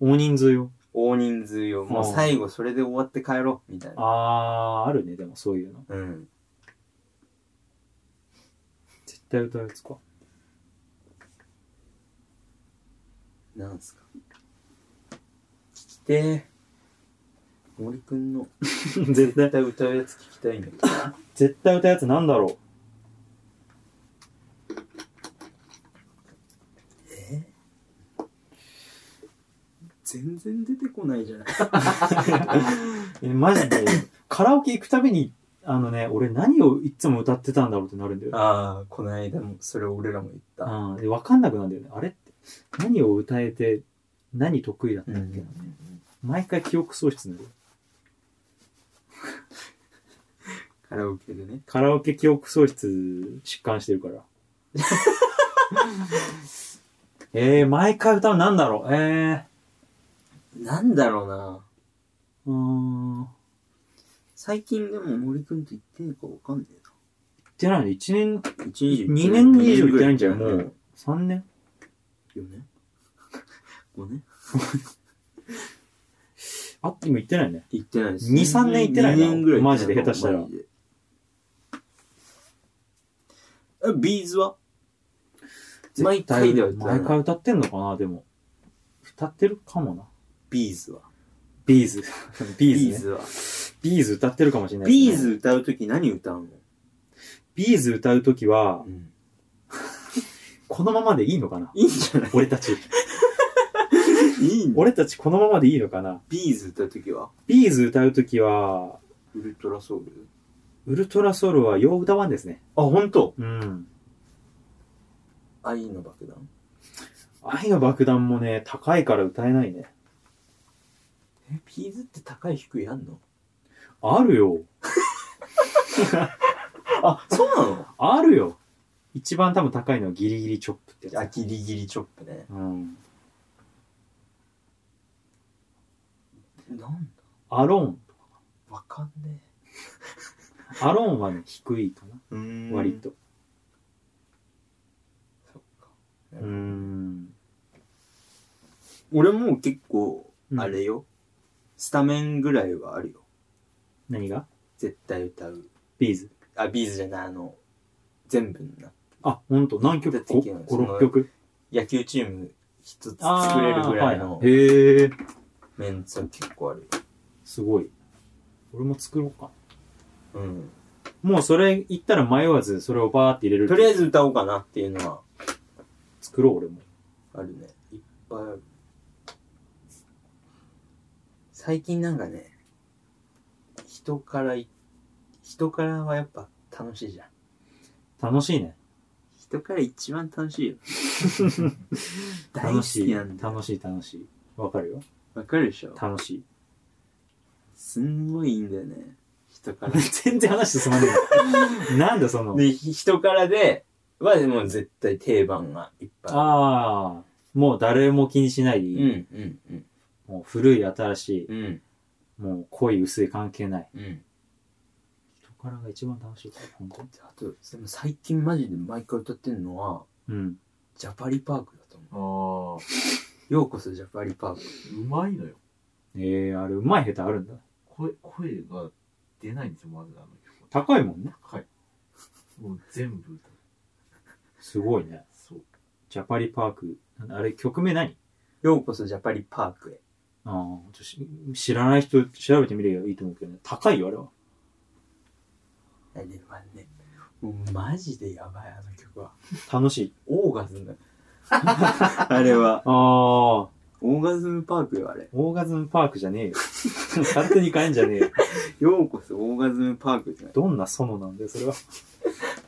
[SPEAKER 1] 大人数よ。
[SPEAKER 2] 大人数よ。もう最後それで終わって帰ろう。みたいな。
[SPEAKER 1] ああ、あるね、でもそういうの。
[SPEAKER 2] うん。
[SPEAKER 1] 絶対歌うやつか。
[SPEAKER 2] なんすか。聞きてえ森くんの
[SPEAKER 1] 絶対
[SPEAKER 2] 絶、対歌うやつ聞きたいんだけど。
[SPEAKER 1] 絶対歌うやつなんだ ろ。
[SPEAKER 2] え全然出てこないじゃないう
[SPEAKER 1] え、マジで、カラオケ行くたびに、あのね、俺何をいつも歌ってたんだろうってなるんだよ。
[SPEAKER 2] ああ、この間も、それ俺らも言った。
[SPEAKER 1] うん。で、わかんなくなるんだよね。あれって、何を歌えて、何得意だったっけな、毎回記憶喪失になる。
[SPEAKER 2] カラオケでね。
[SPEAKER 1] カラオケ記憶喪失疾患してる から。えー、毎回歌うなんだろうえー、
[SPEAKER 2] なんだろうな。
[SPEAKER 1] うーん。
[SPEAKER 2] 最近でも森くんと言ってんのかわかんね
[SPEAKER 1] ってないの1年、
[SPEAKER 2] えな。一年
[SPEAKER 1] 2年以上行ってないんじゃん、も。
[SPEAKER 2] 二年
[SPEAKER 1] う。3年
[SPEAKER 2] ぐらいだよね4年 ?5 年
[SPEAKER 1] あっても行ってないね。
[SPEAKER 2] 行ってないです。
[SPEAKER 1] 二三年行ってないな
[SPEAKER 2] 2年ぐらい行って
[SPEAKER 1] マジ
[SPEAKER 2] ない。
[SPEAKER 1] で下手したら
[SPEAKER 2] マジで。え、ビーズは毎回では言ってない
[SPEAKER 1] 毎回歌ってんのかなでも。歌ってるかもな。
[SPEAKER 2] ビーズは。
[SPEAKER 1] ビー ズ。ビーズ、ね。ビーズ
[SPEAKER 2] は。
[SPEAKER 1] 歌ってるかもしれないですね、
[SPEAKER 2] ビーズ歌うとき何歌うの
[SPEAKER 1] ビーズ歌うときは、このままでいいのかない
[SPEAKER 2] いんじゃない
[SPEAKER 1] 俺た ち。
[SPEAKER 2] いいんだ。
[SPEAKER 1] 俺たちこのままでいいのかな
[SPEAKER 2] ビーズ歌うときは
[SPEAKER 1] ビーズ歌うときは、
[SPEAKER 2] ウルトラソウル
[SPEAKER 1] ウルトラソウルはよう歌わんですね。
[SPEAKER 2] あ、ほんと
[SPEAKER 1] うん。
[SPEAKER 2] 愛の爆弾
[SPEAKER 1] 愛の爆弾もね、高いから歌えないね。
[SPEAKER 2] え、ビーズって高い低いあんの
[SPEAKER 1] あるよ。
[SPEAKER 2] あ、そうな の
[SPEAKER 1] あるよ。一番多分高いのはギリギリチョップって
[SPEAKER 2] あ、
[SPEAKER 1] やつ。
[SPEAKER 2] ギリギリチョップね。
[SPEAKER 1] うん。
[SPEAKER 2] なん
[SPEAKER 1] アローン。
[SPEAKER 2] だわかんね
[SPEAKER 1] アローンはね、低いかな。
[SPEAKER 2] え。うん
[SPEAKER 1] 割。と。
[SPEAKER 2] そっか。
[SPEAKER 1] うーん。
[SPEAKER 2] 俺も結構、
[SPEAKER 1] うん
[SPEAKER 2] あれよ。スタメンぐらいはあるよ。
[SPEAKER 1] 何が
[SPEAKER 2] 絶対歌う。
[SPEAKER 1] ビーズ。
[SPEAKER 2] あ、ビーズじゃない、あの、全部な。
[SPEAKER 1] あ、ほんと、何曲
[SPEAKER 2] 出てきてない
[SPEAKER 1] ?5、6曲
[SPEAKER 2] 野球チーム一つ
[SPEAKER 1] あー
[SPEAKER 2] 作れるぐらいの
[SPEAKER 1] はへえ。
[SPEAKER 2] メンツは結構あるよ。
[SPEAKER 1] すごい。俺も作ろうか。
[SPEAKER 2] うん。
[SPEAKER 1] もうそれ言ったら迷わずそれをバーって入れる。
[SPEAKER 2] とりあえ
[SPEAKER 1] ず
[SPEAKER 2] ず歌おうかなっていうのは
[SPEAKER 1] 作ろう、俺も。
[SPEAKER 2] あるね。いっぱいある。最近なんかね、人からい、人からはやっぱ楽しいじゃん。
[SPEAKER 1] 楽しいね。
[SPEAKER 2] 人から一番 楽しいよ。大
[SPEAKER 1] 楽し
[SPEAKER 2] 好き
[SPEAKER 1] い。
[SPEAKER 2] なんだよ。
[SPEAKER 1] 楽しい、楽しい。わかるよ。
[SPEAKER 2] わかるでしょ
[SPEAKER 1] 楽しい。
[SPEAKER 2] すんごいいいんだよね。人から。
[SPEAKER 1] 全然話進まねえ な。なんだその。
[SPEAKER 2] で、ひ人からで、はでも絶対定番がいっぱいあ
[SPEAKER 1] ああ、もう誰も気にしないでい
[SPEAKER 2] る。
[SPEAKER 1] い。
[SPEAKER 2] うん、うん、うん。
[SPEAKER 1] もう古い、新しい、
[SPEAKER 2] うん、
[SPEAKER 1] もう濃い、薄い関係ない。
[SPEAKER 2] うん。
[SPEAKER 1] 人からが一番楽しいから、本当に。
[SPEAKER 2] あと、でも最近マジで毎回歌ってるのは、
[SPEAKER 1] うん。
[SPEAKER 2] ジャパリパークだと思
[SPEAKER 3] ああ。
[SPEAKER 2] う。ようこそジャパリパーク。
[SPEAKER 3] うまいのよ。
[SPEAKER 1] ええー、あれ、うまい下手あるんだ。
[SPEAKER 3] 声、声が出ないんですよ、まずあの曲は。
[SPEAKER 1] 高いもんね。
[SPEAKER 3] 高い。もう全部歌う。
[SPEAKER 1] すごいね。
[SPEAKER 3] そう。
[SPEAKER 1] ジャパリパーク。あれ、曲名何
[SPEAKER 2] ようこそジャパリパークへ。
[SPEAKER 1] ああ、ちょっと知らない人調べてみればいいと思うけどね。高いよ、あれは。
[SPEAKER 2] あれはね、もうマジでやばい、あの曲は。
[SPEAKER 1] 楽しい。
[SPEAKER 2] オーガズム。あれは。
[SPEAKER 1] ああ、オ
[SPEAKER 2] オーガズムパークよ、あれ。
[SPEAKER 1] ーガズムパークじゃ ねえよ。勝手に変えんじゃねえよ。
[SPEAKER 2] ようこそオーガズムパークってな
[SPEAKER 1] どんな園なんだよ、それは。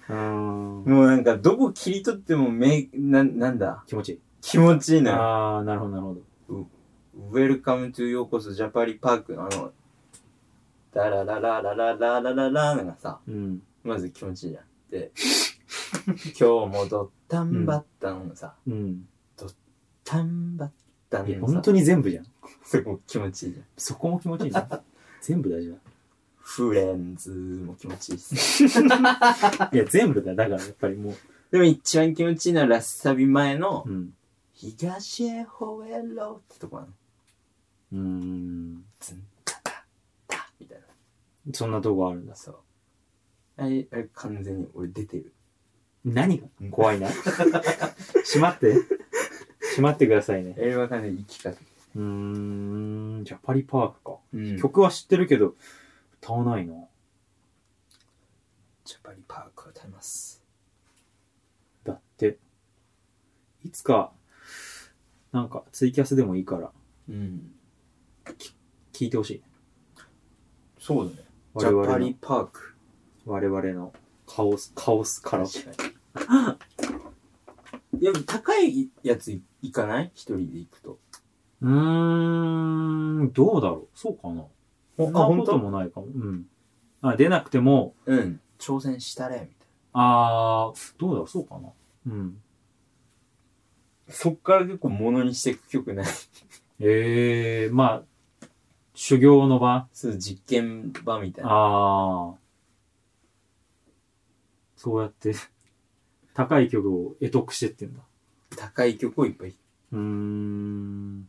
[SPEAKER 1] うーん。
[SPEAKER 2] もうなんか、どこ切り取ってもめ、な、なんだ、
[SPEAKER 1] 気持ちいい。
[SPEAKER 2] 気持ちいいのよ。
[SPEAKER 1] ああ、なるほど、なるほど。
[SPEAKER 2] ウェルカムトゥようこそジャパリパークのあの、ダラララララララララのがさ、
[SPEAKER 1] うん。
[SPEAKER 2] まず気持ちいいじゃん。で、今日戻ったんばったんのさ、
[SPEAKER 1] うん。
[SPEAKER 2] たんばったん
[SPEAKER 1] いや、
[SPEAKER 2] のさ
[SPEAKER 1] 本、当に全部じゃん。
[SPEAKER 2] すごく気持ちいいじゃん。
[SPEAKER 1] そこも気持ちいいじゃ ん。全部大事だ。
[SPEAKER 2] フレンズも気持ちいいし。
[SPEAKER 1] いや、全部だよ。だから、やっぱりも
[SPEAKER 2] でも一番気持ちいいのはラッサビ前の
[SPEAKER 1] う。うん。
[SPEAKER 2] 東へ吠えろってとこなの。
[SPEAKER 1] うーん。
[SPEAKER 2] ズンタタタみたい
[SPEAKER 1] そんなとこあるんだ
[SPEAKER 2] な。。そう。あれ、あれ完全に俺出てる。
[SPEAKER 1] 何が怖 いな。閉まって。閉まってくださいね
[SPEAKER 2] あ。れは完全に生き方。
[SPEAKER 1] うーん。ジャパリパークか。
[SPEAKER 2] うん
[SPEAKER 1] 曲は知ってるけど、歌わないな。
[SPEAKER 2] ジャパリパークを食べます。
[SPEAKER 1] だって。いつか、なんか、ツイキャスでもいいから、
[SPEAKER 2] うん。
[SPEAKER 1] 聞いてほしい。
[SPEAKER 2] そうだね。
[SPEAKER 1] 我
[SPEAKER 2] ジャ
[SPEAKER 1] 々
[SPEAKER 2] パ
[SPEAKER 1] の
[SPEAKER 2] リ、パーク。
[SPEAKER 1] 我々のカオス、カオスカラオケ。
[SPEAKER 2] 確かに。いや、高いやつ行かない一人で行くと。
[SPEAKER 1] うーん、どうだろう。そうかな。そんなこともないかも。うん。あ、出なくても、
[SPEAKER 2] うん。挑戦したれ、みたい
[SPEAKER 1] あー、どうだろう。そうかな。うん。
[SPEAKER 2] な。そっから結構物にしていく曲 ない。
[SPEAKER 1] ええー、まあ、修行の場。
[SPEAKER 2] そう、実験場みたいな。
[SPEAKER 1] ああ。そうやって、 高い曲を得得してってんだ。
[SPEAKER 2] 高い曲をいっぱい。
[SPEAKER 1] うーん。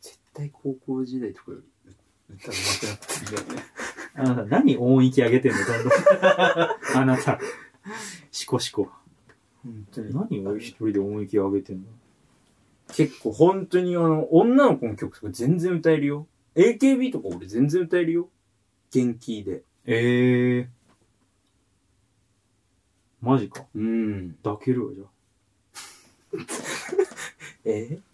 [SPEAKER 2] 絶対高校時代とかより歌うまくなってるよね。
[SPEAKER 1] あなた、何音域上げてんのどんど ん。あなた、しこしこ。
[SPEAKER 2] 本当に。
[SPEAKER 1] 何を一人で音域上げてんの
[SPEAKER 2] 結構本当にあの、女の子の曲とか全然歌えるよ。AKB とか俺全然歌えるよ。元気で。
[SPEAKER 1] ええー。マジか。
[SPEAKER 2] うん。
[SPEAKER 1] 抱けるわ、じゃあ。
[SPEAKER 2] え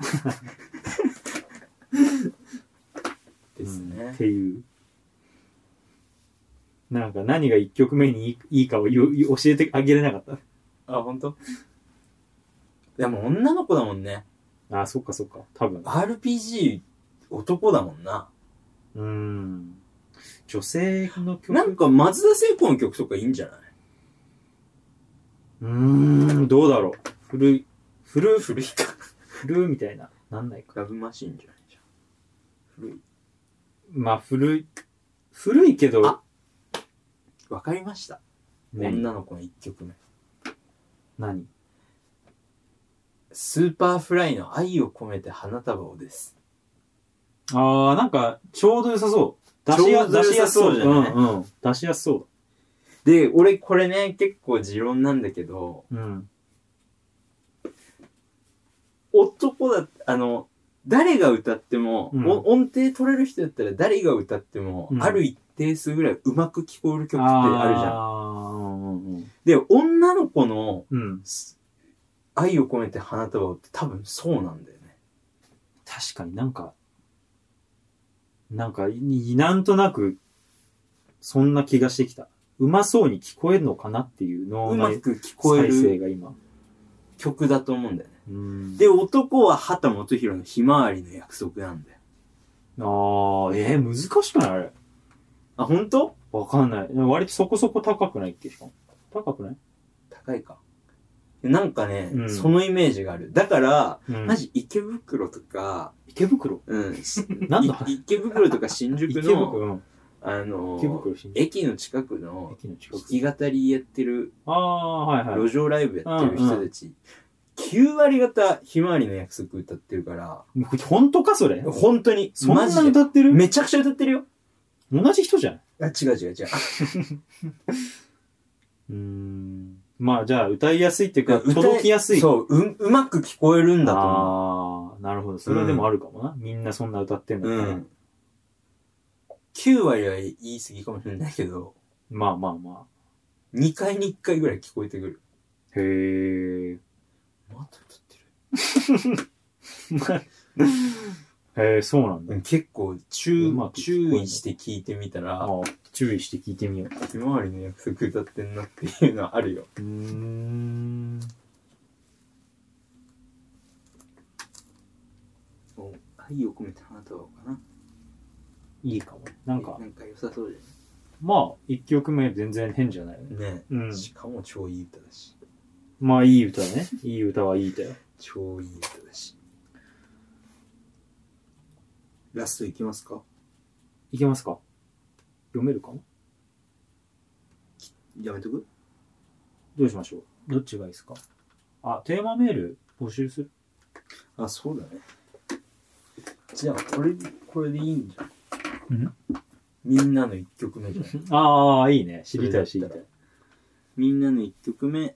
[SPEAKER 2] です
[SPEAKER 1] うんっ
[SPEAKER 2] ね。
[SPEAKER 1] ていう。なんか何が一曲目にいいいいかを言う言う教えてあげれなかっ
[SPEAKER 2] あ、本当。でも女の子だもんね。
[SPEAKER 1] た。あ、そっかそっか。多分。
[SPEAKER 2] RPG 男だもんな。
[SPEAKER 1] うーん。女性の曲。
[SPEAKER 2] なんか松田聖子の曲とかいいんじゃないう
[SPEAKER 1] ーん、どうだろう。古い。古い、
[SPEAKER 2] 古いか。
[SPEAKER 1] 古いみたいな。なんないか。
[SPEAKER 2] ラブマシンじゃないじゃん。古い。
[SPEAKER 1] まあ、古い。古いけど
[SPEAKER 2] あ、わかりました。
[SPEAKER 1] ね、
[SPEAKER 2] 女の子の一曲目。
[SPEAKER 1] 何
[SPEAKER 2] スーパーフライの愛を込めて花束をです。
[SPEAKER 1] あー、なんか、ちょうど良さそう。出しや
[SPEAKER 2] ちょうど良
[SPEAKER 1] 出しや
[SPEAKER 2] さ
[SPEAKER 1] す
[SPEAKER 2] そ
[SPEAKER 1] そうう
[SPEAKER 2] じ
[SPEAKER 1] じ
[SPEAKER 2] ゃ
[SPEAKER 1] ゃ
[SPEAKER 2] ない
[SPEAKER 1] うんうん。出しやすそう
[SPEAKER 2] で、俺これね、結構持論なんだけど、
[SPEAKER 1] だ。うん。
[SPEAKER 2] 男だ、あの、誰が歌っても、
[SPEAKER 1] うん
[SPEAKER 2] お音程取れる人だったら誰が歌っても、
[SPEAKER 1] うん
[SPEAKER 2] ある一定数ぐらいうまく聞こえる曲ってあるじゃん。
[SPEAKER 1] あーうんうん
[SPEAKER 2] で、女の子の
[SPEAKER 1] うん。うん。
[SPEAKER 2] す愛を込めて花束をって多分そうなんだよね。
[SPEAKER 1] 確かになんか、なんか、いなんとなく、そんな気がしてきた。うまそうに聞こえるのかなっていう脳
[SPEAKER 2] うま
[SPEAKER 1] 内
[SPEAKER 2] く聞こえ
[SPEAKER 1] 再生
[SPEAKER 2] る
[SPEAKER 1] が今。
[SPEAKER 2] 曲だと思うんだよね。
[SPEAKER 1] うん
[SPEAKER 2] で、男は畑元博のひまわりの約束なんだよ。
[SPEAKER 1] あー、えー、難しくないあれ。
[SPEAKER 2] あ、本当？
[SPEAKER 1] わかんない。割とそこそこ高くないっけしかも。高くない
[SPEAKER 2] 高いか。なんかね、
[SPEAKER 1] うん
[SPEAKER 2] そのイメージがある。だから、
[SPEAKER 1] うん
[SPEAKER 2] マジ池袋とか、
[SPEAKER 1] 池袋
[SPEAKER 2] うん、し
[SPEAKER 1] なんだ
[SPEAKER 2] い池袋とか新宿
[SPEAKER 1] 池袋
[SPEAKER 2] の、
[SPEAKER 1] うん
[SPEAKER 2] あの
[SPEAKER 1] 池袋新宿
[SPEAKER 2] 駅の近くの
[SPEAKER 1] 駅の近
[SPEAKER 2] 弾
[SPEAKER 1] く。
[SPEAKER 2] き語りやってる、
[SPEAKER 1] ああ、はいはい。
[SPEAKER 2] 路上ライブやってる人たち、9割方ひまわりの約束歌ってるから、
[SPEAKER 1] もう本当かそれ
[SPEAKER 2] 本当に、
[SPEAKER 1] そんな
[SPEAKER 2] マジで。
[SPEAKER 1] 歌ってる
[SPEAKER 2] めちゃくちゃ歌ってるよ。
[SPEAKER 1] 同じ人じゃん。
[SPEAKER 2] あ、違う違う違う。
[SPEAKER 1] うーん。まあじゃあ歌いやすいっていうか、
[SPEAKER 2] 歌い
[SPEAKER 1] 届きやすい。
[SPEAKER 2] そう、う、うまく聞こえるんだと思
[SPEAKER 1] ああ、なるほど。それはでもあるかもな。みんなそんな歌ってんだ
[SPEAKER 2] う。
[SPEAKER 1] った
[SPEAKER 2] う
[SPEAKER 1] ら。
[SPEAKER 2] ん。9割は言い過ぎかもしれないけど、
[SPEAKER 1] まあまあま
[SPEAKER 2] 2回に1回ぐらい聞こえてくる。
[SPEAKER 1] あ。へえ。
[SPEAKER 2] また歌ってる
[SPEAKER 1] へえ、そうなんだ。
[SPEAKER 2] うん。結構注
[SPEAKER 1] うま、く聞こえ
[SPEAKER 2] 注
[SPEAKER 1] ない
[SPEAKER 2] 意して聞いてみた
[SPEAKER 1] あ
[SPEAKER 2] ら、
[SPEAKER 1] あ注意して聞いてみよう。
[SPEAKER 2] ひまわりの約束歌ってんなっていうのはあるよ。
[SPEAKER 1] うーん。
[SPEAKER 2] 愛を込めた花束かな。
[SPEAKER 1] いいかも。なんか
[SPEAKER 2] な、んか良さそうじ
[SPEAKER 1] まあ、一曲目全然変じゃないよ
[SPEAKER 2] ゃ
[SPEAKER 1] ね。
[SPEAKER 2] ん。ね
[SPEAKER 1] うん。
[SPEAKER 2] しかも超いい歌だし。
[SPEAKER 1] まあ、いい歌ね。いい歌はいい歌よ。
[SPEAKER 2] 超いい歌だし。ラストいきますか
[SPEAKER 1] いけますか読めるかな
[SPEAKER 2] やめとく
[SPEAKER 1] どうしましょうどっちがいいですかあ、テーマメール募集する
[SPEAKER 2] あ、そうだね。じゃあ、これ、これでいいんじゃん。
[SPEAKER 1] ん
[SPEAKER 2] みんなの1曲目じゃん。
[SPEAKER 1] ああ、いいね。知りたい
[SPEAKER 2] そ
[SPEAKER 1] 知
[SPEAKER 2] れだ
[SPEAKER 1] り
[SPEAKER 2] ったた
[SPEAKER 1] い
[SPEAKER 2] ら。 みんなの1曲目、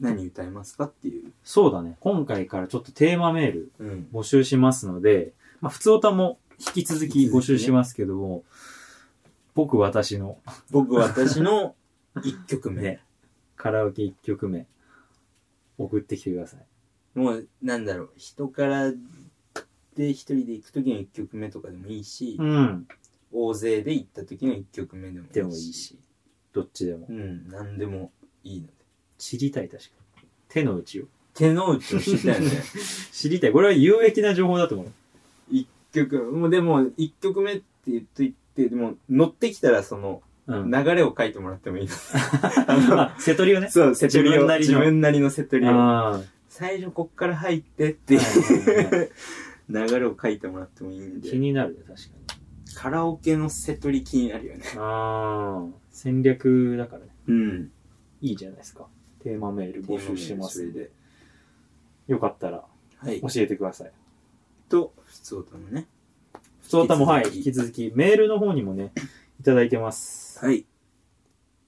[SPEAKER 2] 何歌いますかっていう。
[SPEAKER 1] そうだね。今回からちょっとテーマメール
[SPEAKER 2] うん。
[SPEAKER 1] 募集しますので、まあ、普通歌も引き続き募集しますけども、僕、私の
[SPEAKER 2] 僕、私 の1曲目。
[SPEAKER 1] ね、カラオケ1曲目、送ってきてください。
[SPEAKER 2] もう、なんだろう、人からで一人で行く時の1曲目とかでもいいし、
[SPEAKER 1] うん。
[SPEAKER 2] 大勢で行った時の1曲目でもいいし。
[SPEAKER 1] でもいいし、どっちでも
[SPEAKER 2] う。ん、なんでもいいので。
[SPEAKER 1] 知りたい、確かに。手の内を。
[SPEAKER 2] 手の内を知りたいよね。
[SPEAKER 1] 知りたい。これは有益な情報だと思う。
[SPEAKER 2] 一曲、もうでも、一曲目って言っといて、でも、乗ってきたらその、
[SPEAKER 1] うん。
[SPEAKER 2] 流れを書いてもらってもいいです。
[SPEAKER 1] あ瀬戸りをね。
[SPEAKER 2] そう、セトリ
[SPEAKER 1] 自
[SPEAKER 2] を
[SPEAKER 1] 分なりの
[SPEAKER 2] 自分なりのセトリを。
[SPEAKER 1] あ
[SPEAKER 2] 最初こっから入ってっていう
[SPEAKER 1] はいはいは
[SPEAKER 2] 流れを書いてもらってもいいん
[SPEAKER 1] あ、気
[SPEAKER 2] で。
[SPEAKER 1] になるね、確かに。
[SPEAKER 2] カラオケのセトリ気になるよね。
[SPEAKER 1] ああ、戦略だからね。
[SPEAKER 2] うん。
[SPEAKER 1] いいじゃないですか。テーマメール募集してますん
[SPEAKER 2] テーマメールそれ
[SPEAKER 1] で
[SPEAKER 2] で。
[SPEAKER 1] よかったら
[SPEAKER 2] はい
[SPEAKER 1] 教。えてください。
[SPEAKER 2] と、普通歌のね。
[SPEAKER 1] 普通歌もはい、引き
[SPEAKER 2] 引き
[SPEAKER 1] 続きメールの方にもね、いただいてます。
[SPEAKER 2] はい。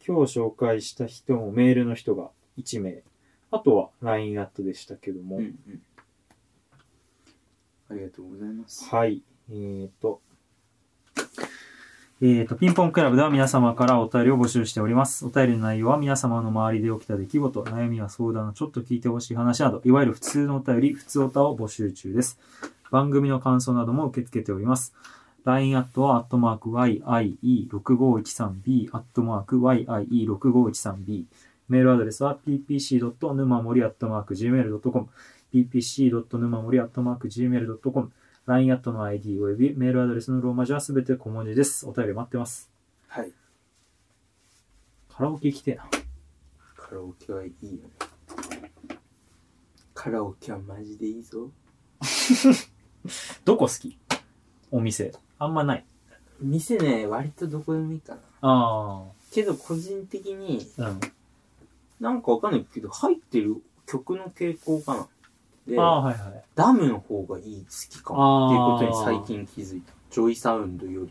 [SPEAKER 1] 今日紹介した人もメールの人が1名。あとは LINE アットでしたけども。
[SPEAKER 2] うんうん。ありがとうございます。
[SPEAKER 1] はい。えーと、
[SPEAKER 6] えー、と、ピンポンクラブでは皆様からお便りを募集しております。お便りの内容は皆様の周りで起きた出来事、悩みや相談、ちょっと聞いてほしい話など、いわゆる普通のお便り、普通おたを募集中です。番組の感想なども受け付けております。LINE アットは、アットマーク YIE6513B、アットマーク YIE6513B。メールアドレスは ppc.numa 森アットマーク gmail.com、ppc.numa 森アットマーク gmail.com、LINE アットの ID およびメールアドレスのローマ字はすべて小文字です。お便り待ってます。
[SPEAKER 2] はい。
[SPEAKER 6] カラオケ行きてえな。
[SPEAKER 2] カラオケはいいよね。カラオケはマジでいいぞ。
[SPEAKER 6] どこ好きお店。あんまない。
[SPEAKER 2] 店ね、割とどこでもいいかな。
[SPEAKER 6] あ
[SPEAKER 2] けど個人的に、
[SPEAKER 6] あ。うん。
[SPEAKER 2] なんかわかんないけど、入ってる曲の傾向かな。で
[SPEAKER 6] あ、あ、はいはい。
[SPEAKER 2] ダムの方がいい、好きか
[SPEAKER 6] あ
[SPEAKER 2] も。
[SPEAKER 6] ー
[SPEAKER 2] っていうことに最近気づいた。ジョイサウンドより。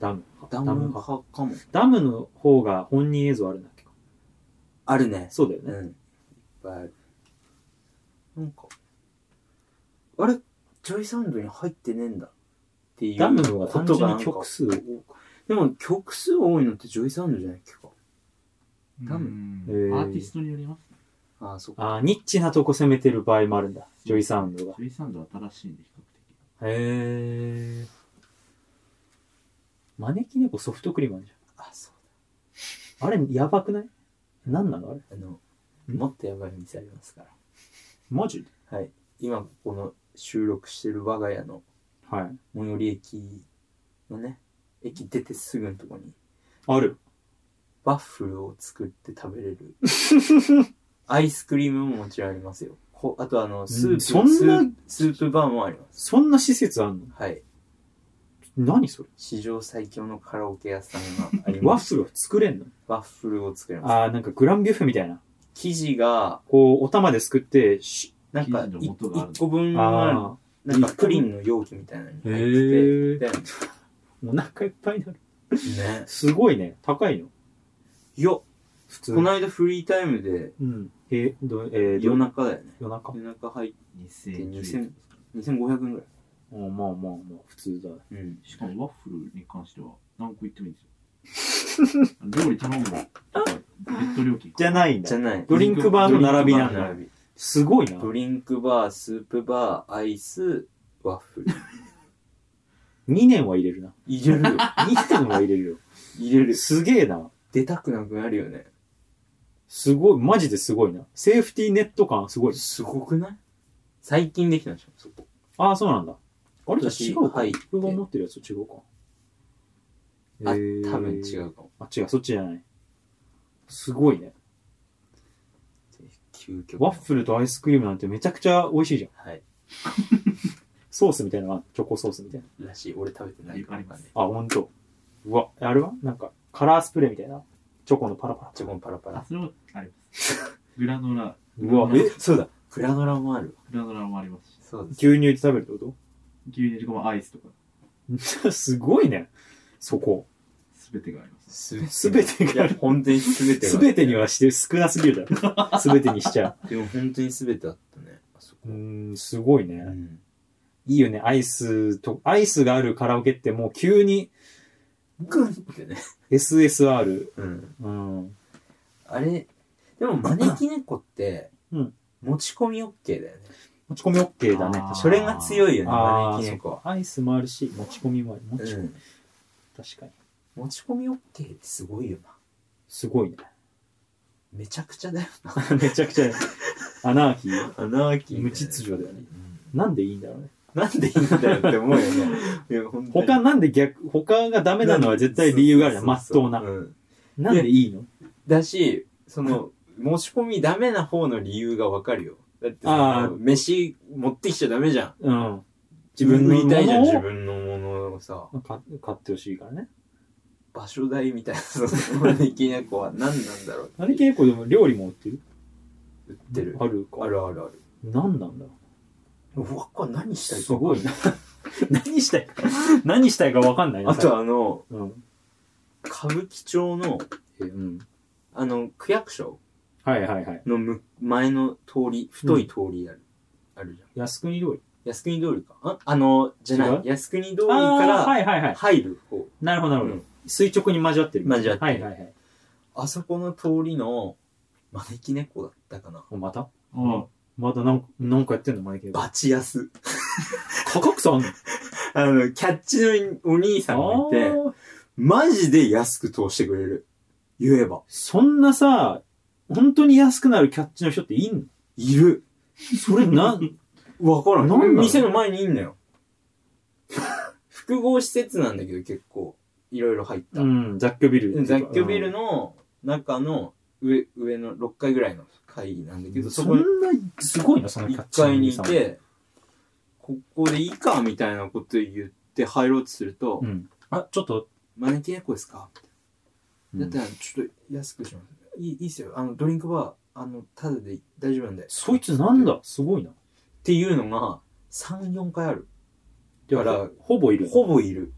[SPEAKER 1] ダム。
[SPEAKER 2] ダム派かも。
[SPEAKER 1] ダムの方が本人映像あるんだっけ
[SPEAKER 2] あるね。
[SPEAKER 1] そうだよ
[SPEAKER 2] う
[SPEAKER 1] ね。
[SPEAKER 2] ん。いっぱいある。なんか、あれジョイサウンドに入ってねえんだ。っていう
[SPEAKER 1] ダムの方が単
[SPEAKER 2] こと
[SPEAKER 1] 純
[SPEAKER 2] なん
[SPEAKER 1] に
[SPEAKER 2] か
[SPEAKER 1] 曲数多い。
[SPEAKER 2] でも曲数多いのってジョイサウンドじゃないっけか。多
[SPEAKER 3] 分
[SPEAKER 1] へー
[SPEAKER 3] アーティストによります。
[SPEAKER 2] ああ、そっか。
[SPEAKER 1] あーニッチなとこ攻めてる場合もあるんだ。ジョイサウンドが。
[SPEAKER 3] ジョイサウンドは新しいんで、比較
[SPEAKER 1] へ
[SPEAKER 3] 的。
[SPEAKER 1] え。招き猫ソフトクリームあるじ
[SPEAKER 2] あ、そう
[SPEAKER 1] ゃん。あれ、やばくない何なのあれ
[SPEAKER 2] だ。あの、もっとやばい店ありますから。
[SPEAKER 1] マジ
[SPEAKER 2] はい。今、この収録してる我が家の
[SPEAKER 1] はい。
[SPEAKER 2] 最寄り駅のね、駅出てすぐのとこに、
[SPEAKER 1] ある。
[SPEAKER 2] ワッフルを作って食べれる。アイスクリームももちろんありますよ。こあと、あの、スープ、
[SPEAKER 1] そんな
[SPEAKER 2] スースープバーもあります。
[SPEAKER 1] そんな施設あんの
[SPEAKER 2] はい。
[SPEAKER 1] 何それ
[SPEAKER 2] 史上最強のカラオケ屋さんがあり
[SPEAKER 1] ワ
[SPEAKER 2] ま
[SPEAKER 1] ッ
[SPEAKER 2] す。
[SPEAKER 1] フルは作れんの
[SPEAKER 2] ワッフルを作れます。
[SPEAKER 1] ああ、なんかグランビュッフェみたいな。
[SPEAKER 2] 生地が、
[SPEAKER 1] こう、お玉ですくって、し
[SPEAKER 2] なんか
[SPEAKER 3] 生地の元がある
[SPEAKER 2] 1個分は
[SPEAKER 1] あ
[SPEAKER 2] なんかプリンの容器みたいなのに
[SPEAKER 1] あ、
[SPEAKER 2] 入って
[SPEAKER 1] へえ。
[SPEAKER 2] て、
[SPEAKER 1] お腹いっぱいになる。
[SPEAKER 2] ね
[SPEAKER 1] すごいね。高いの。
[SPEAKER 2] よ
[SPEAKER 1] 普通
[SPEAKER 2] この間フリータイムで
[SPEAKER 1] うん。え、ど、えー、ど
[SPEAKER 2] 夜中だよね。
[SPEAKER 1] 夜中
[SPEAKER 2] 夜中入って
[SPEAKER 3] 2010
[SPEAKER 2] 2000 2500円ぐ
[SPEAKER 1] うんまあまあまあ、普通だ。
[SPEAKER 2] らい。うん。
[SPEAKER 3] しかもワッフルに関しては何個言ってもいいんですよ料理頼むも別途料金
[SPEAKER 7] じゃないん
[SPEAKER 2] じ
[SPEAKER 7] だ
[SPEAKER 2] ゃ。ない。
[SPEAKER 1] ドリンクバーの並びなんだ。
[SPEAKER 2] 並び
[SPEAKER 1] すごいな。
[SPEAKER 2] ドリンクバー、スープバー、アイス、ワッフル。
[SPEAKER 1] 2年は入れるな。
[SPEAKER 2] 入れる よ。
[SPEAKER 1] 2年は入れる
[SPEAKER 2] 入れ
[SPEAKER 1] よ。
[SPEAKER 2] る。
[SPEAKER 1] すげえな。
[SPEAKER 2] 出たくなくなるよね。
[SPEAKER 1] すごい、マジですごいな。セーフティーネット感すごい。
[SPEAKER 2] すごくない最近できたんでしょそこ。
[SPEAKER 1] ああ、そうなんだ。あれ
[SPEAKER 2] 私
[SPEAKER 1] じゃあ違うか。
[SPEAKER 2] 入って
[SPEAKER 1] 僕が持ってるやつと違うか。
[SPEAKER 2] あ、多
[SPEAKER 1] えー
[SPEAKER 2] 分違うかも。
[SPEAKER 1] あ、違う、そっちじゃない。すごいね。
[SPEAKER 2] 究極。
[SPEAKER 1] ワッフルとアイスクリームなんてめちゃくちゃ美味しいじゃん。
[SPEAKER 2] はい。
[SPEAKER 1] ソースみたいなのがチョコソースみたいな。
[SPEAKER 2] らしい。俺食べてないからわかんない。
[SPEAKER 1] あ、ほんと。うわ、あれはなんか、カラースプレーみたいな。チョコのパラパラ。
[SPEAKER 2] チョコンパラパ
[SPEAKER 3] あ
[SPEAKER 2] ラ。
[SPEAKER 3] それもありますグラノラ
[SPEAKER 1] うわ、え
[SPEAKER 2] え、そうだ。グラノラもあるわ。
[SPEAKER 3] グラノラもありますし
[SPEAKER 2] そうです。
[SPEAKER 1] 牛乳で食べるってこ
[SPEAKER 3] 牛乳とかもアイスとか
[SPEAKER 1] と すごいね。そこ。
[SPEAKER 3] 全てがあります
[SPEAKER 2] すべて。
[SPEAKER 1] すべて
[SPEAKER 2] い
[SPEAKER 1] があ
[SPEAKER 2] や、
[SPEAKER 1] る。
[SPEAKER 2] 本当にすべてが。
[SPEAKER 1] すべてにはして少なすぎるだろ。すべてにしちゃ。
[SPEAKER 2] でも本当にすべてあったね。あそうこ。
[SPEAKER 1] うーん、すごいうね。
[SPEAKER 2] ん。
[SPEAKER 1] いいよね。アイスと、アイスがあるカラオケってもう急に
[SPEAKER 2] グンってね。
[SPEAKER 1] SSR。
[SPEAKER 2] うん。
[SPEAKER 1] うん。
[SPEAKER 2] あれ、でも招き猫って、
[SPEAKER 1] うん
[SPEAKER 2] 持ち込み OK だよね。
[SPEAKER 1] 持ち込み OK だね。
[SPEAKER 3] あー
[SPEAKER 2] それが強いよね、
[SPEAKER 1] あー
[SPEAKER 2] 招き猫は。
[SPEAKER 1] アイスもあるし、持ち込みもある。持
[SPEAKER 2] う
[SPEAKER 1] ち込み、
[SPEAKER 2] ん。
[SPEAKER 1] 確かに。
[SPEAKER 2] 持ち込み OK ってすごいよな。
[SPEAKER 1] すごいね。
[SPEAKER 2] めちゃくちゃだよな。
[SPEAKER 1] めちゃくちゃ、アナーキー。
[SPEAKER 2] アナーキーみ
[SPEAKER 1] 無
[SPEAKER 2] たいな。
[SPEAKER 1] 秩序だよね。
[SPEAKER 2] うん
[SPEAKER 1] なんでいいんだろうね。
[SPEAKER 2] なんでいいんだよって思うよね。 いや、本当に
[SPEAKER 1] 他なんで逆、他がダメなのは絶対理由があるじゃん。
[SPEAKER 2] そ
[SPEAKER 1] ま
[SPEAKER 2] う
[SPEAKER 1] っ
[SPEAKER 2] そう
[SPEAKER 1] と
[SPEAKER 2] そう
[SPEAKER 1] うな。
[SPEAKER 2] ん
[SPEAKER 1] なんでいいの
[SPEAKER 2] だし、その、持ち込みダメな方の理由がわかるよ。だって
[SPEAKER 1] あ
[SPEAKER 2] さ
[SPEAKER 1] ー、
[SPEAKER 2] 飯持ってきちゃダメじゃん。
[SPEAKER 1] うん。
[SPEAKER 2] 自分の言いたいじゃん、
[SPEAKER 1] 自
[SPEAKER 2] 自
[SPEAKER 1] 分
[SPEAKER 2] 分のものをさ。
[SPEAKER 1] か買ってほしいからね。
[SPEAKER 2] 場所代みたいな、その招き猫は何なんだろうって
[SPEAKER 1] あれ結構でも料理も売ってる
[SPEAKER 2] 売ってる。
[SPEAKER 1] あるか。
[SPEAKER 2] あるあるある。
[SPEAKER 1] 何なんだろ
[SPEAKER 2] うわ、これ何
[SPEAKER 1] う。
[SPEAKER 2] したいか
[SPEAKER 1] すごいな。 何したいか、何したいか分かんない
[SPEAKER 2] あとあの、
[SPEAKER 1] うん。
[SPEAKER 2] 歌舞伎町の、
[SPEAKER 1] えうん。
[SPEAKER 2] あの、区役所
[SPEAKER 1] はいはいはい。
[SPEAKER 2] のむ前の通り、太い通りある、あるじゃん。
[SPEAKER 1] 靖国料理。
[SPEAKER 2] 靖国通りか。ああの、じゃな
[SPEAKER 1] 違。
[SPEAKER 2] いう靖国通り
[SPEAKER 1] あー
[SPEAKER 2] か
[SPEAKER 1] はいはいは
[SPEAKER 2] ら
[SPEAKER 1] い。
[SPEAKER 2] 入る方。
[SPEAKER 1] なるほどなるほど
[SPEAKER 2] うん。
[SPEAKER 1] 垂直に交わってる。
[SPEAKER 2] 交わってる
[SPEAKER 1] はいはいはい。
[SPEAKER 2] あそこの通りの招き猫だったかな。
[SPEAKER 1] おまた
[SPEAKER 3] あ
[SPEAKER 1] またなんか、なんかやってんのマイケル。
[SPEAKER 2] バチヤス。
[SPEAKER 1] 価格差あんの
[SPEAKER 2] あの、キャッチのお兄さんがい
[SPEAKER 1] あ
[SPEAKER 2] て、
[SPEAKER 1] ー
[SPEAKER 2] マジで安く通してくれる。言えば。
[SPEAKER 1] そんなさ、本当に安くなるキャッチの人っていん
[SPEAKER 2] いる。
[SPEAKER 1] のそれ な、
[SPEAKER 2] わからん。
[SPEAKER 1] なんなの
[SPEAKER 2] 店の前にいんのよ。 複合施設なんだけど結構、いろいろ入った。
[SPEAKER 1] うん、雑居ビル。
[SPEAKER 2] 雑居ビルの中の上、上の6階ぐらいの階なんだけ
[SPEAKER 1] うん
[SPEAKER 2] ど、
[SPEAKER 1] そ
[SPEAKER 2] そ
[SPEAKER 1] ん
[SPEAKER 2] こ
[SPEAKER 1] な、すごいな、そのキャッ
[SPEAKER 2] 1
[SPEAKER 1] チの
[SPEAKER 2] 階
[SPEAKER 1] 兄
[SPEAKER 2] にい
[SPEAKER 1] さん。
[SPEAKER 2] て、ここでいいかみたいなこと言って入ろうとすると
[SPEAKER 1] う、ん。あ、ちょっと、
[SPEAKER 2] 招き猫ですか
[SPEAKER 1] うん
[SPEAKER 2] だったらちょっと安くします。いい、いいっすよ。あの、ドリンクバー、あの、タダで大丈夫なんで。っ
[SPEAKER 1] そいつなんだすごいな。
[SPEAKER 2] ていうのが、3、4回ある。
[SPEAKER 1] だ
[SPEAKER 2] だ
[SPEAKER 1] か
[SPEAKER 2] からら、
[SPEAKER 1] ほぼいる。
[SPEAKER 2] ほぼいる。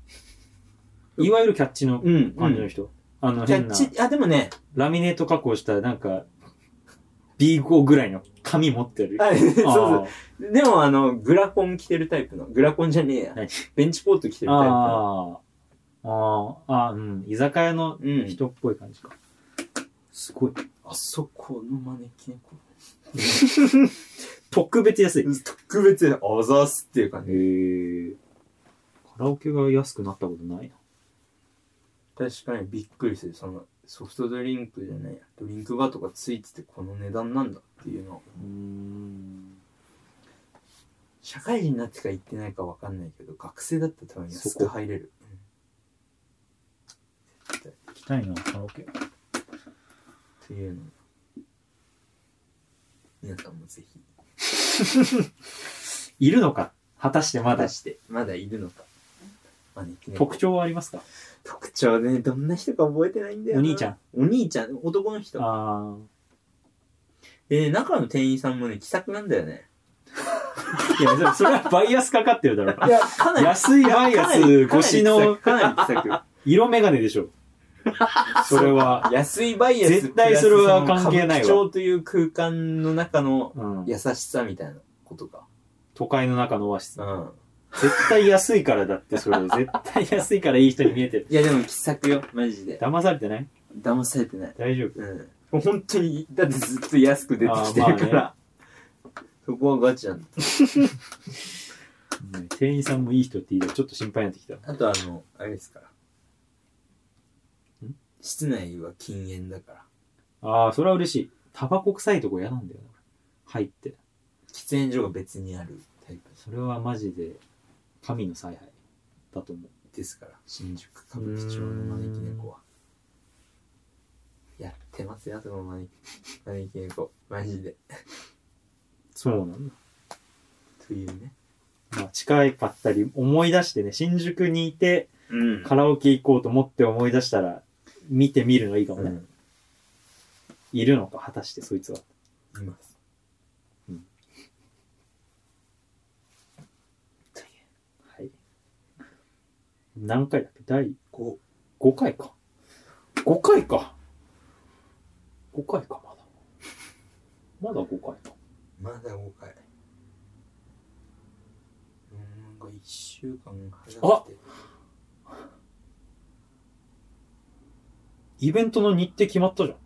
[SPEAKER 1] いわゆるキャッチの
[SPEAKER 2] うん。
[SPEAKER 1] 感じの人。あの、
[SPEAKER 2] キャ
[SPEAKER 1] 変
[SPEAKER 2] ッ
[SPEAKER 1] な、
[SPEAKER 2] チ、あ、でもね、
[SPEAKER 1] ラミネート加工した、なんか、B5 ぐらいの紙持ってる。
[SPEAKER 2] あ そうそう
[SPEAKER 1] あー
[SPEAKER 2] う。でもあの、グラコン着てるタイプの、グラコンじゃねえや
[SPEAKER 1] 何。
[SPEAKER 2] ベンチコート着てるタイプ
[SPEAKER 1] あ
[SPEAKER 2] の。
[SPEAKER 1] ー。あーあー、うん。居酒屋の
[SPEAKER 2] うん。
[SPEAKER 1] 人っぽい感じか。すごい。
[SPEAKER 2] あそこの招き猫。
[SPEAKER 1] 特別安い。
[SPEAKER 2] 特別で、あざすっていう感
[SPEAKER 1] へ
[SPEAKER 2] じ。
[SPEAKER 1] ーカラオケが安くなったことないな。
[SPEAKER 2] 確かにびっくりする。その、ソフトドリンクじゃないや。ドリンクバーとかついててこの値段なんだっていうの。
[SPEAKER 1] うん。
[SPEAKER 2] 社会人になってから行ってないかわかんないけど、学生だったら多分安
[SPEAKER 1] そこ
[SPEAKER 2] く入れる。うん
[SPEAKER 1] 行きたいな、カラオケ。
[SPEAKER 2] っていうの。皆さんもぜひ。
[SPEAKER 1] いるのか果たしてま
[SPEAKER 2] ま
[SPEAKER 1] だ
[SPEAKER 2] だ。して、まだいるのか。招き猫
[SPEAKER 1] 特徴はありますか
[SPEAKER 2] 特徴ね、どんな人か覚えてないんだよ
[SPEAKER 1] お
[SPEAKER 2] な
[SPEAKER 1] 兄ちゃん。
[SPEAKER 2] お兄ちゃん、男の人。
[SPEAKER 1] あ
[SPEAKER 2] で、中の店員さんもね、気さくなんだよね。
[SPEAKER 1] あ。いや、でもそれはバイアスかかってるだろう。
[SPEAKER 2] いや、かなり。
[SPEAKER 1] 安いバイアス越しの
[SPEAKER 2] かなり気さく。かなり
[SPEAKER 1] 色眼鏡でしょ。それは。
[SPEAKER 2] 安いバイアス
[SPEAKER 1] 絶対それは関係ないわ
[SPEAKER 2] プラスその歌舞伎町という空間の中の
[SPEAKER 1] うん
[SPEAKER 2] 優しさみたいなことか。
[SPEAKER 1] 都会の中のオアシス
[SPEAKER 2] う。ん。
[SPEAKER 1] 絶対安いからだって、それは。絶対安いからいい人に見えてる。
[SPEAKER 2] いやでも気さくよ、マジで。
[SPEAKER 1] 騙されてない
[SPEAKER 2] 騙されてない。
[SPEAKER 1] 大丈夫。
[SPEAKER 2] うん。もう本当に、だってずっと安く出てきてるか
[SPEAKER 1] あーま
[SPEAKER 2] ら。そこはガチなんだ。
[SPEAKER 1] うん店員さんもいい人って言いたらちょっと心配になってきた。
[SPEAKER 2] あとあの、あれですから
[SPEAKER 1] ん。
[SPEAKER 2] 室内は禁煙だから。
[SPEAKER 1] ああ、それは嬉しい。タバコ臭いとこ嫌なんだよな。入って。
[SPEAKER 2] 喫煙所が別にあるタイプ
[SPEAKER 1] それはマジで、神の采配だと思う。
[SPEAKER 2] ですから、新宿歌舞伎町の招き猫は。やってますよ、その招き招き猫。マジで。
[SPEAKER 1] そうなんだ。
[SPEAKER 2] というね。
[SPEAKER 1] まあ、近かったり、思い出してね、新宿にいて、
[SPEAKER 2] うん
[SPEAKER 1] カラオケ行こうと思って思い出したら、見てみるのいいかも
[SPEAKER 2] う
[SPEAKER 1] ね。
[SPEAKER 2] ん。
[SPEAKER 1] いるのか、果たしてそいつは。
[SPEAKER 2] います。
[SPEAKER 1] はい。何回だっけ第
[SPEAKER 2] こ
[SPEAKER 1] 5回か。5回か。5回か、まだ。まだ5回か。
[SPEAKER 2] う、まだ5回。うん、なんか1週間早くて。
[SPEAKER 1] イベントの日程決まったじゃん。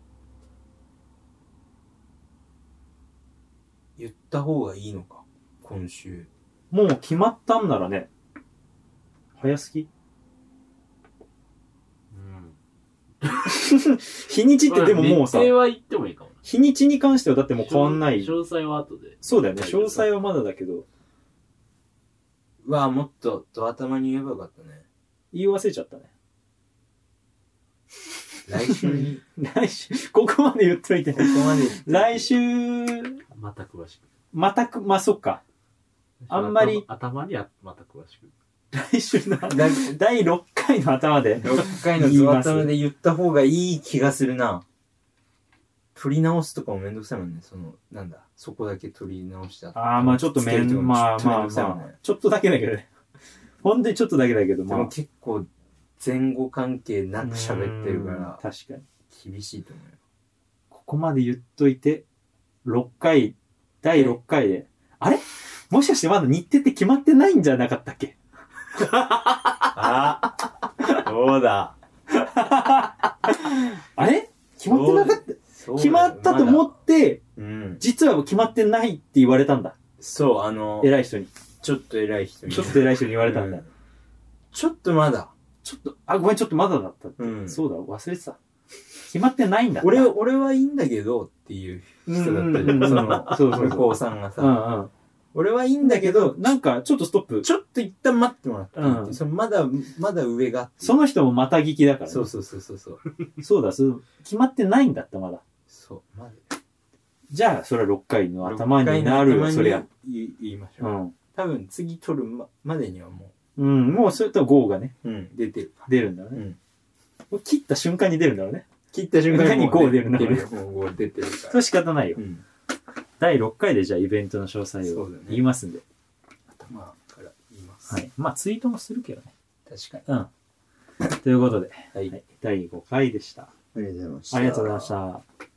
[SPEAKER 2] 言った方がいいのか、今週。
[SPEAKER 1] もう決まったんならね、早すぎ
[SPEAKER 3] うん。
[SPEAKER 1] 日にちってでももうさ
[SPEAKER 3] 日、程は行ってもいいかもな。
[SPEAKER 1] 日にちに関してはだってもう変わんない。
[SPEAKER 3] 詳細は後で。
[SPEAKER 1] そうだよね、詳細はまだだけど、
[SPEAKER 2] うわあ、もっと、と頭に言えばよかったね。
[SPEAKER 1] 言い忘れちゃったね。
[SPEAKER 2] 来週に、
[SPEAKER 1] 来週、ここまで言っといて
[SPEAKER 2] こ。こま で。
[SPEAKER 1] 来週、
[SPEAKER 3] また詳しく。
[SPEAKER 1] またく、まあ、そっか。あんまり
[SPEAKER 3] 頭頭にはまた詳しく。
[SPEAKER 1] 来週の、
[SPEAKER 2] 来
[SPEAKER 1] 第6回の頭で。
[SPEAKER 2] 6回のズワタムで言った方がいい気がするな。取り直すとかもめんどくさいもんね。その、なんだ、そこだけ取り直した。
[SPEAKER 1] ああ、まあちょっとめ
[SPEAKER 2] つける
[SPEAKER 1] ん、
[SPEAKER 2] かも
[SPEAKER 1] まあ
[SPEAKER 2] ちょっと
[SPEAKER 1] ま
[SPEAKER 2] めん
[SPEAKER 1] あ
[SPEAKER 2] どくさいもん
[SPEAKER 1] ま
[SPEAKER 2] ね
[SPEAKER 1] あ、ちょっとだけだけどね。ほんとにちょっとだけだけど、
[SPEAKER 2] で
[SPEAKER 1] ま
[SPEAKER 2] も
[SPEAKER 1] あ。
[SPEAKER 2] 結構、前後関係なく喋ってるか
[SPEAKER 1] うん
[SPEAKER 2] ら、
[SPEAKER 1] 確かに。
[SPEAKER 2] 厳しいと思うよ。
[SPEAKER 1] ここまで言っといて、6回、第6回で、あれもしかしてまだ日程って決まってないんじゃなかったっけ
[SPEAKER 2] あそうだ。
[SPEAKER 1] あれ決まってなかった、決まったと思
[SPEAKER 2] っ
[SPEAKER 1] って、
[SPEAKER 2] うん。
[SPEAKER 1] 実は決まってないって言われたんだ。
[SPEAKER 2] そう、あの、
[SPEAKER 1] 偉い人に。
[SPEAKER 2] ちょっと偉い人に。
[SPEAKER 1] ちょっと偉い人に言われたんだ。
[SPEAKER 2] うんちょっとまだ。
[SPEAKER 1] ちょっと、あ、ごめん、ちょっとまだだった。
[SPEAKER 2] うん
[SPEAKER 1] そうだ、忘れてた。決まってないんだった。
[SPEAKER 2] 俺、俺はいいんだけどっていう人だったじゃ
[SPEAKER 1] うん
[SPEAKER 2] ん。
[SPEAKER 1] うん
[SPEAKER 2] そ
[SPEAKER 1] うん
[SPEAKER 2] の、
[SPEAKER 1] そうそう
[SPEAKER 2] 向
[SPEAKER 1] そう。
[SPEAKER 2] こうさん
[SPEAKER 1] う
[SPEAKER 2] が
[SPEAKER 1] んう
[SPEAKER 2] さ、
[SPEAKER 1] ん。
[SPEAKER 2] 俺はいいんだけど、
[SPEAKER 1] なんか、ちょっとストップ。
[SPEAKER 2] ちょっと一旦待ってもらっていいって、
[SPEAKER 1] うん
[SPEAKER 2] そのまだ、まだ上がっていう
[SPEAKER 1] その人もまた聞きだからね、
[SPEAKER 2] そうそうそうそうそう。
[SPEAKER 1] そうだ、そう決まってないんだった、まだ。
[SPEAKER 2] そう、まだ。
[SPEAKER 1] じゃあ、それは6回の頭になるよ、そりゃ。
[SPEAKER 2] 言い言いましょ
[SPEAKER 1] う
[SPEAKER 2] う。
[SPEAKER 1] ん。
[SPEAKER 2] 多分次取るままでにはも
[SPEAKER 1] うん、もうそれと5がね、
[SPEAKER 2] う、うん、出てる。
[SPEAKER 1] 出るんだろう
[SPEAKER 2] う
[SPEAKER 1] ね。
[SPEAKER 2] ん。
[SPEAKER 1] もう切った瞬間に出るんだろうね。
[SPEAKER 2] 切った瞬間
[SPEAKER 1] 何こう出るの
[SPEAKER 2] 出るよ。もう5出てるか
[SPEAKER 1] それ
[SPEAKER 2] ら。
[SPEAKER 1] は仕方ないよ
[SPEAKER 2] う。ん。
[SPEAKER 1] 第6回でじゃあイベントの詳細
[SPEAKER 2] そ
[SPEAKER 1] を
[SPEAKER 2] うだね
[SPEAKER 1] 言いますんで。
[SPEAKER 2] 頭から言います。
[SPEAKER 1] はい。まあ、ツイートもするけどね。
[SPEAKER 2] 確かに。
[SPEAKER 1] うん。ということで、
[SPEAKER 2] はい
[SPEAKER 1] はい第5回でした。
[SPEAKER 2] ありがとうございました。
[SPEAKER 1] ありがとうございました。